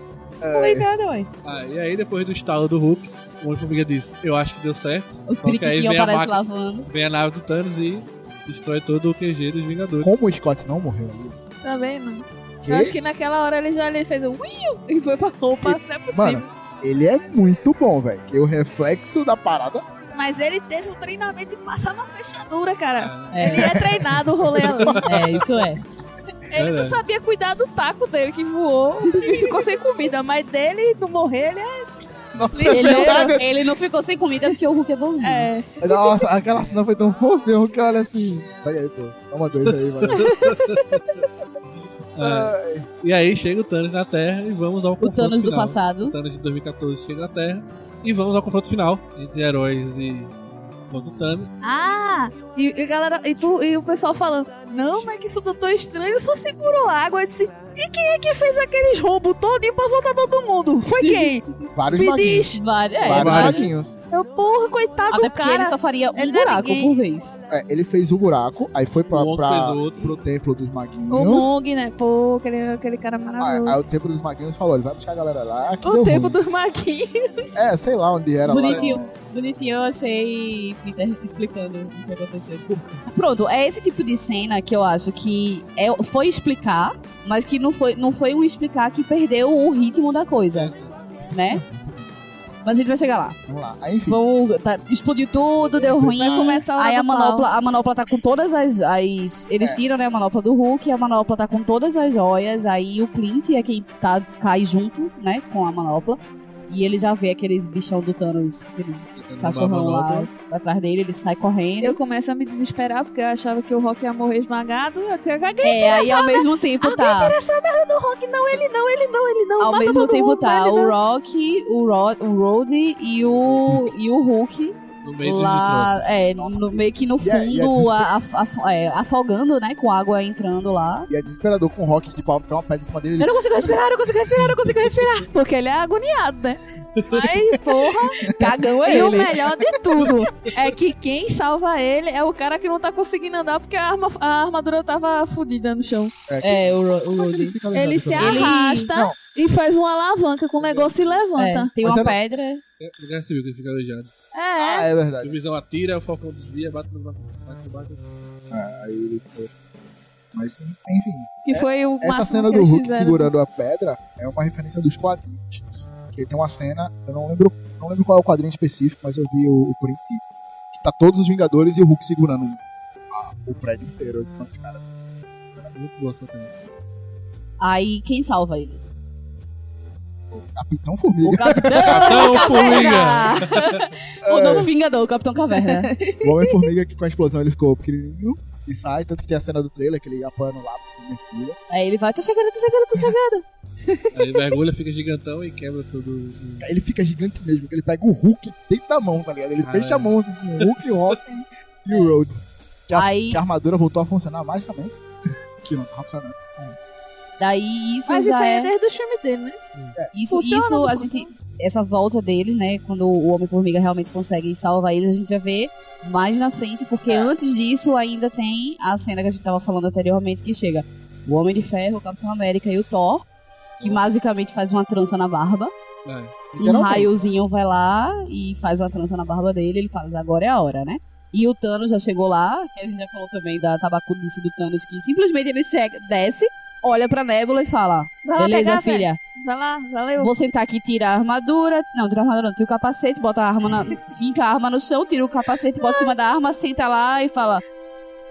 E: [laughs] É,
G: Obrigada, ué.
C: Ah, e [laughs] aí depois do estalo do Hulk, o Homem-Formiga diz, eu acho que deu certo.
G: Os
C: Porque aí
G: periquitinhos
C: vem a
G: aparecem
C: máquina.
G: lavando.
C: Vem a nave do Thanos e destrói todo o QG dos Vingadores.
E: como o Scott não morreu.
F: Também não.
E: Que?
F: Tá Eu acho que naquela hora ele já ele fez um uiu e foi pra roupa, não é possível.
E: Mano, ele é muito bom, velho. Que o reflexo da parada
F: Mas ele teve um treinamento de passar na fechadura, cara. Ele
G: É,
F: é treinado o rolê
E: [laughs]
F: ali.
G: é, isso
F: [laughs]
G: é.
F: Ele não
C: Verdade.
F: sabia cuidar do taco dele que voou e ficou sem comida, mas dele não morrer, ele é.
E: Nossa,
F: Ele-
E: é verdade.
G: Ele não ficou sem comida porque o Hulk é bonzinho.
F: é.
E: Nossa, aquela cena foi tão fofinho que olha assim. Pega aí, pô. Toma dois aí, É, valeu.
C: Ah,
E: Ai,
C: E aí chega o Thanos na Terra e vamos ao
G: O
C: confronto
G: Thanos do
C: final. O
G: passado.
C: Thanos de 2014 chega na Terra e vamos ao confronto final entre heróis e contra o Thanos. Um
F: Ah! E, e galera, e, tu, e o pessoal falando, não, mas que isso tá tão estranho, só segurou água. Eu disse, e quem é que fez aqueles roubos todinho pra voltar todo mundo? Foi quem?
E: vários
F: Me
E: maguinhos.
F: diz.
G: Vários, é,
E: vários
G: vários.
E: maguinhos.
F: Eu, porra, coitado
G: Até
F: do
G: porque
F: cara.
G: ele só faria um
F: ele não é
G: buraco
F: ninguém.
G: por vez.
E: É, ele fez o buraco, aí foi pra,
C: o outro
E: pra-
C: fez outro.
E: pro templo dos
F: O
E: maguinhos.
F: Mong, né? Pô, aquele, aquele cara
E: Aí,
F: maravilhoso.
E: aí o templo dos maguinhos falou: ele vai buscar a galera lá. Que
F: o
E: deu
F: tempo
E: ruim.
F: dos maguinhos.
E: É, sei lá onde era. lá,
G: Bonitinho.
E: não.
G: Bonitinho, eu achei Peter explicando o que aconteceu. Tipo, pronto, é esse tipo de cena que eu acho que é, foi explicar, mas que não foi, não foi um explicar que perdeu o ritmo da coisa, né? Mas a gente vai chegar lá.
E: Vamos lá. Aí, enfim.
G: Vamos, tá, explodiu tudo, deu ruim.
F: Vai começar lá
G: Aí
F: do
G: a manopla, a manopla tá com todas as. as- eles tiram, né, a manopla do Hulk, a manopla tá com todas as joias. Aí o Clint é quem tá, cai junto, né, com a manopla. E ele já vê aqueles bichão do Thanos, aqueles cachorrão lá atrás dele, ele sai correndo.
F: Eu começo a me desesperar porque eu achava que o Rock ia morrer esmagado. Eu disse, caguei.
G: é, aí ao mesmo
F: Ah,
G: tempo tá.
F: do Rock, não, ele não, ele não, ele não.
G: Ao
F: mata
G: mesmo
F: todo
G: tempo
F: mundo, né?
G: tá
F: ele
G: o
F: não.
G: Rock, o, Ro o Rhodey e o, e o Hulk
C: No meio dos
G: lá, é,
E: Nossa,
G: no,
E: e-
G: meio que no
E: e é- e é
G: fundo, a- a- a- é, afogando, né, com água entrando lá.
E: E é desesperador com o Rock de pau, tipo, tem uma pedra em cima
I: [laughs]
E: dele.
G: Eu não consigo respirar, eu não consigo respirar, eu não consigo respirar.
F: Porque ele é agoniado, né?
I: Mas, porra,
F: [laughs]
G: [laughs] Cagão é
I: e o
G: ele.
I: melhor de tudo é que quem salva ele é o cara que não tá conseguindo andar porque a, arma- a armadura tava fodida no chão.
G: É, o, Ro- o
E: Como é que
G: Rudy.
E: ele fica aleijado
I: Ele se
E: também?
G: Ele-
I: arrasta
F: tá-
E: Não.
I: e faz uma alavanca com o negócio e
G: É,
I: levanta.
G: tem
E: Mas
G: uma
E: era-
G: pedra.
C: É lugar civil que ele fica aleijado.
I: É.
E: Ah, é verdade.
C: Divisão atira, o Falcão desvia, bate no bate, bate, bate.
E: Aí ele foi. Mas, enfim.
I: Que foi o
E: Essa
I: máximo
E: cena
I: que
E: do
I: eles
E: Hulk
I: fizeram.
E: segurando a pedra é uma referência dos quadrinhos. Que tem uma cena, eu não lembro, não lembro qual é o quadrinho específico, mas eu vi o, o print que tá todos os Vingadores e o Hulk segurando um, a- o prédio inteiro em cima dos caras.
C: é Muito boa essa cena.
G: Aí quem salva eles?
E: Capitão
I: [laughs]
G: O [laughs]
E: Formiga.
C: Então,
G: Capitão É.
A: Formiga.
G: [laughs] o novo Vingador, o Capitão Caverna.
E: O Homem-Formiga que com a explosão ele ficou pequenininho e sai, tanto que tem a cena do trailer que ele apoia no lápis e mergulha.
G: Aí ele vai, tô chegando, tô chegando, tô chegando.
C: Aí mergulha, fica gigantão e quebra tudo.
E: Aí ele fica gigante mesmo, porque ele pega o Hulk dentro da mão, tá ligado? Ele
C: Caralho.
E: fecha a mão assim, com o Hulk, o Rock e o Rhodes. Que a,
G: Aí-
E: que a armadura voltou a funcionar magicamente. [laughs] Que não tava funcionando.
G: Daí isso
I: Mas isso
G: já
I: aí
G: é...
I: é assim, desde o filme dele, né?
G: Isso,
I: Funciona,
G: isso
I: não
G: a
I: funciona?
G: gente. Essa volta deles, né? Quando o Homem-Formiga realmente consegue salvar eles, a gente já vê mais na frente, porque antes disso ainda tem a cena que a gente tava falando anteriormente, que chega o Homem de Ferro, o Capitão América e o Thor, que magicamente faz uma trança na barba. Um
E: Literalmente.
G: raiozinho vai lá e faz uma trança na barba dele, ele fala, agora é a hora, né? E o Thanos já chegou lá, que a gente já falou também da tabacudice do Thanos, que simplesmente ele chega, desce, olha pra nébula e fala,
F: Vai lá
G: beleza,
F: pegar, velho.
G: filha,
F: Vai lá, valeu.
G: Vou sentar aqui, tira a armadura. Não, tira a armadura, não. Tira o capacete, bota a arma na. Finca a arma no chão, tira o capacete, bota em cima da arma, senta lá e fala.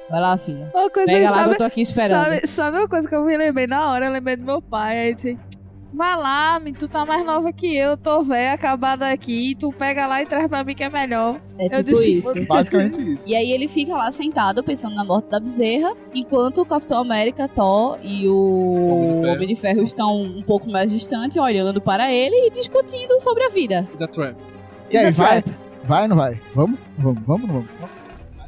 G: Vai lá, filha.
I: Uma coisa
G: Pega
I: que
G: lá que
I: sabe,
G: eu tô aqui esperando.
I: Sabe, sabe uma coisa que eu me lembrei na hora? Eu lembrei do meu pai. Aí disse: Vai lá, menino, tu tá mais nova que eu, tô velha, acabada aqui. Tu pega lá e traz pra mim que é melhor.
G: É tipo
I: eu disse-
G: isso.
E: Basicamente isso.
G: E aí ele fica lá sentado, pensando na morte da bezerra, enquanto o Capitão América, Thor e o
C: Homem de Ferro.
G: Homem de Ferro estão um pouco mais distante, olhando para ele e discutindo sobre a vida.
C: Da Trap.
E: E aí,
G: It's a
E: vai?
G: trap.
E: Vai ou não vai? Vamos? Vamos, vamos ou não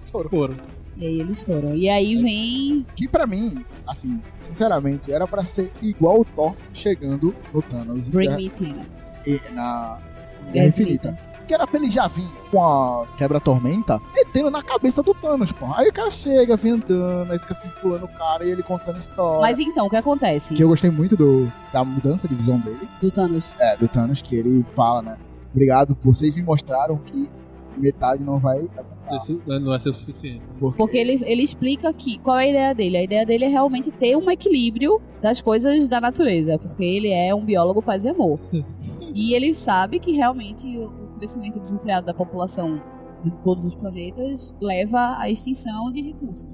E: vamos?
C: Foram.
G: E aí eles foram. E aí vem.
E: Que pra mim, assim, sinceramente, era pra ser igual o Thor chegando no Thanos em
G: Bring
E: Guerra-
G: me Tina.
E: e- na em Guerra Infinita. Que era pra ele já vir com a quebra-tormenta metendo na cabeça do Thanos, pô. Aí o cara chega, vem andando, aí fica circulando o cara e ele contando história.
G: Mas então, o que acontece?
E: Que eu gostei muito do, da mudança de visão dele.
G: Do Thanos.
E: É, do Thanos, que ele fala, né? Obrigado, vocês me mostraram que metade não vai aguentar.
C: Isso não vai ser o suficiente.
G: Porque ele, ele explica que qual é a ideia dele. A ideia dele é realmente ter um equilíbrio das coisas da natureza, porque ele é um biólogo paz e amor.
C: [laughs]
G: e ele sabe que realmente o o crescimento desenfreado da população de todos os planetas leva à extinção de recursos.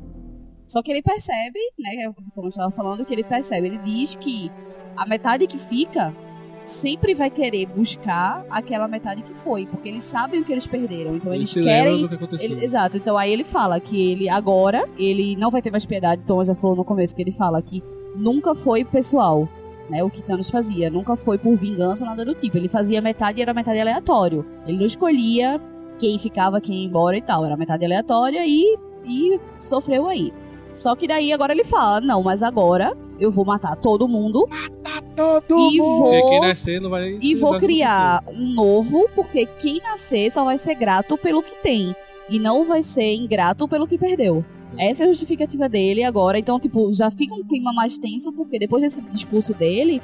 G: Só que ele percebe, né, como eu estava falando, que ele percebe, ele diz que a metade que fica sempre vai querer buscar aquela metade que foi, porque eles sabem o que eles perderam, então eles
C: se
G: querem
C: lembram do que aconteceu.
G: ele- exato, então aí ele fala que ele agora, ele não vai ter mais piedade, Tom já falou no começo que ele fala que nunca foi pessoal, né? O que Thanos fazia, nunca foi por vingança ou nada do tipo. Ele fazia metade e era metade aleatório. Ele não escolhia quem ficava, quem ia embora e tal. Era metade aleatória e, e sofreu aí. Só que daí agora ele fala: não, mas agora eu vou matar todo mundo
E: Todo
G: e
E: mundo-
G: vou.
C: Porque quem nascer não vai.
G: E
C: não
G: vou
C: vai
G: criar um novo, porque quem nascer só vai ser grato pelo que tem. E não vai ser ingrato pelo que perdeu. Essa é a justificativa dele agora. Então, tipo, já fica um clima mais tenso, porque depois desse discurso dele,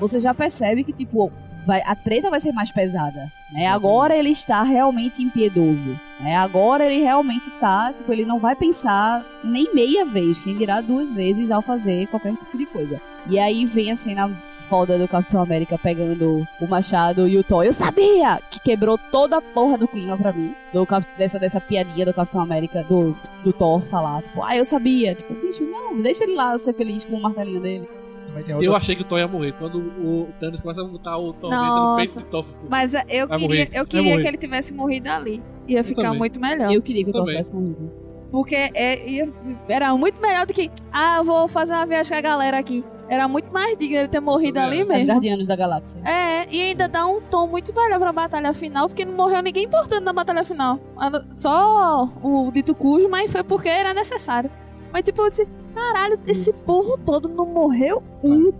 G: você já percebe que, tipo, vai- a treta vai ser mais pesada. Né? Agora ele está realmente impiedoso. Né? Agora ele realmente tá, tipo, ele não vai pensar nem meia vez, quem dirá duas vezes ao fazer qualquer tipo de coisa. E aí vem a cena foda do Capitão América pegando o machado e o Thor. Eu sabia que quebrou toda a porra do clima pra mim. Do, Cap- dessa, dessa piadinha do Capitão América, do, do Thor falar, tipo, ah, eu sabia. Tipo, bicho, não, deixa ele lá ser feliz com o martelinho dele.
E: Também tem
C: Eu
E: outra...
C: achei que o Thor ia morrer. Quando o Thanos começa a botar o Thor no peito
F: Nossa.
C: do Thor.
F: Mas é, eu
C: Vai
F: queria,
C: morrer,
F: eu
C: vai
F: queria
C: morrer.
F: que ele tivesse morrido ali. Ia ficar
C: também.
F: muito melhor.
G: Eu queria que o Thor
C: Então, Também.
G: tivesse morrido.
F: Porque é- ia- era muito melhor do que, ah, eu vou fazer uma viagem com a galera aqui. Era muito mais digno ele ter morrido
C: Também
F: ali
C: era.
G: Os
F: mesmo.
G: Guardianos da Galáxia.
F: É, e ainda dá um tom muito melhor pra batalha final, porque não morreu ninguém importante na batalha final. A no- Só o dito cujo, mas foi porque era necessário. Mas tipo, eu disse, caralho, esse povo todo não morreu um,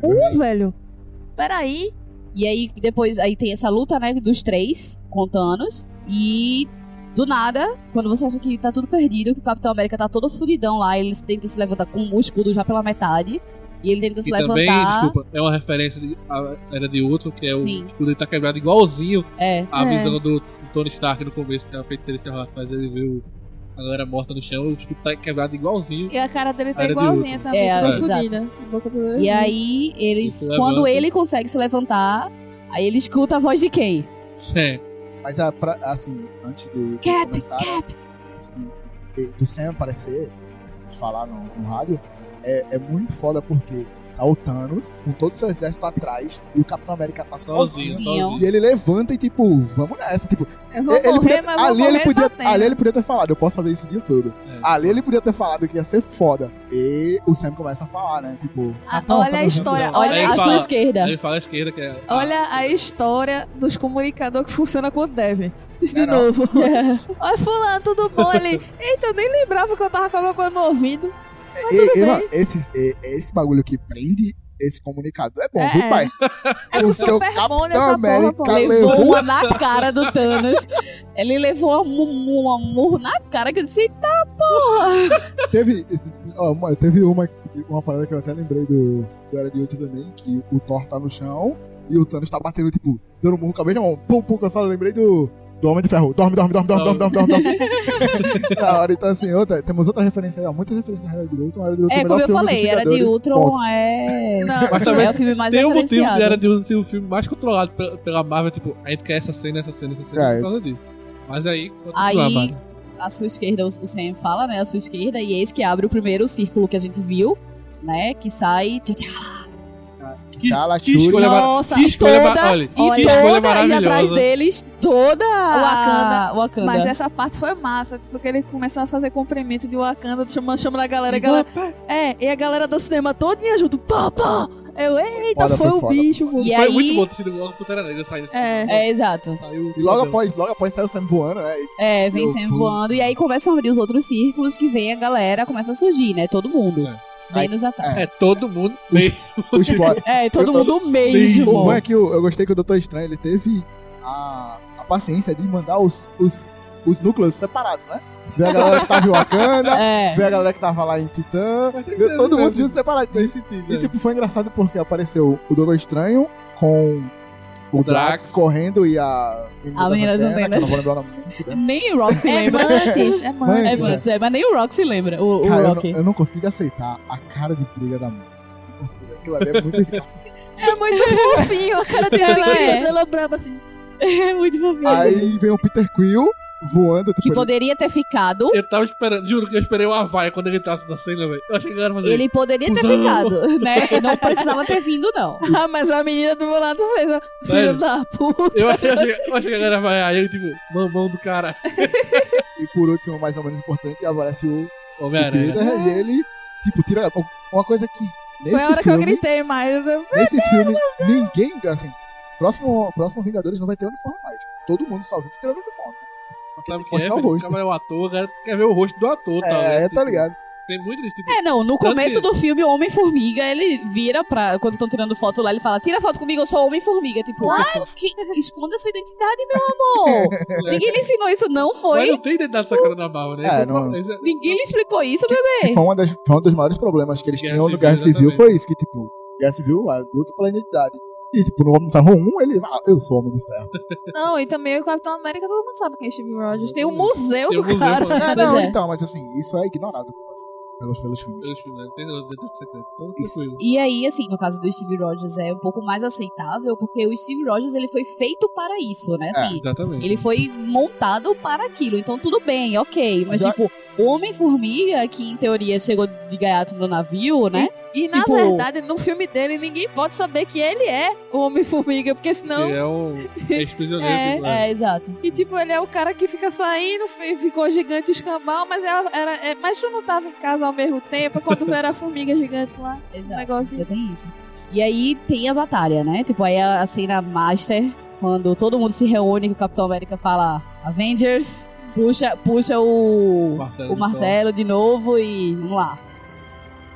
F: um, velho. Peraí.
G: E aí depois aí tem essa luta, né, dos três com Thanos. E do nada, quando você acha que tá tudo perdido, que o Capitão América tá todo furidão lá, ele tenta se levantar com o escudo já pela metade. E ele tenta se
C: E também,
G: levantar.
C: desculpa, é uma referência de, a- era de outro, que é
G: Sim.
C: o escudo ele tá quebrado igualzinho
G: É.
C: a
F: É.
C: visão do Tony Stark no começo, que é uma feiticeira que tava lá atrás, ele viu a galera morta no chão, o escudo tá quebrado igualzinho.
F: E a cara dele tá
C: Cara de
F: igualzinha
C: outro.
F: também,
G: É,
F: toda
G: exato.
F: fodida. A boca do-
E: Uhum.
G: E aí, eles.
C: Ele se
G: quando
C: levanta.
G: ele consegue se levantar, aí ele escuta a voz de quem?
C: Sério.
E: Mas a pra- assim, antes de. de
G: Cap,
E: começar, né,
G: Cap!
E: antes de- de- do Sam aparecer, de falar no, no rádio, é, é muito foda porque tá o Thanos com todo o seu exército atrás e o Capitão América tá sozinho.
C: Sozinho,
G: Sozinho.
C: sozinho.
E: E ele levanta e tipo, vamos nessa, tipo,
F: Eu vou
E: ele
F: morrer,
E: podia-
F: mas vou
E: ali ele
F: morrer
E: podia,
F: batendo.
E: ali ele podia ter falado, eu posso fazer isso o dia todo.
C: É.
E: Ali ele podia ter falado que ia ser foda. E o Sam começa a falar, né? Tipo,
F: Ah,
E: tá,
F: olha
E: tá
F: a
E: no-
F: história,
C: Aí
F: olha
C: ele
G: Olha a
F: a
C: fala-
G: sua esquerda.
C: Aí ele fala à esquerda que é. a-
F: Olha a história dos comunicadores que funcionam com o Devin. De
E: Carol.
F: novo.
G: [laughs]
F: Oi, fulano, tudo bom? Ele, eita, eu nem lembrava que eu tava com alguma coisa no ouvido.
E: E-
F: tudo
E: e,
F: bem.
E: mano, esses- e- esse, bagulho que prende esse comunicador é bom,
F: É,
E: viu,
F: é.
E: pai? [laughs]
F: É
E: O
F: com
E: seu
F: super bônus essa
E: Capitão
F: porra, pô.
E: América
G: Levou
E: Levou-
G: uma na cara do Thanos. Ele levou um, um, um murro na cara que eu disse, "Eita,
E: teve, ó, uma, teve uma, uma parada que eu até lembrei do, do Era de Outro também, que o Thor tá no chão e o Thanos tá batendo, tipo, dando um murro com a mesma mão. Pum, pum, cansado. Eu lembrei do, do Homem de Ferro. Dorme, dorme, dorme, dorme, dorme, dorme, dorme.
G: [laughs]
E: dorme. Na hora, então assim, outra, temos outra referência aí, ó. Muitas referências à Era de Outro. Era de Outro
G: É,
E: o
G: como
E: melhor
G: eu
E: filme
G: falei,
E: dos
G: Era de
E: Vingadores, ponto.
G: Ultron é.
F: Não,
C: Mas
G: é
C: talvez
G: o filme mais
C: tem um motivo
G: referenciado.
C: de Era de Ouro ser o filme mais controlado pela, pela Marvel, tipo, a gente quer essa cena, essa cena, essa cena,
E: É.
C: por causa disso. Mas aí, quando
G: Aí-
C: a Marvel.
G: à sua esquerda, o o Sam fala, né? À sua esquerda, e eis que abre o primeiro círculo que a gente viu, né? Que sai. tchá, tchá.
C: Que,
E: T'Challa,
C: que
E: Shuri.
C: escolha, mara-
G: Nossa,
C: que escolha,
G: toda-
C: mara- olha,
G: E
C: que escolha
G: toda, e atrás
C: maravilhosa.
G: deles, toda
F: Wakanda.
G: Wakanda.
E: né?"
F: Mas é essa parte foi massa, tipo, que ele começou a fazer cumprimento de Wakanda, chamando, chamando a galera, a galera. É, e a galera do cinema todinha junto, pá, pá. Eu, eita,
E: Foda,
F: foi
E: foi
F: o
E: foda.
F: bicho, pô.
G: E
C: Foi
G: aí-
C: muito bom ter sido logo Pantera Negra saindo. assim,
F: É.
C: logo-
G: É, exato.
C: Saiu,
E: E logo
C: meu Deus.
E: após, logo após sai o Sam voando, né? E
G: É, vem
E: Eu
G: Sam
E: tô-
G: voando. E aí começam a abrir os outros círculos que vem a galera, começa a surgir, né? Todo mundo.
C: É.
G: Menos atrás.
C: É todo
E: [laughs]
C: mundo meio. [laughs]
E: o spoiler.
G: É, todo
E: Eu- eu-
G: mundo mesmo.
E: O bom é que eu, eu gostei que o Doutor Estranho ele teve a, a paciência de mandar os, os, os núcleos separados, né? Vê a galera que tava em Wakanda,
G: [laughs] É.
E: vê a galera que tava lá em Titã,
C: Mas tem que
E: vê
C: ser
E: todo mundo
C: mesmo.
E: junto separado.
C: Tem sentido.
E: E
C: né?
E: tipo, foi engraçado porque apareceu o Doutor Estranho com o Drax,
C: Drax.
E: correndo e a menina
G: A menina das
E: das antenas,
G: antenas.
E: que eu não vou lembrar o nome. nem fudendo.
G: Nem o Roxy
F: É
G: lembra.
F: Mantis, é Mantis.
E: [laughs]
G: É
E: Mantis,
G: Mantis, é, mas nem o Roxy lembra. [laughs] O, o
E: Cara, eu não,
G: Rocky.
E: eu não consigo aceitar a cara de briga da mãe. Não consigo. Aquilo ali é muito né?
F: É muito fofinho, a cara dele
G: Ela
F: ela
G: é.
F: criança, ela brava assim.
G: [laughs] É muito fofinho.
E: Aí vem o Peter Quill voando. Tipo,
G: Que
E: ele-
G: poderia ter ficado.
C: Eu tava esperando, juro que eu esperei uma vaia quando ele entrasse na cena, velho. Eu achei que ele ia fazer.
G: Ele poderia ter
C: Cusão.
G: ficado, né? Não precisava ter vindo, não.
F: [laughs] Ah, mas a menina do meu lado fez, ó. Filho
C: Velho.
F: da puta.
G: tá-
C: Eu achei, eu achei- eu achei que a galera vai aí, eu, tipo, mamão do cara.
E: E por último, mais ou menos importante, aparece o
C: Homem-Aranha. né?
E: Peter e ele, tipo, tira. Uma coisa que nesse
F: É. Foi a hora que eu
E: filme.
F: gritei é." mais. eu-
E: nesse filme, ninguém. Assim, próximo, próximo Vingadores não vai ter uniforme mais. Todo mundo só vive tirando uniforme. né?
C: Sabe o que é?
E: Mostrar o
C: Felipe? O
E: rosto.
C: cara é o ator, o cara quer ver o rosto do ator, tá?
E: É,
C: ligado?
E: tá
C: Tipo,
E: ligado?
C: Tem muito disso, tipo,
G: É, não, no
C: Tanto
G: começo
C: que-
G: do filme, o Homem-Formiga, ele vira pra. Quando estão tirando foto lá, ele fala: Tira foto comigo, eu sou o Homem-Formiga. Tipo, What? Que... Esconda sua identidade, meu amor! Ninguém lhe ensinou isso, não
C: mas
G: foi?
C: não tem identidade sacada na barba, né?
E: É,
C: Esse o
E: não-
C: problema, esse é-
G: Ninguém lhe explicou isso,
E: Que
G: bebê.
E: foi, uma das, foi um dos maiores problemas que eles
C: Guerra
E: tinham no
C: Civil, né?
E: Guerra Civil
C: exatamente.
E: foi isso, que, tipo, Guerra Civil é luta pela identidade. E, tipo, no Homem de Ferro 1, ele fala, eu sou Homem de Ferro.
F: Não, e também o Capitão América, todo mundo sabe quem é Steve Rogers. Tem o museu
C: Uhum. Tem
F: do
C: o museu,
F: cara.
C: mano.
E: É,
G: Pois
E: não,
G: é.
E: então, mas assim, isso é ignorado assim, pelos, pelos filmes.
C: Eles né? não tem identidade secreta. Então,
E: Isso.
C: tranquilo.
G: E aí, assim, no caso do Steve Rogers é um pouco mais aceitável, porque o Steve Rogers ele foi feito para isso, né? Assim,
E: É.
C: Exatamente.
G: Ele foi montado para aquilo, então tudo bem, ok. Mas,
E: Já-
G: tipo, o Homem-Formiga, que em teoria chegou de gaiato no navio, né?
F: E na
G: Tipo-
F: verdade, no filme dele, ninguém pode saber que ele é o Homem-Formiga, porque senão.
C: Ele é um ex-prisioneiro.
F: É,
C: tipo,
G: [laughs] É, exato.
F: E tipo, ele é o cara que fica saindo, fi- ficou gigante escambau, mas, era, era, é- mas tu não tava em casa ao mesmo tempo, é quando
C: [laughs]
F: era a formiga gigante lá, o
G: Exato.
F: negocinho.
G: Tem isso. E aí tem a batalha, né? Tipo, aí a, a cena master, quando todo mundo se reúne, que o Capitão América fala Avengers, puxa, puxa o, o martelo,
C: Martelo,
G: de novo e vamos lá.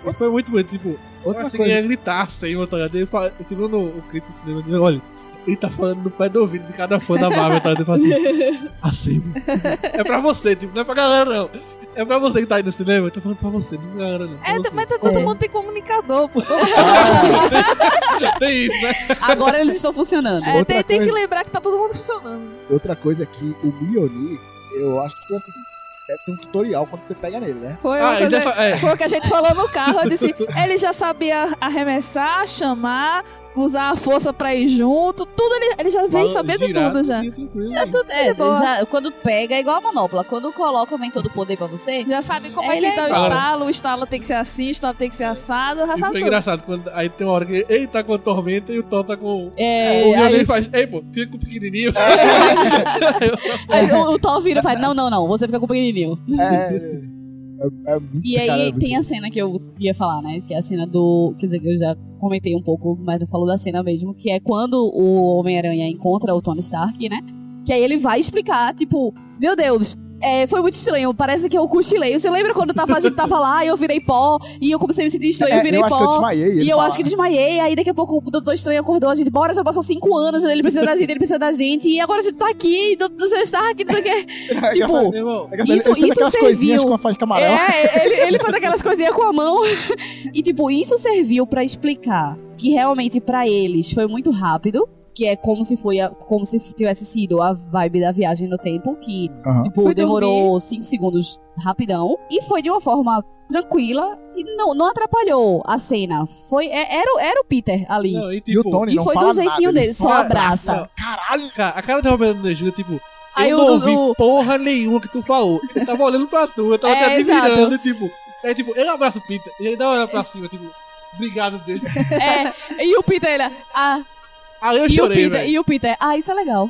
C: E então. foi muito bonito, tipo, eu
E: Outra
C: achei
E: coisa.
C: que ele ia gritar sem o motorista. Ele fala, segundo o crítico de cinema, ele olha, Ele tá falando no pé do ouvido de cada fã da Marvel, tá? Ele fala assim,
E: [laughs]
C: assim, viu? é pra você, tipo, não é pra galera não. É pra você que tá aí no cinema, eu tô falando pra você, não é pra galera não. pra
F: É,
C: você.
F: mas tá todo
G: É.
F: mundo tem comunicador,
C: [laughs]
F: pô. É,
C: Tem isso, né?
G: Agora eles estão funcionando.
F: [laughs] É,
E: Outra
F: tem, tem que
E: coisa.
F: lembrar que tá todo mundo funcionando.
E: Outra coisa é que o Mionir, eu acho que tem assim, deve ter um tutorial quando você pega nele,
G: [laughs]
E: né?
F: Foi uma
C: Ah,
F: coisa-
C: então fa- é.
F: Foi o que a gente falou no carro. Eu disse, ele já sabia arremessar, chamar, usar a força pra ir junto. Tudo ele, ele já vem
J: Fala-
F: sabendo
J: girar,
F: tudo já.
J: fica tranquilo.
G: É, tudo, é,
F: de boa.
G: já- quando pega é igual a manopla. Quando coloca vem todo o poder pra você,
F: Já sabe como é
G: Ele
F: que
G: é
F: dá o
C: igual.
F: estalo, o estalo tem que ser assim, o estalo tem que ser assado, já
J: E
F: sabe
J: foi
F: tudo.
J: engraçado, quando, aí tem uma hora que ele tá com a tormenta e o Thor tá com.
G: é,
C: o meu
G: aí,
C: nem faz, ei, pô, fica com o pequenininho.
G: É, aí o, o Thor vira e fala, não, não, não, você fica com o pequenininho.
E: É. é, é muito,
G: E aí
E: cara, é muito-
G: tem a cena que eu ia falar, né? Que é a cena do. Quer dizer, que eu já comentei um pouco, mas não falo da cena mesmo. Que é quando o Homem-Aranha encontra o Tony Stark, né? Que aí ele vai explicar, tipo, meu Deus. é, foi muito estranho, parece que eu cochilei. Você lembra quando tava, a gente tava lá e eu virei pó? E eu comecei a me sentir estranho,
E: É,
G: eu virei
E: eu
G: pó.
E: acho que eu desmaiei.
G: E
E: ele
G: eu
E: fala. [laughs] É,
G: acho que desmaiei, aí daqui a pouco o Doutor Estranho acordou, a gente, bora, já passou cinco anos, ele precisa da gente, ele precisa da gente, e agora a gente tá aqui, e Doutor Estranho está aqui, não sei o quê.
C: [laughs]
E: É,
G: tipo,
J: Meu irmão,
E: é que ele-
G: isso-
E: ele fez
G: isso
E: aquelas coisinhas
G: serviu.
E: com a faixa amarela.
G: É, ele, ele faz aquelas coisinhas com a mão. [laughs] E, tipo, isso serviu pra explicar que realmente pra eles foi muito rápido. Que é como se foi a- como se tivesse sido a vibe da viagem no tempo, que
E: Aham.
G: tipo,
F: Foi
G: demorou 5 segundos rapidão. E foi de uma forma tranquila e não, não atrapalhou a cena. Foi, é- era, o- era o Peter ali.
J: não, e, tipo,
E: E o Tony
G: e
E: não
G: foi
E: fala
G: do jeitinho
E: nada, ele
G: dele, só abraça.
E: Caralho!
C: Cara, a cara tava olhando na Júlia, tipo,
G: Aí
C: eu
G: o-
C: não ouvi
G: o-
C: porra nenhuma que tu falou. Ele tava olhando pra tu, eu tava
G: É,
C: te
G: exato.
C: admirando, e, tipo. Aí, tipo, ele abraça o Pita, e ele dá uma olhada pra cima, tipo, obrigado dele.
G: É, e o Peter, ele. Ah,
C: Aí eu
G: e, o
C: chorei,
G: Peter
C: velho.
G: e o Peter. Ah, isso é legal.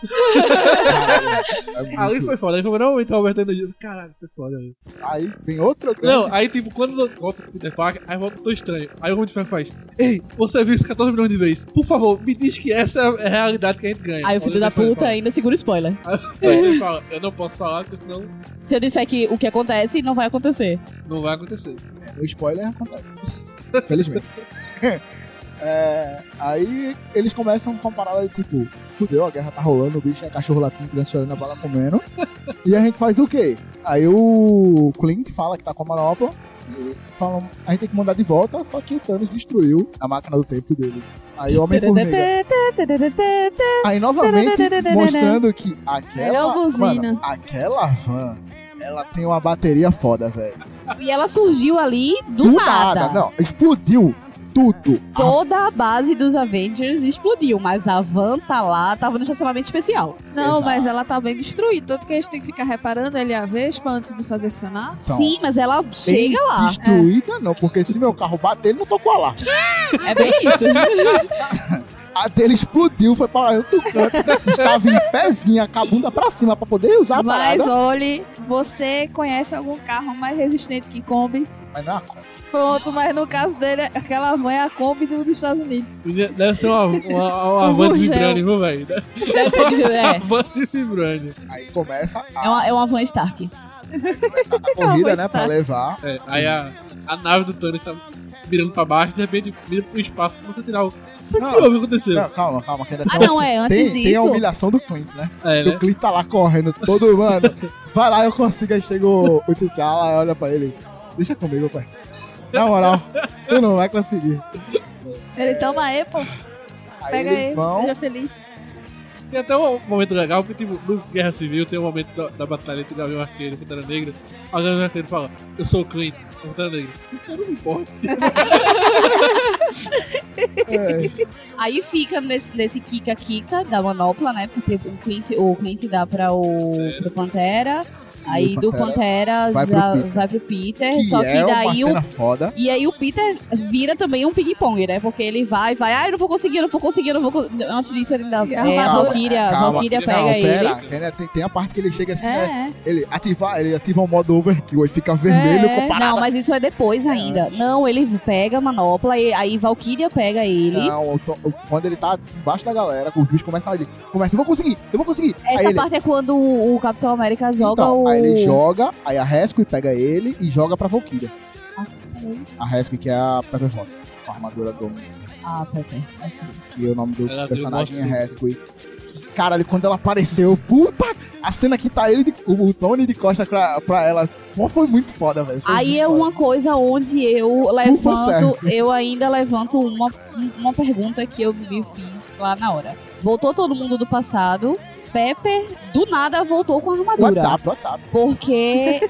E: É
C: Aí
E: muito-
C: foi foda, aí foi o melhor momento, Roberto ainda Júlia. Caralho, foi foda. velho.
E: Aí tem outro grande.
C: Não, aí, tipo, quando volta o Peter Parker, aí volta o Tô Estranho. Aí o Homem de Ferro faz, ei, você viu isso 14 milhões de vezes. Por favor, me diz que essa é a realidade que a gente ganha.
G: Aí o filho
C: Olha
G: da
C: que foi,
G: puta
C: fala.
G: ainda segura o spoiler.
C: Aí ele fala, eu não posso falar, porque senão
G: Se eu disser que o que acontece, não vai acontecer.
C: não vai acontecer.
E: O spoiler acontece. [laughs] Felizmente. [laughs] É, aí eles começam com uma parada de tipo, fudeu, a guerra tá rolando, o bicho é cachorro latindo, criança chorando, a bala comendo. [laughs] e a gente faz o quê? Aí o Clint fala que tá com a manopla e falam, a gente tem que mandar de volta, só que o Thanos destruiu a máquina do tempo deles. Aí o Homem-Formiga. Aí novamente mostrando que
F: Ele é
E: aquela,
F: uma buzina.
E: mano, aquela van, ela tem uma bateria foda, velho.
G: E ela surgiu ali do,
E: Do
G: nada.
E: Não, explodiu tudo. Ah,
G: Toda a base dos Avengers explodiu, mas a van tá lá, tava no estacionamento especial.
F: Não,
E: Exato.
F: mas ela tá bem destruída, tanto que a gente tem que ficar reparando ele a Vespa antes de fazer funcionar.
E: Então,
G: Sim, mas ela chega lá.
E: Destruída não, porque se meu carro bater, ele não tocou lá.
G: É bem
E: [laughs]
G: isso. [laughs]
E: A dele explodiu, foi pra lá outro canto. né? Estava em pezinha, com a bunda pra cima, pra poder usar a
F: Mas
E: parada.
F: olhe, você conhece algum carro mais resistente que Kombi?
E: Mas não é uma conta.
F: Pronto, mas no caso dele, aquela van é a Kombi do- dos Estados Unidos.
C: Menina, Deve ser uma,
G: [laughs]
C: uma, uma
F: Um
C: van de
F: Gurgel.
C: vibrânio, viu, velho?
G: Deve ser que-
C: Uma [laughs]
G: é.
C: van de vibrânio.
E: Aí começa a
G: É, uma, é uma van Stark.
E: corrida, né,
F: estar.
E: pra levar.
C: É, aí a, a nave do Thanos tá mirando pra baixo, de repente mira pro espaço começa a tirar o. O que
E: Não.
C: houve aconteceu?
E: Não, calma, calma, que ainda
G: Ah,
E: tem,
G: não, é.
E: tem,
G: Antes
E: tem a
G: disso.
E: humilhação do Clint, né?
C: É,
E: O
C: né?
E: Clint tá lá correndo, todo mano. Vai lá, eu consigo. Aí chega o, o T'Challa e olha pra ele. Deixa comigo, pai. Na moral, tu não vai conseguir.
F: Ele toma aí, pô,
E: Aí
F: pega
E: eles
F: aí,
E: vão.
F: seja feliz.
C: Tem até um momento legal, porque tipo, no Guerra Civil tem um momento da, da batalha entre o Gavião Arqueiro e o Pantera Negra. Aí o Gavião Arqueiro fala, eu sou o Clint, o Pantera Negra. O cara não importa.
E: É,
G: Aí fica nesse, nesse Kika Kika da Manopla, né? Porque o Clint, o Clint dá pra o, pro Pantera. Aí
E: E o
G: do
E: Pantera
G: Pantera
E: vai
G: já
E: pro Peter.
G: vai pro Peter.
E: que
G: só que
E: é uma
G: daí o
E: cena foda.
G: E aí o Peter vira também um ping-pong, né? Porque ele vai, vai, ah, eu não vou conseguir, eu não vou conseguir, eu não vou conseguir. Antes disso, ele ainda.
F: E
G: É,
F: a
G: a
F: armadura-
G: Valkyria,
E: Calma,
G: Valkyria pega
E: não,
G: ele.
E: pera, que ainda tem, tem a parte que ele chega assim, né?
F: É, é.
E: Ele ativar, ele ativa o modo overkill, aí fica vermelho
F: É,
E: com parada.
G: Não, mas isso é depois ainda.
E: antes.
G: Não, ele pega a manopla, e aí Valkyria pega ele.
E: Não, o to- o- quando ele tá embaixo da galera, os bichos começam a dizer, começa, eu vou conseguir, eu vou conseguir.
G: Essa
E: aí ele,
G: parte é quando o, o Capitão América joga
E: então,
G: o.
E: Aí ele joga, aí a Rescue pega ele
G: Ah,
E: e joga pra Valkyria. A Rescue que é a Pepper Fox, a armadura do...
G: Ah, Pepe.
E: que o nome do
A: Ela
E: personagem é
A: deu
E: Haskell. Caralho, quando ela apareceu, puta! A cena que tá ele, de- o o Tony de costa pra, pra ela, pô, foi muito foda, velho. Foi
G: Aí
E: muito
G: é
E: foda.
G: uma coisa onde eu levanto,
E: fanservice.
G: eu ainda levanto uma, uma pergunta que eu me fiz lá na hora. Voltou todo mundo do passado, Pepper do nada voltou com a armadura.
E: WhatsApp, WhatsApp.
G: Porque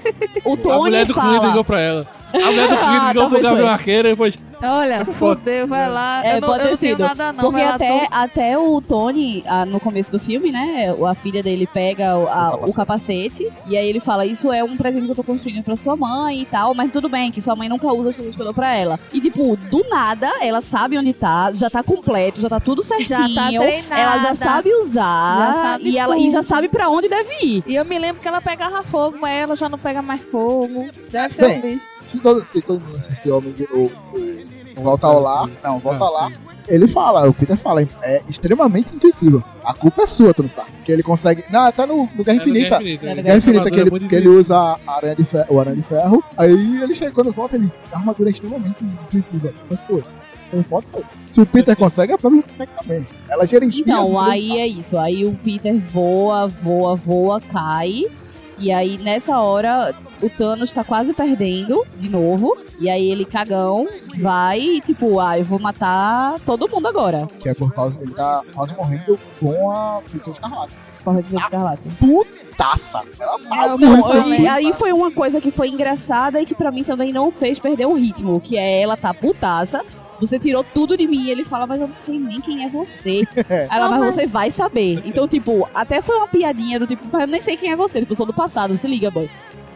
G: o
A: A
G: Tony
A: mulher do Clint
G: fala.
A: ligou pra ela. A mulher
G: [laughs]
A: do Clint
G: Ah,
A: ligou pro
G: talvez
A: Gabriel
G: foi.
A: Arqueiro e depois.
I: é. Olha,
E: né?
I: fudeu, vai lá.
G: É,
I: eu não, eu
G: pode ter
I: não tenho
G: sido.
I: nada não,
G: Porque
I: vai lá,
G: até,
I: tô-
G: até o Tony, ah, no começo do filme, né? A filha dele pega o, a-
E: O
G: o capacete. e aí ele fala: Isso é um presente que eu tô construindo pra sua mãe e tal, mas tudo bem, que sua mãe nunca usa as coisas que eu dou pra ela. E tipo, do nada, ela sabe onde tá, já tá completo, já tá tudo certinho.
I: Já tá treinada.
G: ela já sabe
I: Já
G: usar
I: sabe
G: e, ela, e
I: tudo.
G: já sabe pra onde deve ir.
I: E eu me lembro que ela pegava fogo, mas ela já não pega mais fogo. Deve ser
E: Bem,
I: um bicho.
E: Se todo, se todo mundo assistiu Homem de o- o- o Volta ao Lar, não, Volta ao Lar, ele fala, o Peter fala, é extremamente intuitivo. A culpa é sua, Tony Stark. Que ele consegue. Não, tá no, no Guerra
A: "É, não quer
E: Infinita.
A: infinita,
G: É,
A: né?"
G: não
E: Guerra Infinita,
A: Armadura
E: que ele,
A: muito
E: que ele usa a aranha de ferro, o aranha de ferro. Aí ele chega, quando volta, ele. A armadura é extremamente intuitiva. Mas foi. Então pode ser. Se o Peter consegue, a Pepper consegue também. Ela gerencia. as
G: Então,
E: duas
G: aí é isso. Aí o Peter voa, voa, voa, cai. E aí, nessa hora, o Thanos tá quase perdendo de novo. E aí ele, cagão, vai e tipo, ah, eu vou matar todo mundo agora.
E: Que é por causa. Ele tá quase morrendo com a Feiticeira Escarlate.
G: Corre dizer Escarlata.
E: Putaça! Ela tá
G: Não,
E: muito
G: e aí foi uma coisa que foi engraçada e que pra mim também não fez perder o ritmo, que é ela tá putaça. Você tirou tudo de mim e ele fala, mas eu não sei nem quem é você. [laughs] Aí ela, mas você vai saber. Então, tipo, até foi uma piadinha do tipo, mas eu nem sei quem é você, tipo, eu sou do passado, se liga, boy.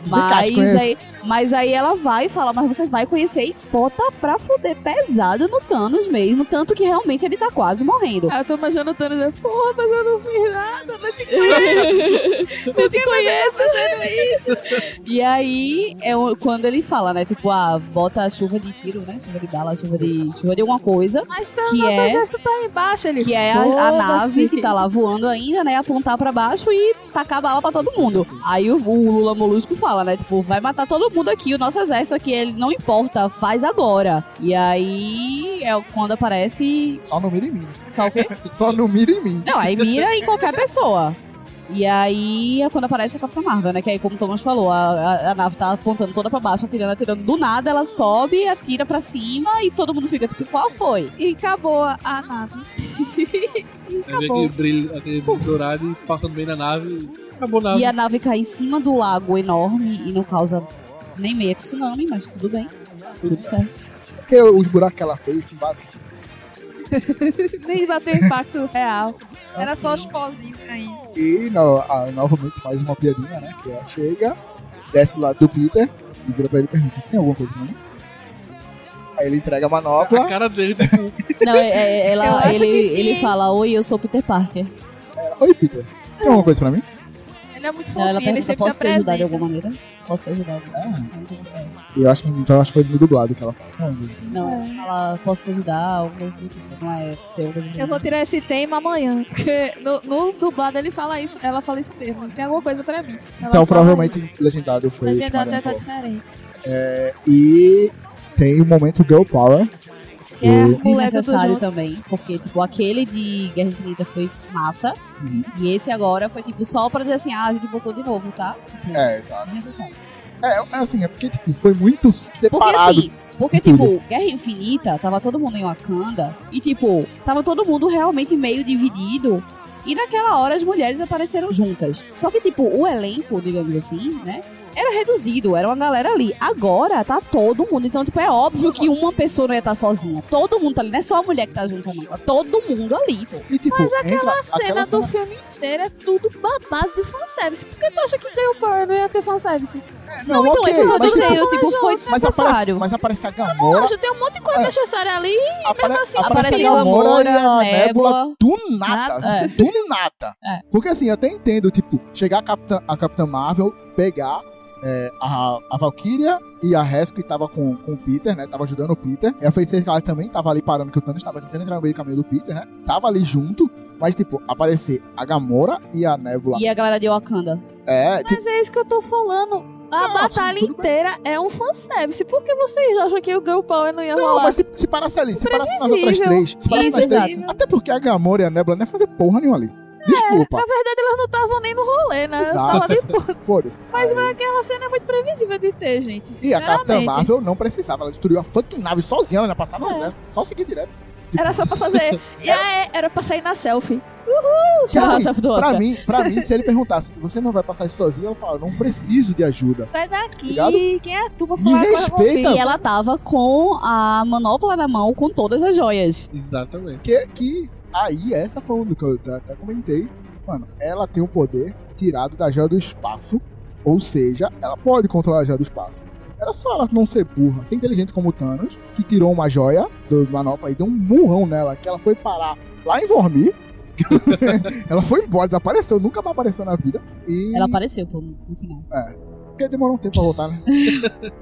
E: cá, te
G: Mas
E: conheço.
G: aí, mas aí ela vai e fala, mas você vai conhecer e bota pra fuder pesado no Thanos mesmo, tanto que realmente ele tá quase morrendo.
I: Aí eu tô imaginando o Thanos e eu, porra, mas eu não fiz nada, né?" mas tem que
G: Eu te conheço tá isso. E aí é o- quando ele fala, né? Tipo, ah, bota a chuva de tiro, né? Chuva de bala, chuva de. chuva de alguma coisa.
I: Mas tá,
G: Que
I: nosso
G: é-
I: exército tá aí embaixo, ele.
G: Que é a, a nave
I: "Foda-se."
G: que tá lá voando ainda, né? Apontar pra baixo e tacar bala pra todo mundo. Aí o, o Lula Molusco fala, né? Tipo, vai matar todo mundo aqui, o nosso exército aqui, ele não importa, faz agora. E aí é quando aparece.
E: Só não mira em mim.
G: Só o quê?
E: [laughs] Só não mira em mim.
G: Não, aí mira em qualquer pessoa. E aí é quando aparece a Capitã Marvel, né? Que aí, como o Thomas falou, a, a- a nave tá apontando toda pra baixo, atirando, atirando. Do nada, ela sobe, atira pra cima e todo mundo fica tipo, qual foi?
I: E acabou a a nave.
C: Você vê aquele brilho, aquele brilho dourado e passando bem na nave. Acabou a nave.
G: E a nave cai em cima do lago enorme e não causa nem meia tsunami, mas tudo bem. Tudo certo.
E: Porque os buracos que ela fez, vários.
I: Nem bateu impacto real.
E: É
I: Era só os pozinhos caindo.
E: E no- ah, novamente mais uma piadinha, né? Que ela chega, desce do lado do Peter e vira pra ele e pergunta: tem alguma coisa pra mim? Aí ele entrega a
A: A
E: manopla.
A: cara dele.
C: tipo,
G: Não, é- é-
I: Eu
G: ela,
I: acho
G: ele,
I: que sim.
G: ele fala, oi, eu sou Peter Parker.
E: ela, Oi, Peter, tem alguma coisa pra mim?
I: Ele é muito
G: Não, ela
I: fofinho, ele
G: pergunta,
I: sempre se
G: posso te ajudar de
I: apresenta.
G: alguma maneira? Posso te ajudar? de alguma maneira?"
E: E eu acho que, então, acho que foi no dublado que ela fala. Não, não, não.
G: Não, ela fala, posso te ajudar? Alguma coisa assim, não é... Tem alguma coisa
I: Eu vou tirar esse tema amanhã, porque no, no dublado ele fala isso, ela fala isso mesmo. Tem alguma coisa pra mim. Ela
E: então
I: fala
E: provavelmente legendado
I: isso.
E: foi.
I: A
E: de
I: gente até
E: Mariana
I: tá
E: Paula.
I: diferente.
G: tá-
E: E tem o momento Girl Power.
I: É, moleque,
E: E-
I: tudo
G: desnecessário
I: junto.
G: também, porque, tipo, aquele de Guerra Infinita foi massa,
E: Uhum.
G: e esse agora foi, tipo, só pra dizer assim, ah, a gente botou de novo, tá?
E: É, exato.
G: Desnecessário.
E: É, é assim, é porque tipo, foi muito
G: Porque
E: separado.
G: assim, porque, tipo, Guerra Infinita, tava todo mundo em Wakanda, e, tipo, tava todo mundo realmente meio dividido, e naquela hora as mulheres apareceram juntas. Só que, tipo, o elenco, digamos assim, né? Era reduzido, era uma galera ali. Agora tá todo mundo. Então, tipo, é óbvio que uma pessoa não ia estar sozinha. Todo mundo tá ali. Não é só a mulher que tá junto, não. Tá todo mundo ali, pô.
E: e, tipo,
I: Mas aquela,
E: entra-
I: cena
E: aquela
I: do filme inteiro é tudo babado de fanservice. Por que tu acha que ganhou Power não ia ter fanservice?
E: É,
G: Não, então,
E: ok,
G: isso eu tô
E: mas,
G: dizendo,
I: tipo,
G: tipo, foi
E: mas aparece,
G: desnecessário.
E: mas aparece a Gamora.
I: Poxa, tem um monte de coisa
E: É.
I: necessária ali.
E: apare,
I: assim,
E: aparece a
G: aparece
E: Gamora e a
G: Gamora,
E: Nebula
G: Nebula.
E: do nada,
G: Nada,
E: assim, do nada.
G: É.
E: Porque assim, eu até entendo, tipo, chegar a Capitã, a Capitã Marvel, pegar é, a, a Valkyria e a Resk que tava com, com o Peter, né, tava ajudando o Peter, e a Feiticeira Escarlate também tava ali parando, que o Thanos tava tentando entrar no meio do caminho do Peter, né, tava ali junto, mas tipo, aparecer a Gamora e a Nebula,
G: E a galera de Wakanda.
E: é, tipo,
I: Mas é isso que eu tô falando. A
E: Não,
I: batalha
E: assim, tudo
I: inteira é um fanservice. Por que vocês acham que o Girl Power não ia
E: Não,
I: rolar?
E: mas se, se parasse ali, se parasse nas outras
I: Previsível.
E: três, se parasse
I: Isso,
E: nas três.
I: exato.
E: Até porque a Gamora e a Nebula não ia fazer porra nenhuma ali.
I: Na
E: Desculpa,
I: verdade, elas não estavam nem no rolê, né? Elas
E: Exato.
I: estavam de boa.
E: foda-se.
I: Mas
E: Aí-
I: vai, aquela cena é muito previsível de ter, gente.
E: E a Capitã
I: Sinceramente.
E: Marvel não precisava. Ela destruiu a fucking nave sozinha, ela ia passar no exército. Só seguir direto. Tipo,
I: Era só pra
E: [laughs]
I: fazer. Ah, é, era pra sair na selfie. Uhul!
E: Que assim,
I: selfie do
E: pra mim, pra mim, se ele perguntasse, você não vai passar isso sozinha? Ela fala, não preciso de ajuda.
I: Sai daqui.
E: Obrigado.
I: Quem é tu pra
E: Me
I: falar
E: respeita.
G: E ela tava com a manopla na mão com todas as joias.
C: [laughs] Exatamente.
E: Que, que aí, essa foi uma que eu até- até comentei. Mano, ela tem um poder tirado da joia do espaço. Ou seja, ela pode controlar a joia do espaço. Era só ela não ser burra, ser inteligente como o Thanos, que tirou uma joia do Manopla e deu um murrão nela, que ela foi parar lá em Vormir. [laughs] ela foi embora, desapareceu, nunca mais apareceu na vida. E...
G: Ela apareceu, pô, no final.
E: Porque demorou um tempo pra voltar, né?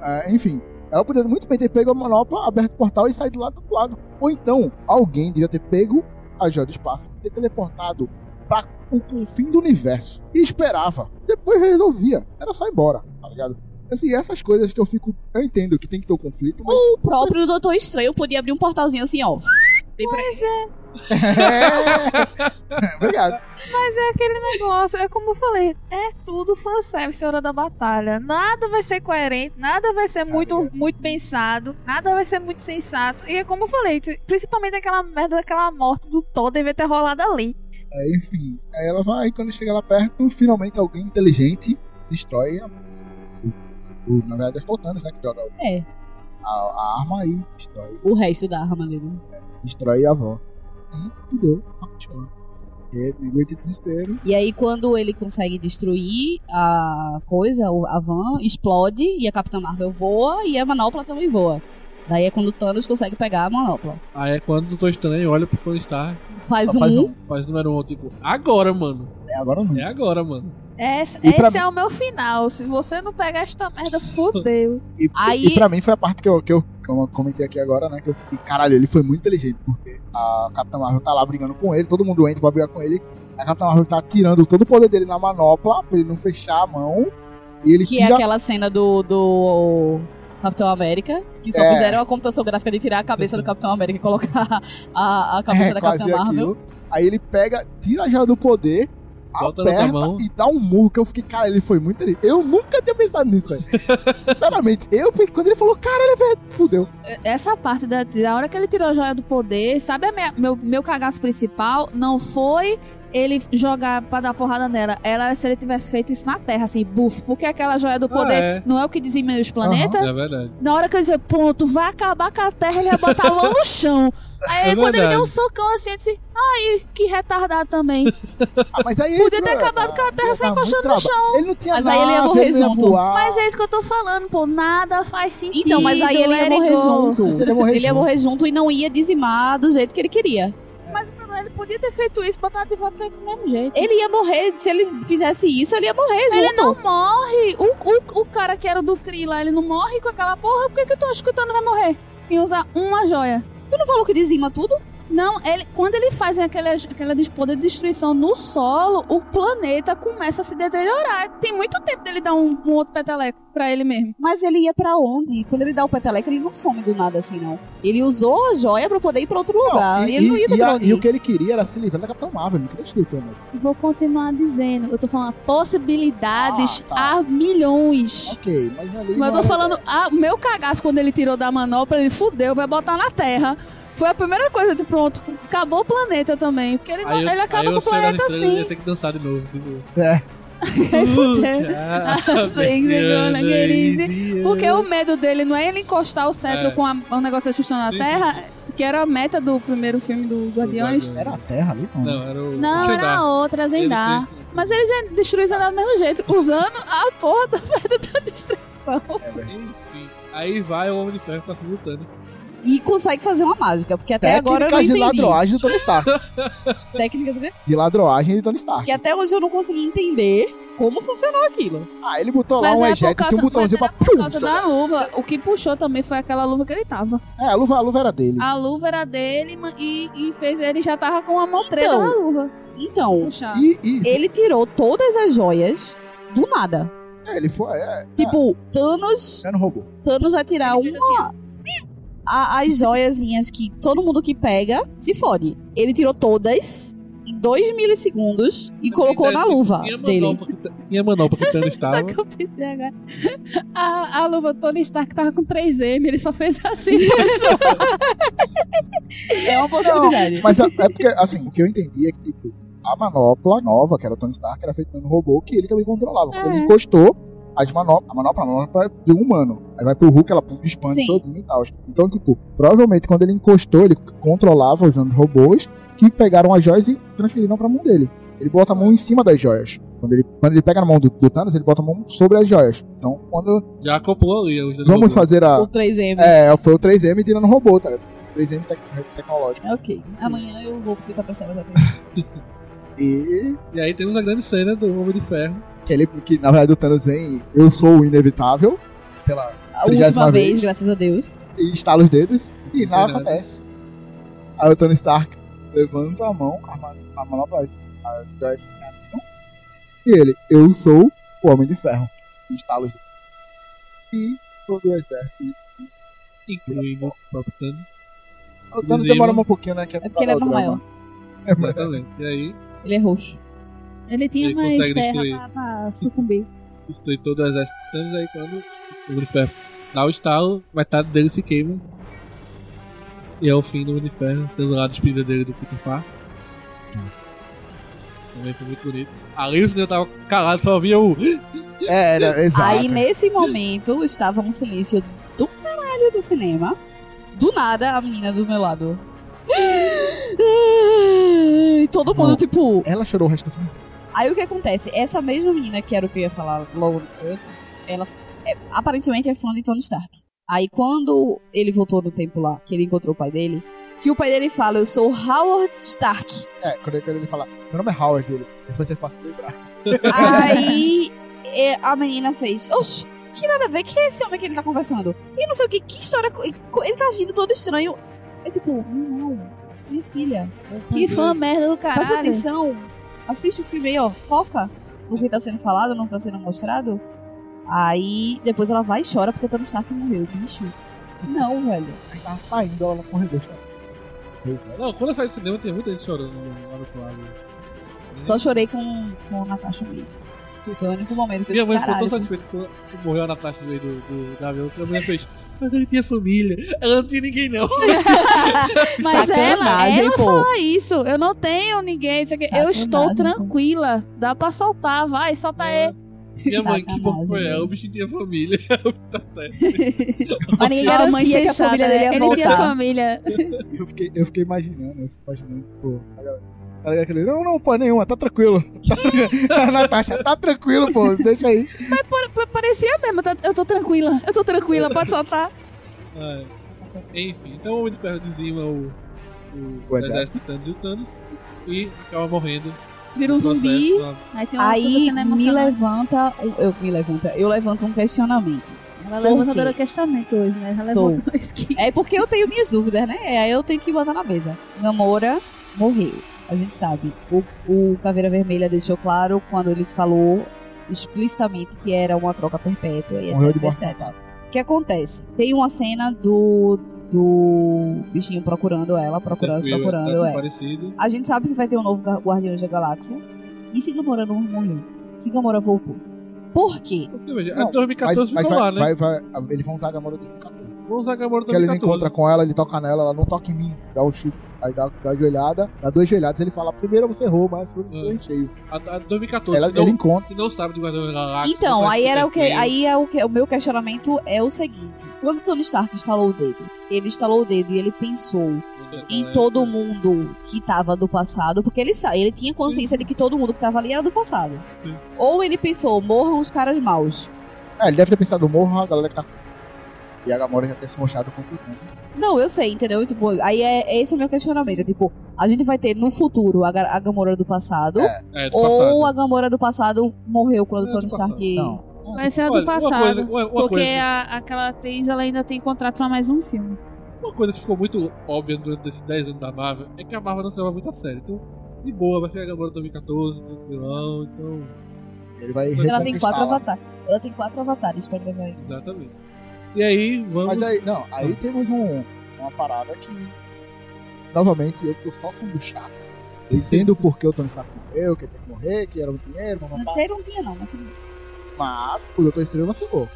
E: Ah, enfim, ela podia muito bem ter pego a manopla, aberto o portal e saído lá do outro lado. Ou então, alguém devia ter pego a joia do espaço, ter teleportado pra o confim do universo e esperava. Depois resolvia. Era só ir embora, tá ligado? Assim, essas coisas que eu fico. Eu entendo que tem que ter o conflito,
G: [laughs]
E: mas. [laughs]
G: O próprio Doutor Estranho podia abrir um portalzinho assim, ó. Bem pra-
E: é... Obrigado.
I: Mas é aquele negócio, é como eu falei, é tudo fanservice é hora da batalha. Nada vai ser coerente, nada vai ser muito,
E: Tá ligado.
I: muito pensado, nada vai ser muito sensato. E é como eu falei, t- principalmente aquela merda daquela morte do Thor devia ter rolado ali.
E: Aí, É, enfim, aí ela vai, quando chega lá perto, finalmente alguém inteligente destrói a. o- o- na verdade, as Totânias, né? Que joga o-
G: É,
E: a, a arma aí, destrói,
G: o resto da arma dele.
E: destrói a avó. E deu, pra continuar. E nego entra em desespero.
G: E aí, quando ele consegue destruir a coisa, o- a van, explode e a Capitã Marvel voa e a manopla também voa. Daí é quando o Thanos consegue pegar a manopla.
C: Aí é quando o Doutor Estranho olha pro Tony Stark,
G: Faz,
E: Só
G: um,
E: faz um.
C: faz número um, tipo, agora, mano.
E: É, agora não.
C: É agora, mano.
I: Esse,
E: E pra
I: esse é o meu final. Se você não pegar esta merda, fudeu.
E: E,
G: Aí-
E: e pra mim foi a parte que eu, que, eu, que eu comentei aqui agora, né? Que eu fiquei, caralho, ele foi muito inteligente, porque a Capitã Marvel tá lá brigando com ele, todo mundo entra pra brigar com ele. A Capitã Marvel tá tirando todo o poder dele na manopla pra ele não fechar a mão. E ele
G: que é
E: tira.
G: aquela cena do, do Capitão América, que só
E: É. Uhum.
G: fizeram a computação gráfica de tirar a cabeça do Capitão América e colocar a, a cabeça
E: é,
G: da Capitã
E: quase
G: Marvel.
E: aquilo. Aí ele pega, tira a joia do poder,
C: Bota na outra mão.
E: aperta e dá um murro que eu fiquei, cara, ele foi muito ali. Eu nunca tinha pensado
C: [laughs]
E: nisso, velho. Sinceramente, eu fiquei- quando ele falou, caralho, velho, fudeu.
F: Essa parte da, da hora que ele tirou a joia do poder, sabe a minha- meu, meu cagaço principal? Não foi ele jogar pra dar porrada nela. Ela era se ele tivesse feito isso na Terra, assim, buf. Porque aquela joia do poder
C: é.
F: não é o que dizimia os planetas?
C: É verdade.
F: Na hora que eu dizia, pronto, vai acabar com a Terra, ele ia botar a mão no chão. Aí
C: É
F: quando ele
C: verdade.
F: deu um socão assim, eu disse, ai, que retardado também.
E: Ah, mas aí
F: Podia
E: ele- ah,
F: ter acabado com a Terra
E: ia
F: só
E: dar muito
F: encostando no
E: trabalho. Ele não tinha
G: Mas
E: nave,
G: aí ele ia morrer
E: não
G: junto.
E: voar.
F: Mas é isso que eu tô falando, pô. Nada faz sentido.
G: Então, mas aí ele ia
F: let it
G: morrer
F: go.
G: junto.
E: Mas ele ia morrer
G: Ele ia
E: junto.
G: morrer junto e não ia dizimar do jeito que ele queria.
F: Mas o problema, ele podia ter feito isso, botar de volta do mesmo jeito.
G: Ele ia morrer, se ele fizesse isso, ele ia morrer
F: Ele
G: junto.
F: não morre. Um, O, o, o cara que era do Kree lá, ele não morre com aquela porra. Por que, que eu tô escutando vai morrer? E usa uma joia.
G: Tu não falou que dizima tudo?
F: Não, ele, quando ele faz aquela, aquela disputa de destruição no solo, o planeta começa a se deteriorar. Tem muito tempo dele dar um, um outro peteleco pra ele mesmo.
G: Mas ele ia pra onde? Quando ele dá o peteleco, ele não some do nada assim, não. Ele usou a joia pra poder ir pra outro lugar.
E: e,
G: ele não ia ter
E: e,
G: pra
E: a,
G: onde
E: e o
G: ir.
E: que ele queria era se livrar da Capitã Marvel, ele não queria destruir o Thanos.
F: Vou continuar dizendo. Eu tô falando possibilidades
E: Ah, tá.
F: há milhões.
E: Ok, mas ali.
F: Mas
E: não
F: eu tô
E: era-
F: falando, ah, o meu cagaço quando ele tirou da manopla, ele fudeu, vai botar na terra. Foi a primeira coisa de pronto, acabou o planeta também. Porque ele, não-
C: Aí, eu-
F: ele acaba
C: aí
F: com o
C: o Senhor das
F: planeta
C: Estrelas
F: assim.
C: ia ter que dançar de novo. tipo, de novo.
F: [laughs] Aí [laughs] fudeu.
C: [laughs]
F: assim,
C: Tchau,
F: Things are gonna get easy.
C: easy.
F: né, Porque o medo dele não é ele encostar o cetro
C: É.
F: com a- um negócio assustando na
C: Sim,
F: terra, que era a meta do primeiro filme do Guardiões.
E: Era a Terra ali, não.
C: Não, era o.
F: Não,
C: Zendar.
F: era outra, Zendar.
C: Eles têm-
F: Mas eles é destruíram Zendar do mesmo jeito, usando a porra da [laughs] pedra da destruição.
C: Enfim, aí vai o Homem de Ferro pra cima do Thanos.
G: E consegue fazer uma mágica, porque até agora eu não
E: Técnicas de
G: entendi.
E: ladroagem do Tony Stark.
G: Técnica, sabe?
E: De ladroagem de Tony Stark.
G: Que até hoje eu não consegui entender como funcionou aquilo.
E: Ah, ele botou lá
F: Mas
E: um
F: é por
E: ejeto e
F: causa-
E: tem um botãozinho pra.
F: mas Por causa da luva, o que puxou também foi aquela luva que ele tava.
E: É, a luva, a luva era dele.
F: A luva era dele ma- e, e fez ele já tava com a mão
G: Então.
F: treta na luva.
G: Então,
F: Puxa.
E: E, e
G: ele tirou todas as joias do nada.
E: É, ele foi. É,
G: Tipo, Thanos.
E: é no robô.
G: Thanos vai tirar
H: Ele fez
G: uma. a- as joiazinhas que todo mundo que pega se fode. Ele tirou todas em dois milissegundos e colocou
C: tipo,
G: na luva
A: Tinha
G: dele.
A: manopla que t- Tinha manopla que o
F: [laughs]
A: Thanos
F: Só
A: estava.
F: que eu pensei agora. [laughs] A, a luva Tony Stark tava com 3M, ele só fez
G: [laughs]
F: assim. puxou.
G: É uma possibilidade.
E: Mas é, é porque, assim, o que eu entendi é que, tipo, a manopla nova, que era o Tony Stark, era feita no robô que ele também controlava. Quando
F: É.
E: ele encostou, as manop a manopla, a manopla é de um humano. Aí vai pro Hulk, ela expande
G: Sim.
E: todinho e tal. Então, tipo, provavelmente quando ele encostou, ele controlava os outros robôs que pegaram as joias e transferiram pra mão dele. Ele bota a mão em cima das joias. Quando ele, quando ele pega na mão do, do Thanos, ele bota a mão sobre as joias. Então, quando
C: Já acoplou ali. Os dois
E: vamos
C: robôs.
E: fazer a.
G: O 3M.
E: É, foi o 3M tirando o robô, tá? ligado? 3M tec tecnológico.
G: Ok. Amanhã eu vou tentar prestar mais atenção.
E: E
C: E aí temos a grande cena do Homem de Ferro.
E: que ele, que na verdade o Thanos vem, eu sou o inevitável, pela,
G: A última
E: Trigésima
G: vez,
E: vez.
G: graças a Deus.
E: e estala os dedos, e nada
C: Verdade.
E: acontece. Aí o Tony Stark levanta a mão, a ma- a manopla, a Joyce, e ele, eu sou o Homem de Ferro, e estala os dedos. E todo o exército.
C: Incluindo o próprio Thanos.
E: O Thanos
C: Visível.
E: demora um pouquinho, né? Que é,
G: É porque ele é
E: pra dar o
G: mais maior.
E: drama. É,
C: Exatamente. E aí
G: Ele é roxo.
F: Ele tinha
C: Ele
F: mais
C: consegue
F: terra
C: destruir.
F: pra, pra sucumbir.
C: destrui todo o exército de Thanos. Aí quando o Homem de Ferro dá o estalo, metade dele se queima. E é o fim do Homem de Ferro. Temos lá a despedida dele do Peter Parker. Também foi muito bonito. Ali o cinema tava calado, só via o... "Uh".
E: É, era, exato.
G: Aí, nesse momento, estava um silêncio do caralho do cinema. Do nada, a menina do meu lado. [gasps] E Todo mundo,
E: Não.
G: tipo.
E: Ela chorou o resto do filme. inteiro.
G: Aí o que acontece? Essa mesma menina que era o que eu ia falar logo antes, ela é- aparentemente é fã de Tony Stark. Aí quando ele voltou no tempo lá, que ele encontrou o pai dele, que o pai dele fala, eu sou Howard Stark.
E: É, quando ele- quando ele fala, meu nome é Howard, ele, esse vai ser fácil de lembrar.
G: Aí é, a menina fez, oxe, que nada a ver, que é esse homem que ele tá conversando? E não sei o que, que história, co- co- ele tá agindo todo estranho. É tipo, não, não, minha filha,
F: [laughs] Que fã merda do
G: presta
F: caralho.
G: atenção, assiste o filme aí, ó, foca no que tá sendo falado, no que tá sendo mostrado. Aí depois ela vai e chora porque o Tony Stark morreu, bicho. Não, velho.
E: Aí tava saindo, ela no corredor chorando.
C: Não, quando eu saí do cinema, tem muita gente chorando lá no quadro.
G: Só chorei com, com a Natasha mesmo. Foi o único momento que
C: Minha
G: eu
C: mãe
G: disse,
C: ficou tão
G: caralho. [laughs]
C: satisfeita quando morreu a Natasha no meio do, do Gavião, que a mulher fez, mas ele tinha família, ela não tinha ninguém
G: [laughs]
C: não.
F: Mas ela,
G: Sacanagem,
F: ela
G: pô.
F: falou isso. Eu não tenho ninguém. isso aqui. Eu
G: Sacanagem, então.
F: estou
G: pô.
F: tranquila. Dá pra soltar, vai, solta aí.
C: Minha mãe, que
G: Sacanagem, né?
C: bom foi ela,
G: velho.
C: o bicho tinha família. Tá certo.
G: Mas ninguém
F: A mãe
G: garantia que a
F: sensata,
G: família
F: né?
G: dele ia
F: Ele
G: voltar.
F: tinha família.
E: Eu fiquei, eu fiquei imaginando, eu fiquei imaginando, tipo, a galera- tá ligado aquele, não, não, pô, nenhuma, tá tranquilo. [laughs] a Natasha, tá tranquilo, pô, deixa aí.
F: Pa- Parecia mesmo. tá- Eu tô tranquila. Eu tô tranquila. Pode soltar.
C: Ah, Enfim, então o Homem de Ferro dizima o, o,
E: O
C: exército de Thanos e o Thanos e acaba morrendo.
F: Vira um
C: no processo,
F: zumbi.
C: lá.
F: Aí tem uma assim outra
G: Aí
F: cena
G: me
F: emocionante.
G: levanta, um- eu me levanta, eu levanto um questionamento.
F: Ela
G: Por
F: levanta
G: quê?
F: do questionamento hoje, né? Ela
G: Sou. [laughs]
F: levantou isso que-
G: É porque eu tenho minhas dúvidas, né? É, Aí eu tenho que botar na mesa. Gamora morreu, a gente sabe. O, o Caveira Vermelha deixou claro quando ele falou explicitamente que era uma troca perpétua e
E: Morreu de
G: etc,
E: morte
G: etc. O que acontece? Tem uma cena do do bichinho procurando ela, procurando,
C: Tranquilo,
G: procurando,
C: tá
G: é.
C: parecido.
G: A gente sabe que vai ter um novo Ga- Guardiões da Galáxia. E se Gamora não morreu? Se Gamora voltou. Por quê?
C: Porque, veja, é
E: Não,
C: a 2014
E: mas
C: ficou
E: vai,
C: lá, né?
E: vai, vai, ah, eles vão usar a Gamora do 2014.
C: Vamos usar a Gamora
E: Porque ele não
C: 2014.
E: encontra com ela, ele toca nela, ela não toca em mim, dá um chute, aí dá, dá a joelhada, dá duas joelhadas, ele fala, primeira você errou, mas a segunda você
C: Hum.
E: errou em cheio.
C: A, a 2014.
E: Ela,
C: então,
E: ele encontra,
C: que não sabe é do Guardião da Galáxia. não
G: Então,
C: conhece
G: aí era o que,
C: Peter
G: aí é o que, o meu questionamento é o seguinte: quando Tony Stark instalou o dedo, ele instalou o dedo e ele pensou
C: Quill,
G: em
C: né?
G: todo mundo que tava do passado, porque ele sa- ele tinha consciência de que todo mundo que tava ali era do passado.
C: Sim.
G: Ou ele pensou, morram os caras maus.
E: é, ele deve ter pensado, morra a galera que tá e a Gamora já ter se mostrado né? contra o tempo.
G: Não, eu sei, entendeu? Tipo, aí é, é esse o meu questionamento, tipo, a gente vai ter no futuro a, Ga- a Gamora do passado
E: É,
C: É, do
G: ou
C: passado.
G: a Gamora do passado morreu quando
C: É,
G: Tony
C: do passado.
G: Stark
E: Não,
F: Vai ser é a
C: Olha,
F: do
C: Uma coisa,
F: passado.
C: uma, uma
F: Porque
C: coisa,
F: a- aquela atriz ela ainda tem contrato pra mais um filme.
C: uma coisa que ficou muito óbvia durante esses 10 anos da Marvel é que a Marvel não se leva muito a sério. Então, de boa, vai chegar a Gamora 2014, tranquilão, então.
E: Ele vai
G: Ela tem
E: reconquistar
G: quatro
E: lá.
G: avatares. Ela tem quatro avatares pra gravar ele.
C: Exatamente. E aí, vamos.
E: Mas aí, não, aí temos um, uma parada que. Novamente, eu tô só sendo chato. Eu entendo porque o Tony Stark morreu, que ele tem que morrer, que era um dinheiro, blá, blá, blá.
G: Até não tinha, não, né? mas tudo bem.
E: mas o Doutor Estranho vacilou.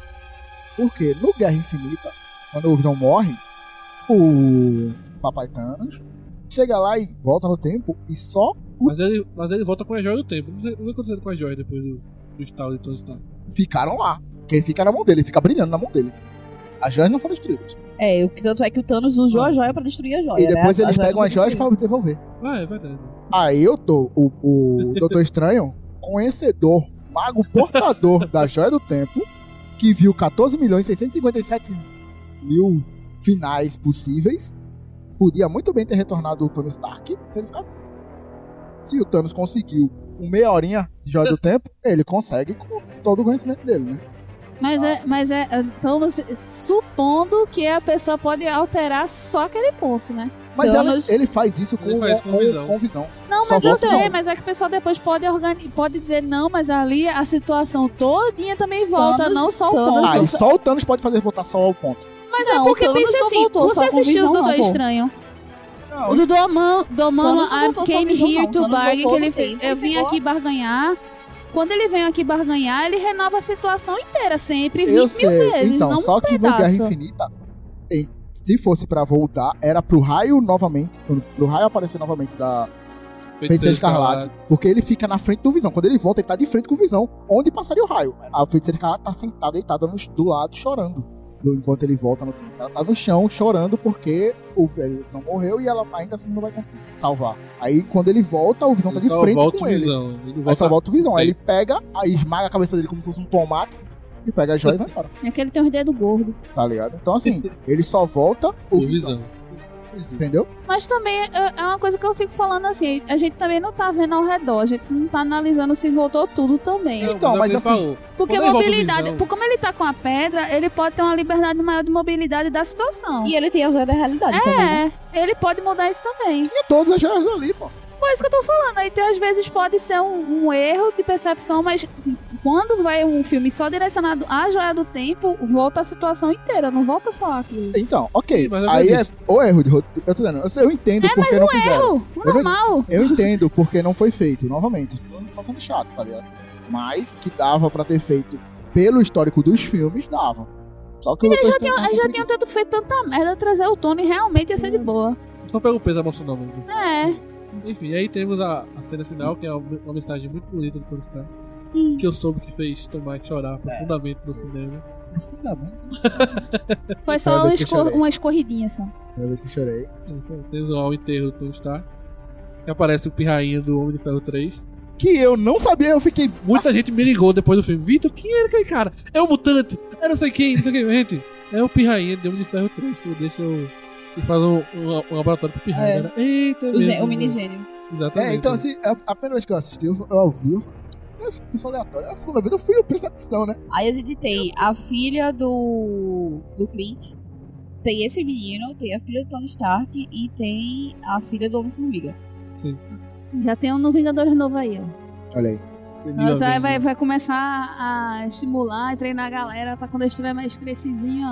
E: Porque no Guerra Infinita, quando o Visão morre, o Papai Thanos chega lá e volta no tempo e só
C: Mas ele, mas ele volta com a joia do tempo. O que aconteceu com a joia depois do, do estalo de Tony Stark?
E: ficaram lá. Quem fica na mão dele, fica brilhando na mão dele. As joias não foram destruídas.
G: É, o que tanto é que o Thanos usou a joia pra destruir a joia.
E: e
G: né?
E: depois
G: A- a
E: eles pegam
G: foi
E: as joias
G: destruída.
E: para devolver.
C: Ah, é verdade.
E: Aí eu tô, o, o Doutor Estranho, conhecedor, mago portador da joia do tempo, que viu 14 milhões 657 mil finais possíveis, podia muito bem ter retornado o Tony Stark pra ele ficar vivo. Se o Thanos conseguiu uma meia horinha de
C: [laughs]
E: joia do tempo, ele consegue com todo o conhecimento dele, né?
F: Mas é, mas é, estamos supondo que a pessoa pode alterar só aquele ponto, né?
E: Mas
G: Thanos-
E: ela- ele faz isso com,
C: Ele faz com
E: com-
C: visão.
E: com visão.
F: Não,
E: Só
F: mas eu
E: opção.
F: sei, mas é que o pessoal depois pode, organi pode dizer não, mas ali a situação todinha também volta,
G: Thanos-
F: não só o
G: Thanos
F: Thanos.
E: Ah,
G: não
E: e
G: sa-
E: só o Thanos pode fazer voltar só ao ponto.
F: Mas
G: Não,
F: é porque
G: o Thanos
F: pensa
G: não
F: assim,
G: voltou só
F: você
G: com
F: assistiu
G: visão,
F: o Doutor
G: não, pô.
F: Estranho?
E: Não,
F: O do Domão, Domão
G: Thanos não
F: I
G: voltou só
F: came
G: visão,
F: here
G: não.
F: to
G: Thanos
F: bargain, que
G: voltou
F: ele
G: no
F: fez.
G: tempo e
F: Eu vim
G: ficou.
F: aqui barganhar. Quando ele vem aqui barganhar, ele renova a situação inteira, sempre, 20
E: Eu
F: mil
E: sei.
F: vezes.
E: então,
F: não um
E: só que no Guerra
F: pedaço.
E: Infinita, em- se fosse pra voltar, era pro raio novamente, pro raio aparecer novamente da Feiticeira Escarlate, porque ele fica na frente do Visão. Quando ele volta, ele tá de frente com o Visão, onde passaria o raio. A Feiticeira Escarlate tá sentada, deitada no- do lado, chorando. do- Enquanto ele volta no tempo. Ela tá no chão chorando porque o Visão morreu e ela ainda assim não vai conseguir salvar. Aí quando ele volta, o Visão tá de
C: Só
E: frente
C: volta
E: com
C: o
E: ele.
C: Visão. Ele
E: Aí só
C: volta-
E: volta o Visão. Aí
C: Sim.
E: ele pega, aí esmaga a cabeça dele como se fosse um tomate e pega a joia e vai embora.
F: É que ele tem os dedos gordos.
E: Tá ligado? Então, assim, ele só volta o
C: o
E: visão,
C: Visão.
E: entendeu?
F: Mas também é é uma coisa que eu fico falando assim, a gente também não tá vendo ao redor, a gente não tá analisando se voltou tudo também.
E: Então,
C: é o
E: mas
C: é que ele
E: assim,
C: falou.
F: Porque
C: quando ele volta
F: mobilidade,
C: visão-
F: por- como ele tá com a pedra, ele pode ter uma liberdade maior de mobilidade da situação.
G: E ele tem a joia da realidade também. né?
F: é, ele pode mudar isso também.
E: Tinha todas as joias ali, pô.
F: Por é isso que eu tô falando, aí então, às vezes pode ser um, um erro de percepção, mas quando vai um filme só direcionado à joia do tempo, volta a situação inteira, não volta só aquilo.
E: Então, ok.
C: Sim, mas eu
E: Aí é
C: disse.
E: o erro de roteiro. Eu tô dizendo, eu, sei- eu entendo porque não fizeram.
F: É, Erro,
E: não-
F: normal.
E: Eu entendo porque não foi feito, novamente. Tô Só sendo chato, tá ligado? Mas que dava pra ter feito pelo histórico dos filmes, dava. Só que o Doutor Estranho não
F: Eu
E: tem
F: já tinha
E: preguiça.
F: tanto feito tanta merda, trazer o Tony realmente ia ser
E: Hum.
F: de boa.
C: Só pega o peso emocional mesmo.
F: É.
C: Enfim, aí temos a, a cena final, que é uma uma mensagem muito bonita do Tony Stark. Que eu soube que fez Tomás chorar profundamente no cinema.
E: Profundamente. né?
F: Foi
E: Foi a
F: só um
E: vez que eu
F: escor-
E: chorei.
F: uma escorridinha só.
E: Primeira vez que eu chorei.
C: Então, Temos lá o enterro do Tony Stark. Que aparece o pirrainha do Homem de Ferro 3.
E: Que eu não sabia, eu fiquei.
C: Muita gente me ligou depois do filme. Vitor, quem era aquele cara? É o mutante? É não sei quem, não sei quem. Gente, é o Pirrainha de Homem de Ferro 3, que eu deixo e faz um, um, um laboratório pro Pirrainha.
G: É.
C: né? Eita,
G: O, gen-
C: mesmo.
G: o mini gênio.
C: Exatamente.
E: É, então, assim, a, a primeira vez que eu assisti, eu, eu ouvi, eu falei, nossa, que pessoal aleatório. A segunda vez eu fui, eu prestei atenção, né?
G: Aí a gente tem a filha do. do Clint. Tem esse menino, tem a filha do Tony Stark e tem a filha do Homem-Formiga.
F: Já tem um no Vingadores novo aí, ó.
E: Olha aí.
F: Só- só vai, vai começar a estimular e treinar a galera pra quando eu estiver mais crescidinho,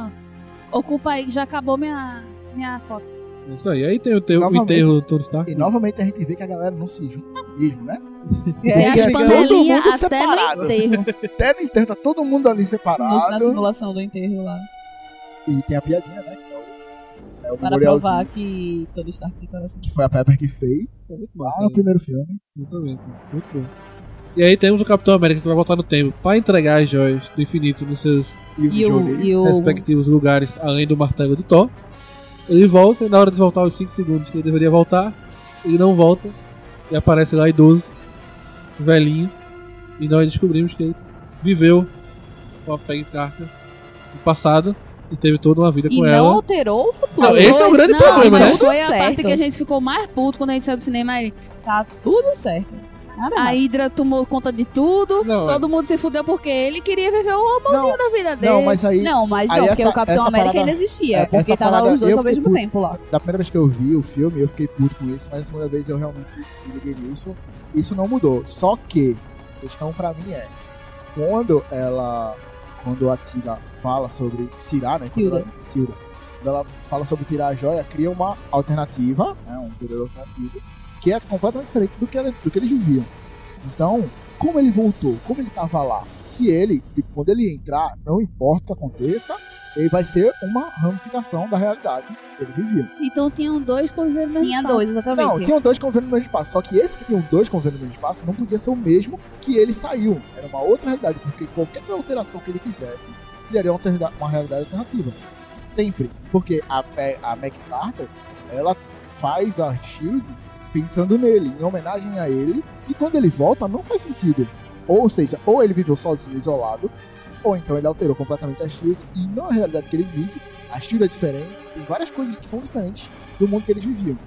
F: ó. Ocupa aí, que já acabou minha, minha cota.
C: É Isso aí. Aí tem o, teu, o
E: Novamente.
C: enterro do Tony Stark.
E: E novamente a gente vê que a galera não se junta mesmo, né?
F: Tem
E: É,
F: as
E: todo
F: panelinhas
E: mundo
F: até
E: separado.
F: no enterro.
E: Até no enterro tá todo mundo ali
G: Nos- na
E: separado.
G: simulação do enterro lá.
E: E tem a piadinha, né? Que é o, é o
G: Para
E: memorialzinho
G: provar que Tony Stark tem coração.
E: que foi a Pepper que fez
C: É muito
E: lá
C: massa.
E: no
C: né?
E: primeiro filme.
C: Exatamente. Muito bom. E aí temos o Capitão América que vai voltar no tempo para entregar as joias do infinito nos seus
G: E o. E o
C: respectivos lugares, além do martelo de Thor. Ele volta, e na hora de voltar, os 5 segundos que ele deveria voltar, ele não volta. E aparece lá idoso, velhinho. E nós descobrimos que ele viveu com a Peggy Carter no passado e teve toda uma vida
G: e
C: com
G: não
C: ela.
G: alterou o futuro.
C: Não, esse é o
F: Pois
C: grande
F: não,
C: problema,
F: mas
G: né?
F: Foi
G: Tudo
F: a parte
G: certo.
F: que a gente ficou mais puto quando a gente saiu do cinema. Aí,
G: Tá tudo certo. Nada
F: a
G: mais.
F: Hydra tomou conta de tudo.
C: Não,
F: todo mundo se fudeu porque ele queria viver o robôzinho da vida dele.
E: Não, mas aí,
G: Não, mas
E: Aí
G: não, porque
E: essa-
G: o Capitão
E: essa
G: América
E: parada-
G: ainda existia.
E: é, essa
G: porque tava
E: parada
G: os dois
E: eu
G: ao mesmo
E: fiquei
G: tempo lá.
E: da primeira vez que eu vi o filme, eu fiquei puto com isso, mas a segunda vez eu realmente me liguei nisso. Isso não mudou. Só que, a questão pra mim é, Quando ela. Quando a Tida fala sobre tirar, né? quando
G: Tilda.
E: ela- Tilda. Quando ela fala sobre tirar a joia, cria uma alternativa, né? Um período alternativo, que é completamente diferente do que, ela- do que eles viviam. Então, como ele voltou, como ele tava lá, se ele, tipo, quando ele entrar, não importa o que aconteça, ele vai ser uma ramificação da realidade que ele vivia.
F: Então tinham dois convivendo no mesmo
G: Tinha
F: espaço.
G: dois,
E: Não,
G: exatamente.
E: tinham dois convênios no mesmo espaço. Só que esse que tinha dois convênios no mesmo espaço não podia ser o mesmo que ele saiu. Era uma outra realidade, porque qualquer alteração que ele fizesse criaria uma, alterna- uma realidade alternativa. Sempre. Porque a, Pe- a Meg Carter, ela faz a Shield pensando nele, em homenagem a ele, e quando ele volta, não faz sentido. Ou seja, ou ele viveu sozinho, isolado, ou então ele alterou completamente a Shield, e na realidade que ele vive, a Shield é diferente, tem várias coisas que são diferentes do mundo que eles viviam.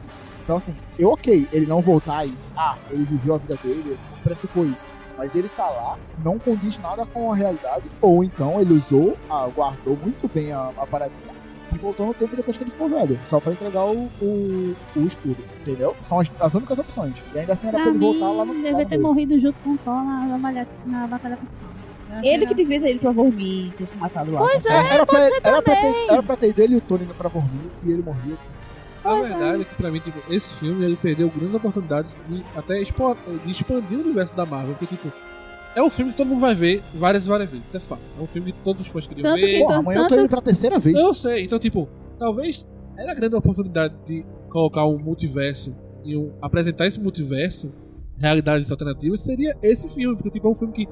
E: Então, assim, eu ok, ele não voltar e, ah, ele viveu a vida dele, não pressupor isso. Mas ele tá lá, não condiz nada com a realidade, ou então ele usou, ah, guardou muito bem a, a paradinha e voltou no tempo depois que ele ficou velho, só pra entregar o, o, o escudo, entendeu? São as, as únicas opções. E ainda assim era pra,
F: Pra
E: ele
F: mim,
E: voltar lá no lá no
F: devia ter
E: meio.
F: morrido junto com o Thor na, na, malha- na batalha principal.
E: um
F: Eu acho
G: Ele
F: era-
G: que devia ter ido pra Vormir e ter se matado lá.
F: Pois
G: sabe?
F: é,
E: era, pra,
F: pode ser
E: era, pra
F: também.
E: ter, era pra ter ido ele e o Tony indo pra Vormir e ele morria.
C: A verdade é que pra mim, tipo, esse filme ele perdeu grandes oportunidades de até expo- de expandir o universo da Marvel, porque tipo, é um filme que todo mundo vai ver várias e várias vezes, isso é fato. É um filme que todos os fãs queriam
F: Tanto
C: ver.
F: que-
E: Porra, amanhã eu tô
F: Então, tanto-
E: indo pra terceira vez.
C: Eu sei, então tipo, talvez era a grande oportunidade de colocar um multiverso e um- apresentar esse multiverso, realidades alternativas, seria esse filme, porque tipo, é um filme que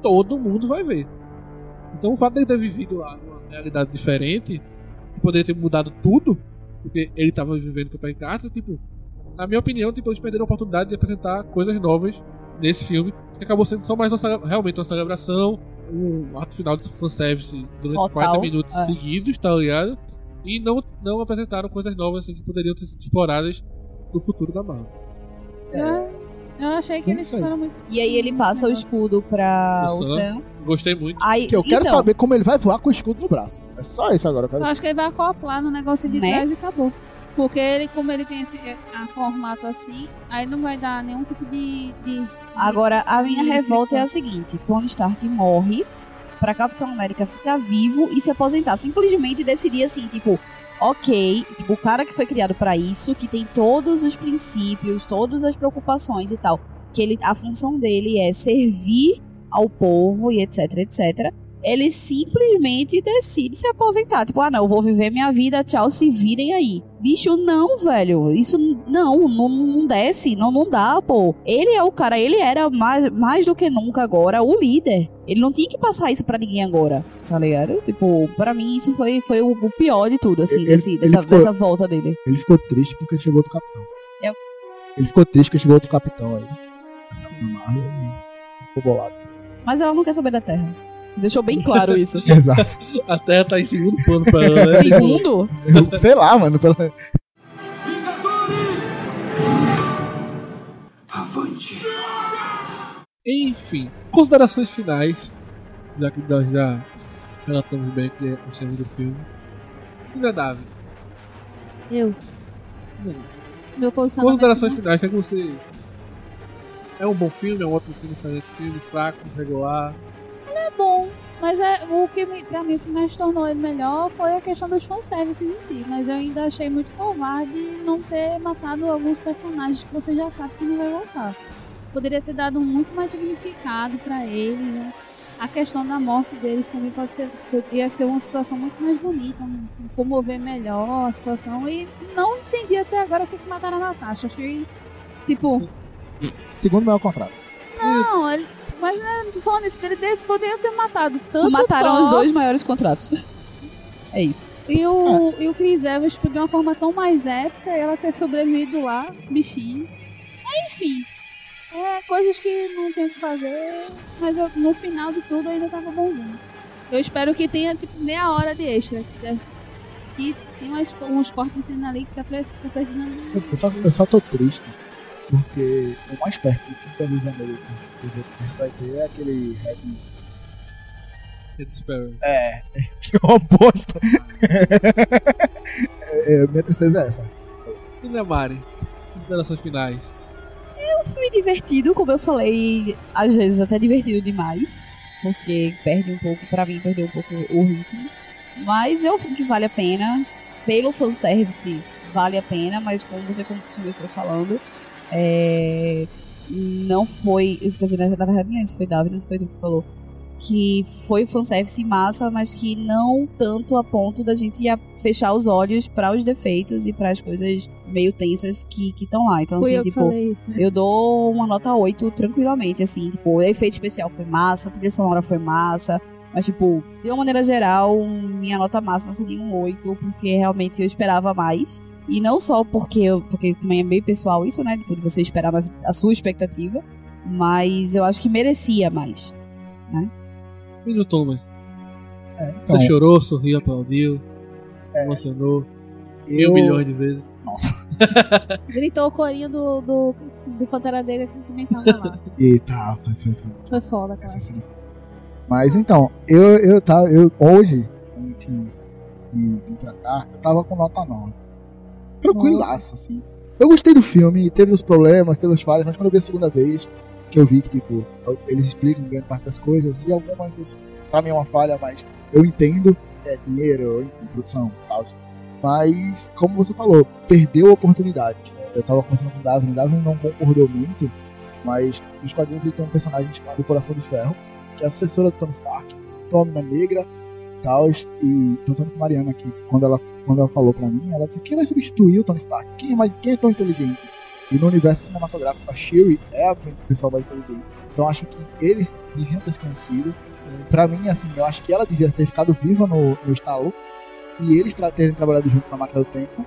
C: todo mundo vai ver. Então o fato dele ter vivido lá uma realidade diferente, de poder ter mudado tudo, porque ele tava vivendo com o pai Carter, tipo, na minha opinião, tipo, eles perderam a oportunidade de apresentar coisas novas nesse filme, que acabou sendo só mais uma, cele- realmente uma celebração, um ato final de fanservice durante
G: Total,
C: 40 minutos
G: é.
C: seguidos, tá ligado? E não, não apresentaram coisas novas assim, que poderiam ter sido exploradas no futuro da Marvel.
E: É,
F: Ah, Eu achei que
E: Sim,
F: eles
E: isso aí.
F: ficaram muito.
G: E aí ele
E: é.
G: passa o escudo pra
C: O
G: o
C: Sam.
G: Sam.
C: Gostei muito.
G: Aí,
E: Que eu quero
G: então,
E: saber como ele vai voar com o escudo no braço. É só isso agora, eu quero
F: Eu acho que ele vai acoplar no negócio de
G: Né?
F: trás e acabou. Porque ele, como ele tem esse a formato assim, aí não vai dar nenhum tipo de. de-
G: Agora, a minha
F: Sim,
G: revolta
F: sim.
G: é a seguinte: Tony Stark morre pra Capitão América ficar vivo e se aposentar. Simplesmente decidir assim, tipo, ok, tipo, o cara que foi criado pra isso, que tem todos os princípios, todas as preocupações e tal, que ele, a função dele é servir ao povo e etc, etc. Ele simplesmente decide se aposentar. Tipo, ah, não, eu vou viver minha vida, tchau, se virem aí. Bicho, não, velho. Isso n- não, não, não desce, não, não dá, pô. Ele é o cara, ele era mais, mais do que nunca agora o líder. Ele não tinha que passar isso pra ninguém agora, tá ligado? Tipo, pra mim isso foi, foi o, o pior de tudo, assim,
E: Ele-
G: desse-
E: ele
G: dessa,
E: ficou-
G: dessa volta dele.
E: Ele ficou triste porque chegou outro capitão.
G: Eu-
E: Ele ficou triste porque chegou outro capitão aí. Capitão Marvel e ficou bolado. [laughs]
G: Mas ela não quer saber da Terra. Deixou bem claro isso.
E: Exato.
C: A Terra tá em segundo plano
G: [laughs]
C: pra ela,
E: É.
C: né?
G: Segundo,
E: Eu- Sei lá, mano. pelo- [laughs]
C: Enfim, considerações finais, já que nós já relatamos bem que é o segundo filme. Agradável.
F: Eu.
C: Hum.
F: Meu posicionamento.
C: Considerações finais, já que você. É um bom filme, é um ótimo filme, excelente filme, fraco, regular.
F: é bom. Mas é, o que me, pra mim o que mais tornou ele melhor foi a questão dos fanservices em si. Mas eu ainda achei muito covarde não ter matado alguns personagens que você já sabe que não vai voltar. Poderia ter dado muito mais significado pra eles, né? A questão da morte deles também pode ser, podia ser uma situação muito mais bonita, um- um comover melhor a situação. E não entendi até agora o que, que mataram a Natasha. Achei, tipo,
E: Segundo maior contrato.
F: não, ele, mas né, não tô falando isso dele, dele poderiam ter matado tanto.
G: mataram
F: Thor,
G: os dois maiores contratos. É isso.
F: E o, e o Chris Evans, tipo, de uma forma tão mais épica, ela ter sobrevivido lá, bichinho. Mas, enfim, é coisas que não tem o que fazer, mas eu- no final de tudo ainda tava bonzinho. Eu espero que tenha, tipo, meia hora de extra. Que, deve- que tem umas, uns cortes de cena ali que tá, pre- tá precisando.
E: Eu eu só, eu só tô triste porque o mais perto do filme também vermelho que ele vai ter é aquele Red.
C: Red Sparrow.
E: É,
C: [laughs]
E: que é uma bosta. é, é, minha tristeza é essa.
C: E né, Mari? Considerações finais.
G: um filme divertido, como eu falei, às vezes até divertido demais. porque perde um pouco, pra mim, perdeu um pouco o ritmo. Mas é um filme que vale a pena. Pelo fanservice, vale a pena, mas como você com- começou falando, é, não foi. Quer dizer, na verdade, não, é isso foi Davi, isso foi tu que falou. Que foi fanservice massa, mas que não tanto a ponto da gente ia fechar os olhos pra os defeitos e para as coisas meio tensas que estão lá. Então,
F: Fui
G: assim,
F: eu que
G: tipo.
F: falei isso, né?
G: Eu dou uma nota 8 tranquilamente, assim, tipo, efeito especial foi massa, trilha sonora foi massa, mas, tipo, de uma maneira geral, minha nota máxima seria um 8, porque realmente eu esperava mais. E não só porque, eu- porque também é meio pessoal isso, né, tipo, de você esperar mais a sua expectativa, mas eu acho que merecia mais.
C: E no Thomas?
E: É, então,
C: Você chorou, sorriu, aplaudiu, emocionou, mil milhões de vezes.
F: Gritou o corinho do, do, do Pantera Negra que também tava
G: [laughs]
F: lá.
E: Eita, tá, foi, foi, foi.
F: Foi foda, cara.
E: Essa é cena foi- Mas então, eu, eu, tava, eu hoje, antes de vir pra cá, eu tava com nota 9. Tranquilaço, assim. Eu gostei do filme, teve os problemas, teve as falhas, mas quando eu vi a segunda vez, que eu vi que, tipo, eles explicam grande parte das coisas, e algumas, isso, pra mim é uma falha, mas eu entendo, é dinheiro, enfim, produção, tal. tipo. Mas, como você falou, perdeu a oportunidade. Eu tava conversando com o Davi, né? o Davi não concordou muito, mas nos quadrinhos ele tem um personagem chamado Coração de Ferro, que é a sucessora do Tony Stark, que é uma menina negra, tal, e tentando com a Mariana aqui, quando ela, quando ela falou pra mim, ela disse, quem vai substituir o Tony Stark? Quem, é mais, quem é tão inteligente? E no universo cinematográfico, a Shuri é a pessoa mais inteligente. Então acho que eles deviam ter se conhecido. Pra mim, assim, eu acho que ela devia ter ficado viva no, no estalo e eles tra- terem trabalhado junto na máquina do tempo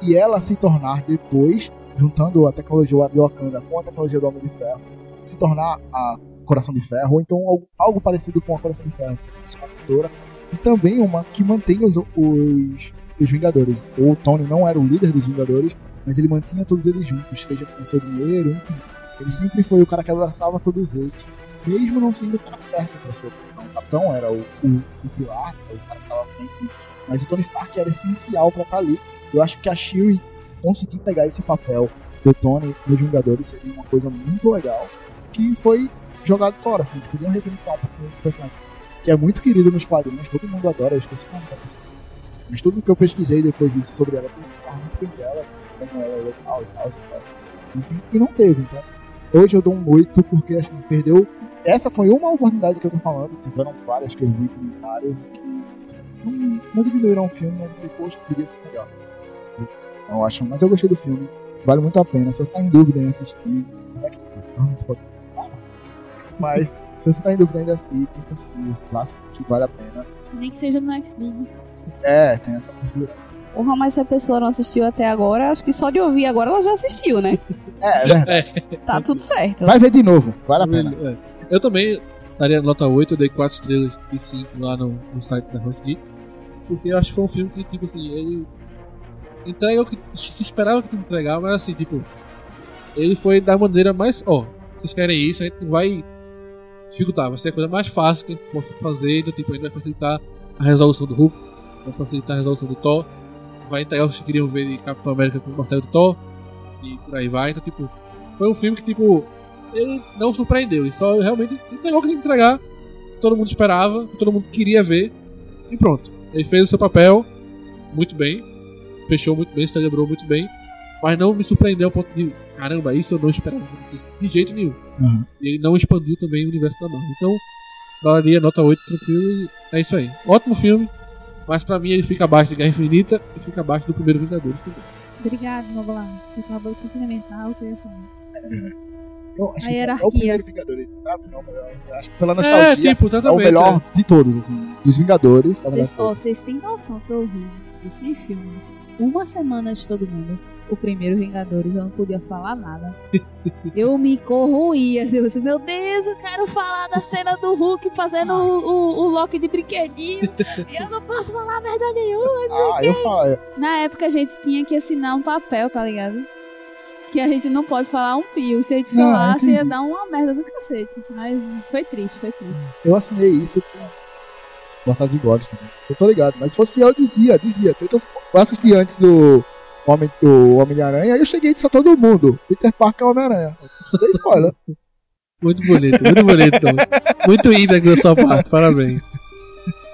E: e ela se tornar depois, juntando a tecnologia de Wakanda com a tecnologia do Homem de Ferro, se tornar a Coração de Ferro, ou então algo, algo parecido com a Coração de Ferro, se fosse uma cantora, e também uma que mantém os, os, os Vingadores. O Tony não era o líder dos Vingadores, mas ele mantinha todos eles juntos, seja com seu dinheiro, enfim. Ele sempre foi o cara que abraçava todos eles, mesmo não sendo o cara certo para ser o capitão. O capitão era o, o, o pilar, né, o cara que tava à frente, mas o Tony Stark era essencial para estar ali. Eu acho que a Shuri conseguir pegar esse papel do Tony nos Vingadores seria uma coisa muito legal, que foi jogado fora, assim, eles podiam referenciar um pouco o personagem, que é muito querido nos quadrinhos, todo mundo adora, eu esqueci o nome da pessoa. Mas tudo que eu pesquisei depois disso sobre ela, todo mundo fala muito bem dela, como ela é legal e tal, assim, tal. enfim, e não teve, então. Hoje eu dou um 8 porque, assim, perdeu... Essa foi uma oportunidade que eu tô falando, tiveram várias que eu vi comentários e que não, não diminuíram o filme, mas eu falei, poxa, podia ser melhor. Então, Eu acho, mas eu gostei do filme, vale muito a pena. Se você tá em dúvida em assistir, apesar que hum, você pode. Ah, Mas se você tá em dúvida em assistir, tenta assistir, vá assistir, que vale a pena.
F: Nem que seja no Next Big.
E: É, tem essa possibilidade.
G: Porra, mas se a pessoa não assistiu até agora, acho que só de ouvir agora ela já assistiu, né?
E: É, é verdade.
G: Tá tudo certo.
E: Vai ver de novo, vale a pena.
C: É. Eu também daria nota 8, eu dei 4 estrelas e 5 lá no, no site da Roche Geek, Porque eu acho que foi um filme que, tipo assim, ele entrega o que se esperava que entregar, mas assim, tipo, ele foi da maneira mais, ó, vocês querem isso, a gente não vai dificultar, vai ser a coisa mais fácil que a gente possa fazer, do tipo, a gente vai facilitar a resolução do Hulk, vai facilitar a resolução do Thor, vai entregar o que queriam ver de Capitão América com o martelo do Thor, e por aí vai, então, tipo, foi um filme que, tipo, ele não surpreendeu, ele só realmente entregou o que tinha que entregar, todo mundo esperava, todo mundo queria ver, e pronto. Ele fez o seu papel muito bem, fechou muito bem, celebrou muito bem, mas não me surpreendeu ao ponto de, caramba, isso eu não esperava de jeito nenhum.
E: Uhum.
C: E ele não expandiu também o universo da Marvel. Então, daria nota 8 tranquilo e é isso aí. Ótimo filme, mas pra mim ele fica abaixo de Guerra Infinita e fica abaixo do primeiro Vingadores também.
F: Obrigado, Noblar. Você acabou de complementar o que eu ia falar.
E: Eu acho que
F: A
E: é o
F: hierarquia.
E: primeiro Vingadores, sabe? Não, eu acho que pela
C: É,
E: nostalgia.
C: tipo,
E: É o
C: exatamente.
E: melhor de todos, assim, dos Vingadores. é o melhor
F: Vocês,
E: de
F: ó,
E: todos.
F: vocês têm noção que eu vi esse filme uma semana antes de todo mundo. O primeiro Vingadores, eu não podia
A: [laughs]
F: falar nada. Eu me corroía, assim, eu disse, meu Deus, eu quero falar da cena do Hulk fazendo o, o, o Loki de brinquedinho. e eu não posso falar verdade nenhuma.
E: Ah, eu falo,
F: Na época a gente tinha que assinar um papel, tá ligado? Que a gente não pode falar um pio. Se a gente
E: Ah,
F: falasse, ia
E: entendi.
F: dar uma merda do cacete. Mas foi triste, foi triste.
E: Eu assinei isso com Bastardos e Glórias também. né? Eu tô ligado. Mas se fosse eu, eu dizia, dizia. Tanto Eu assisti antes o Homem,
C: [laughs]
E: o Homem de Aranha e eu cheguei e disse a todo mundo. Peter Parker é o Homem-Aranha. Dei spoiler.
A: Muito bonito, muito bonito. muito ida da sua parte, parabéns.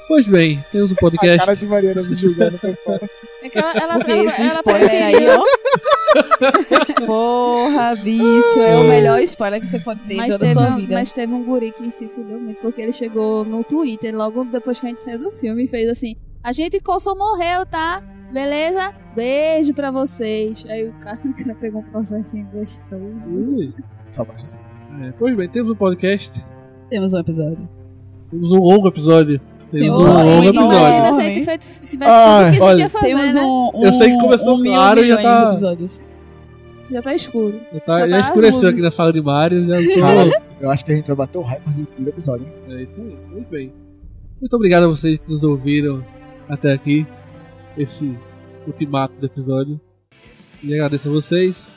A: Pois bem, temos um
E: A
A: podcast.
E: cara de Mariana me julgando foi
C: [laughs]
E: foda.
F: É que ela, ela,
G: Porque
F: ela-
G: esse
F: ela
G: spoiler
F: preferiu-
G: aí, ó. [laughs] Porra, bicho, é o melhor spoiler que você pode ter
F: Mas
G: toda a
F: teve,
G: sua
F: um,
G: vida.
F: mas teve um guri que se fudeu muito, porque ele chegou no Twitter logo depois que a gente saiu do filme e fez assim: A gente Coulson morreu, tá? Beleza? Beijo pra vocês. Aí o cara, [laughs] o cara pegou um processinho gostoso.
A: Ui.
E: Só pra gente.
A: É, pois bem, temos um podcast.
G: Temos um episódio.
A: Temos um longo episódio. Temos um
G: Temos um
A: longo
G: longo
A: episódio.
G: episódio.
F: Imagina se a gente feito- tivesse
A: Ai,
F: tudo que a gente
A: olha,
F: ia fazer,
G: Temos
F: né?
G: um, um.
A: Eu sei que começou
G: um mil
A: claro e já
G: milhões
A: tá-
G: de episódios.
F: Já tá escuro.
A: Já, tá-
F: Só
A: já
F: tá as
A: escureceu
F: luzes.
A: aqui na sala de Mário. Já
E: [laughs] Cara,
A: tô...
E: eu acho que a gente vai bater o recorde do primeiro episódio, hein?
A: É isso aí, muito bem. Muito obrigado a vocês que nos ouviram até aqui. Esse ultimato do episódio. E agradeço a vocês.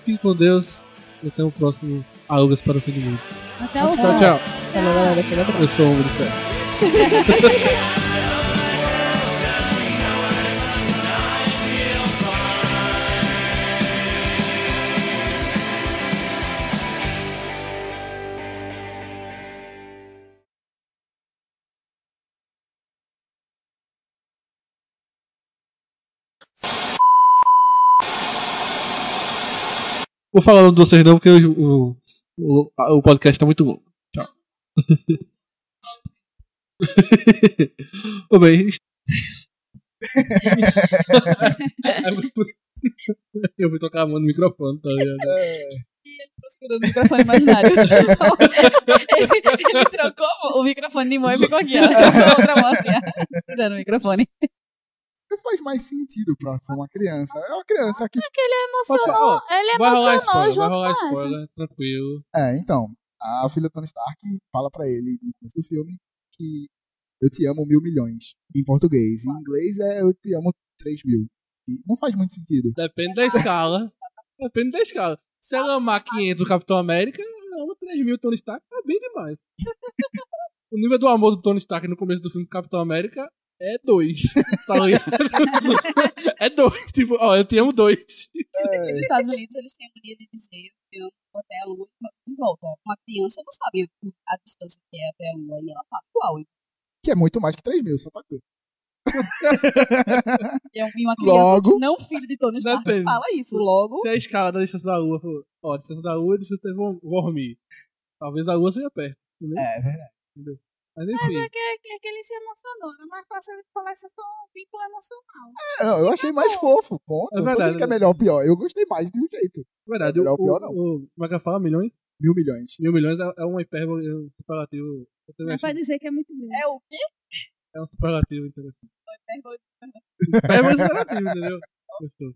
A: Fiquem com Deus. E até o próximo Alugas para o Fim do Mundo.
F: Até o
A: Tchau, tchau.
G: Falou, galera, aquele abraço.
A: [laughs] Eu sou o Hugo de Ferro. Vou falar o nome de vocês não, porque o, o, o podcast tá muito longo. Ô, bem.
C: [laughs] Eu fui tocar a mão no microfone, tá ligado?
G: Tô segurando o microfone imaginário. ele, ele trocou o microfone de mão e ficou aqui, ó. Com a outra mão assim, ó. Tirando o microfone.
E: Porque faz mais sentido pra ser uma criança. É uma criança que.
F: Emocionou, ele
C: Vai rolar spoiler,
F: emocionou
C: vai
F: junto
C: rolar
F: com essa.
C: spoiler, tranquilo.
E: É, então. A filha do Tony Stark fala pra ele no começo do filme que eu te amo mil milhões. Em português. Em inglês é eu te amo três mil. E não faz muito sentido.
C: Depende da escala. Depende da escala. Se ela amar 500 do Capitão América, ela ama 3 mil Tony Stark, tá bem demais. O nível do amor do Tony Stark no começo do filme do Capitão América é 2. Tá ligado? É 2. Tipo, ó, eu te amo 2.
G: Nos Estados Unidos, eles têm a mania de dizer que é eu vou até a lua e volta. Uma criança não sabe a distância que é até a lua e ela tá atual.
E: Que é muito mais que três mil, só pra [laughs] tu.
G: E é um- e uma criança
E: Logo.
G: que não filho de Tony Stark
C: Depende.
G: fala isso. Logo,
C: Se a escala da distância da Lua for, ó, distância da Lua, distância de Vor- Vormir. Talvez a Lua seja perto.
E: É, verdade.
C: Mas
F: Mas
C: enfim.
F: é que, é que ele se emocionou, né? Mas pra ele falar isso foi um vínculo emocional.
E: Não, eu achei mais fofo, ponto.
C: É
E: Não tô
C: verdade,
E: dizendo que é
C: né?
E: melhor ou pior. Eu gostei mais de um jeito.
C: Verdade,
E: É
C: o,
E: melhor ou pior, não.
C: o, o, como é que eu falo? Milhões?
E: Mil milhões.
C: Mil milhões é, é um hipérbole, é um superlativo. Eu também
F: Não
C: achei-
F: pode dizer que é muito grande.
G: é o quê?
C: É um superlativo interessante.
G: Pergunta
C: É mais superlativo, entendeu? Gostou.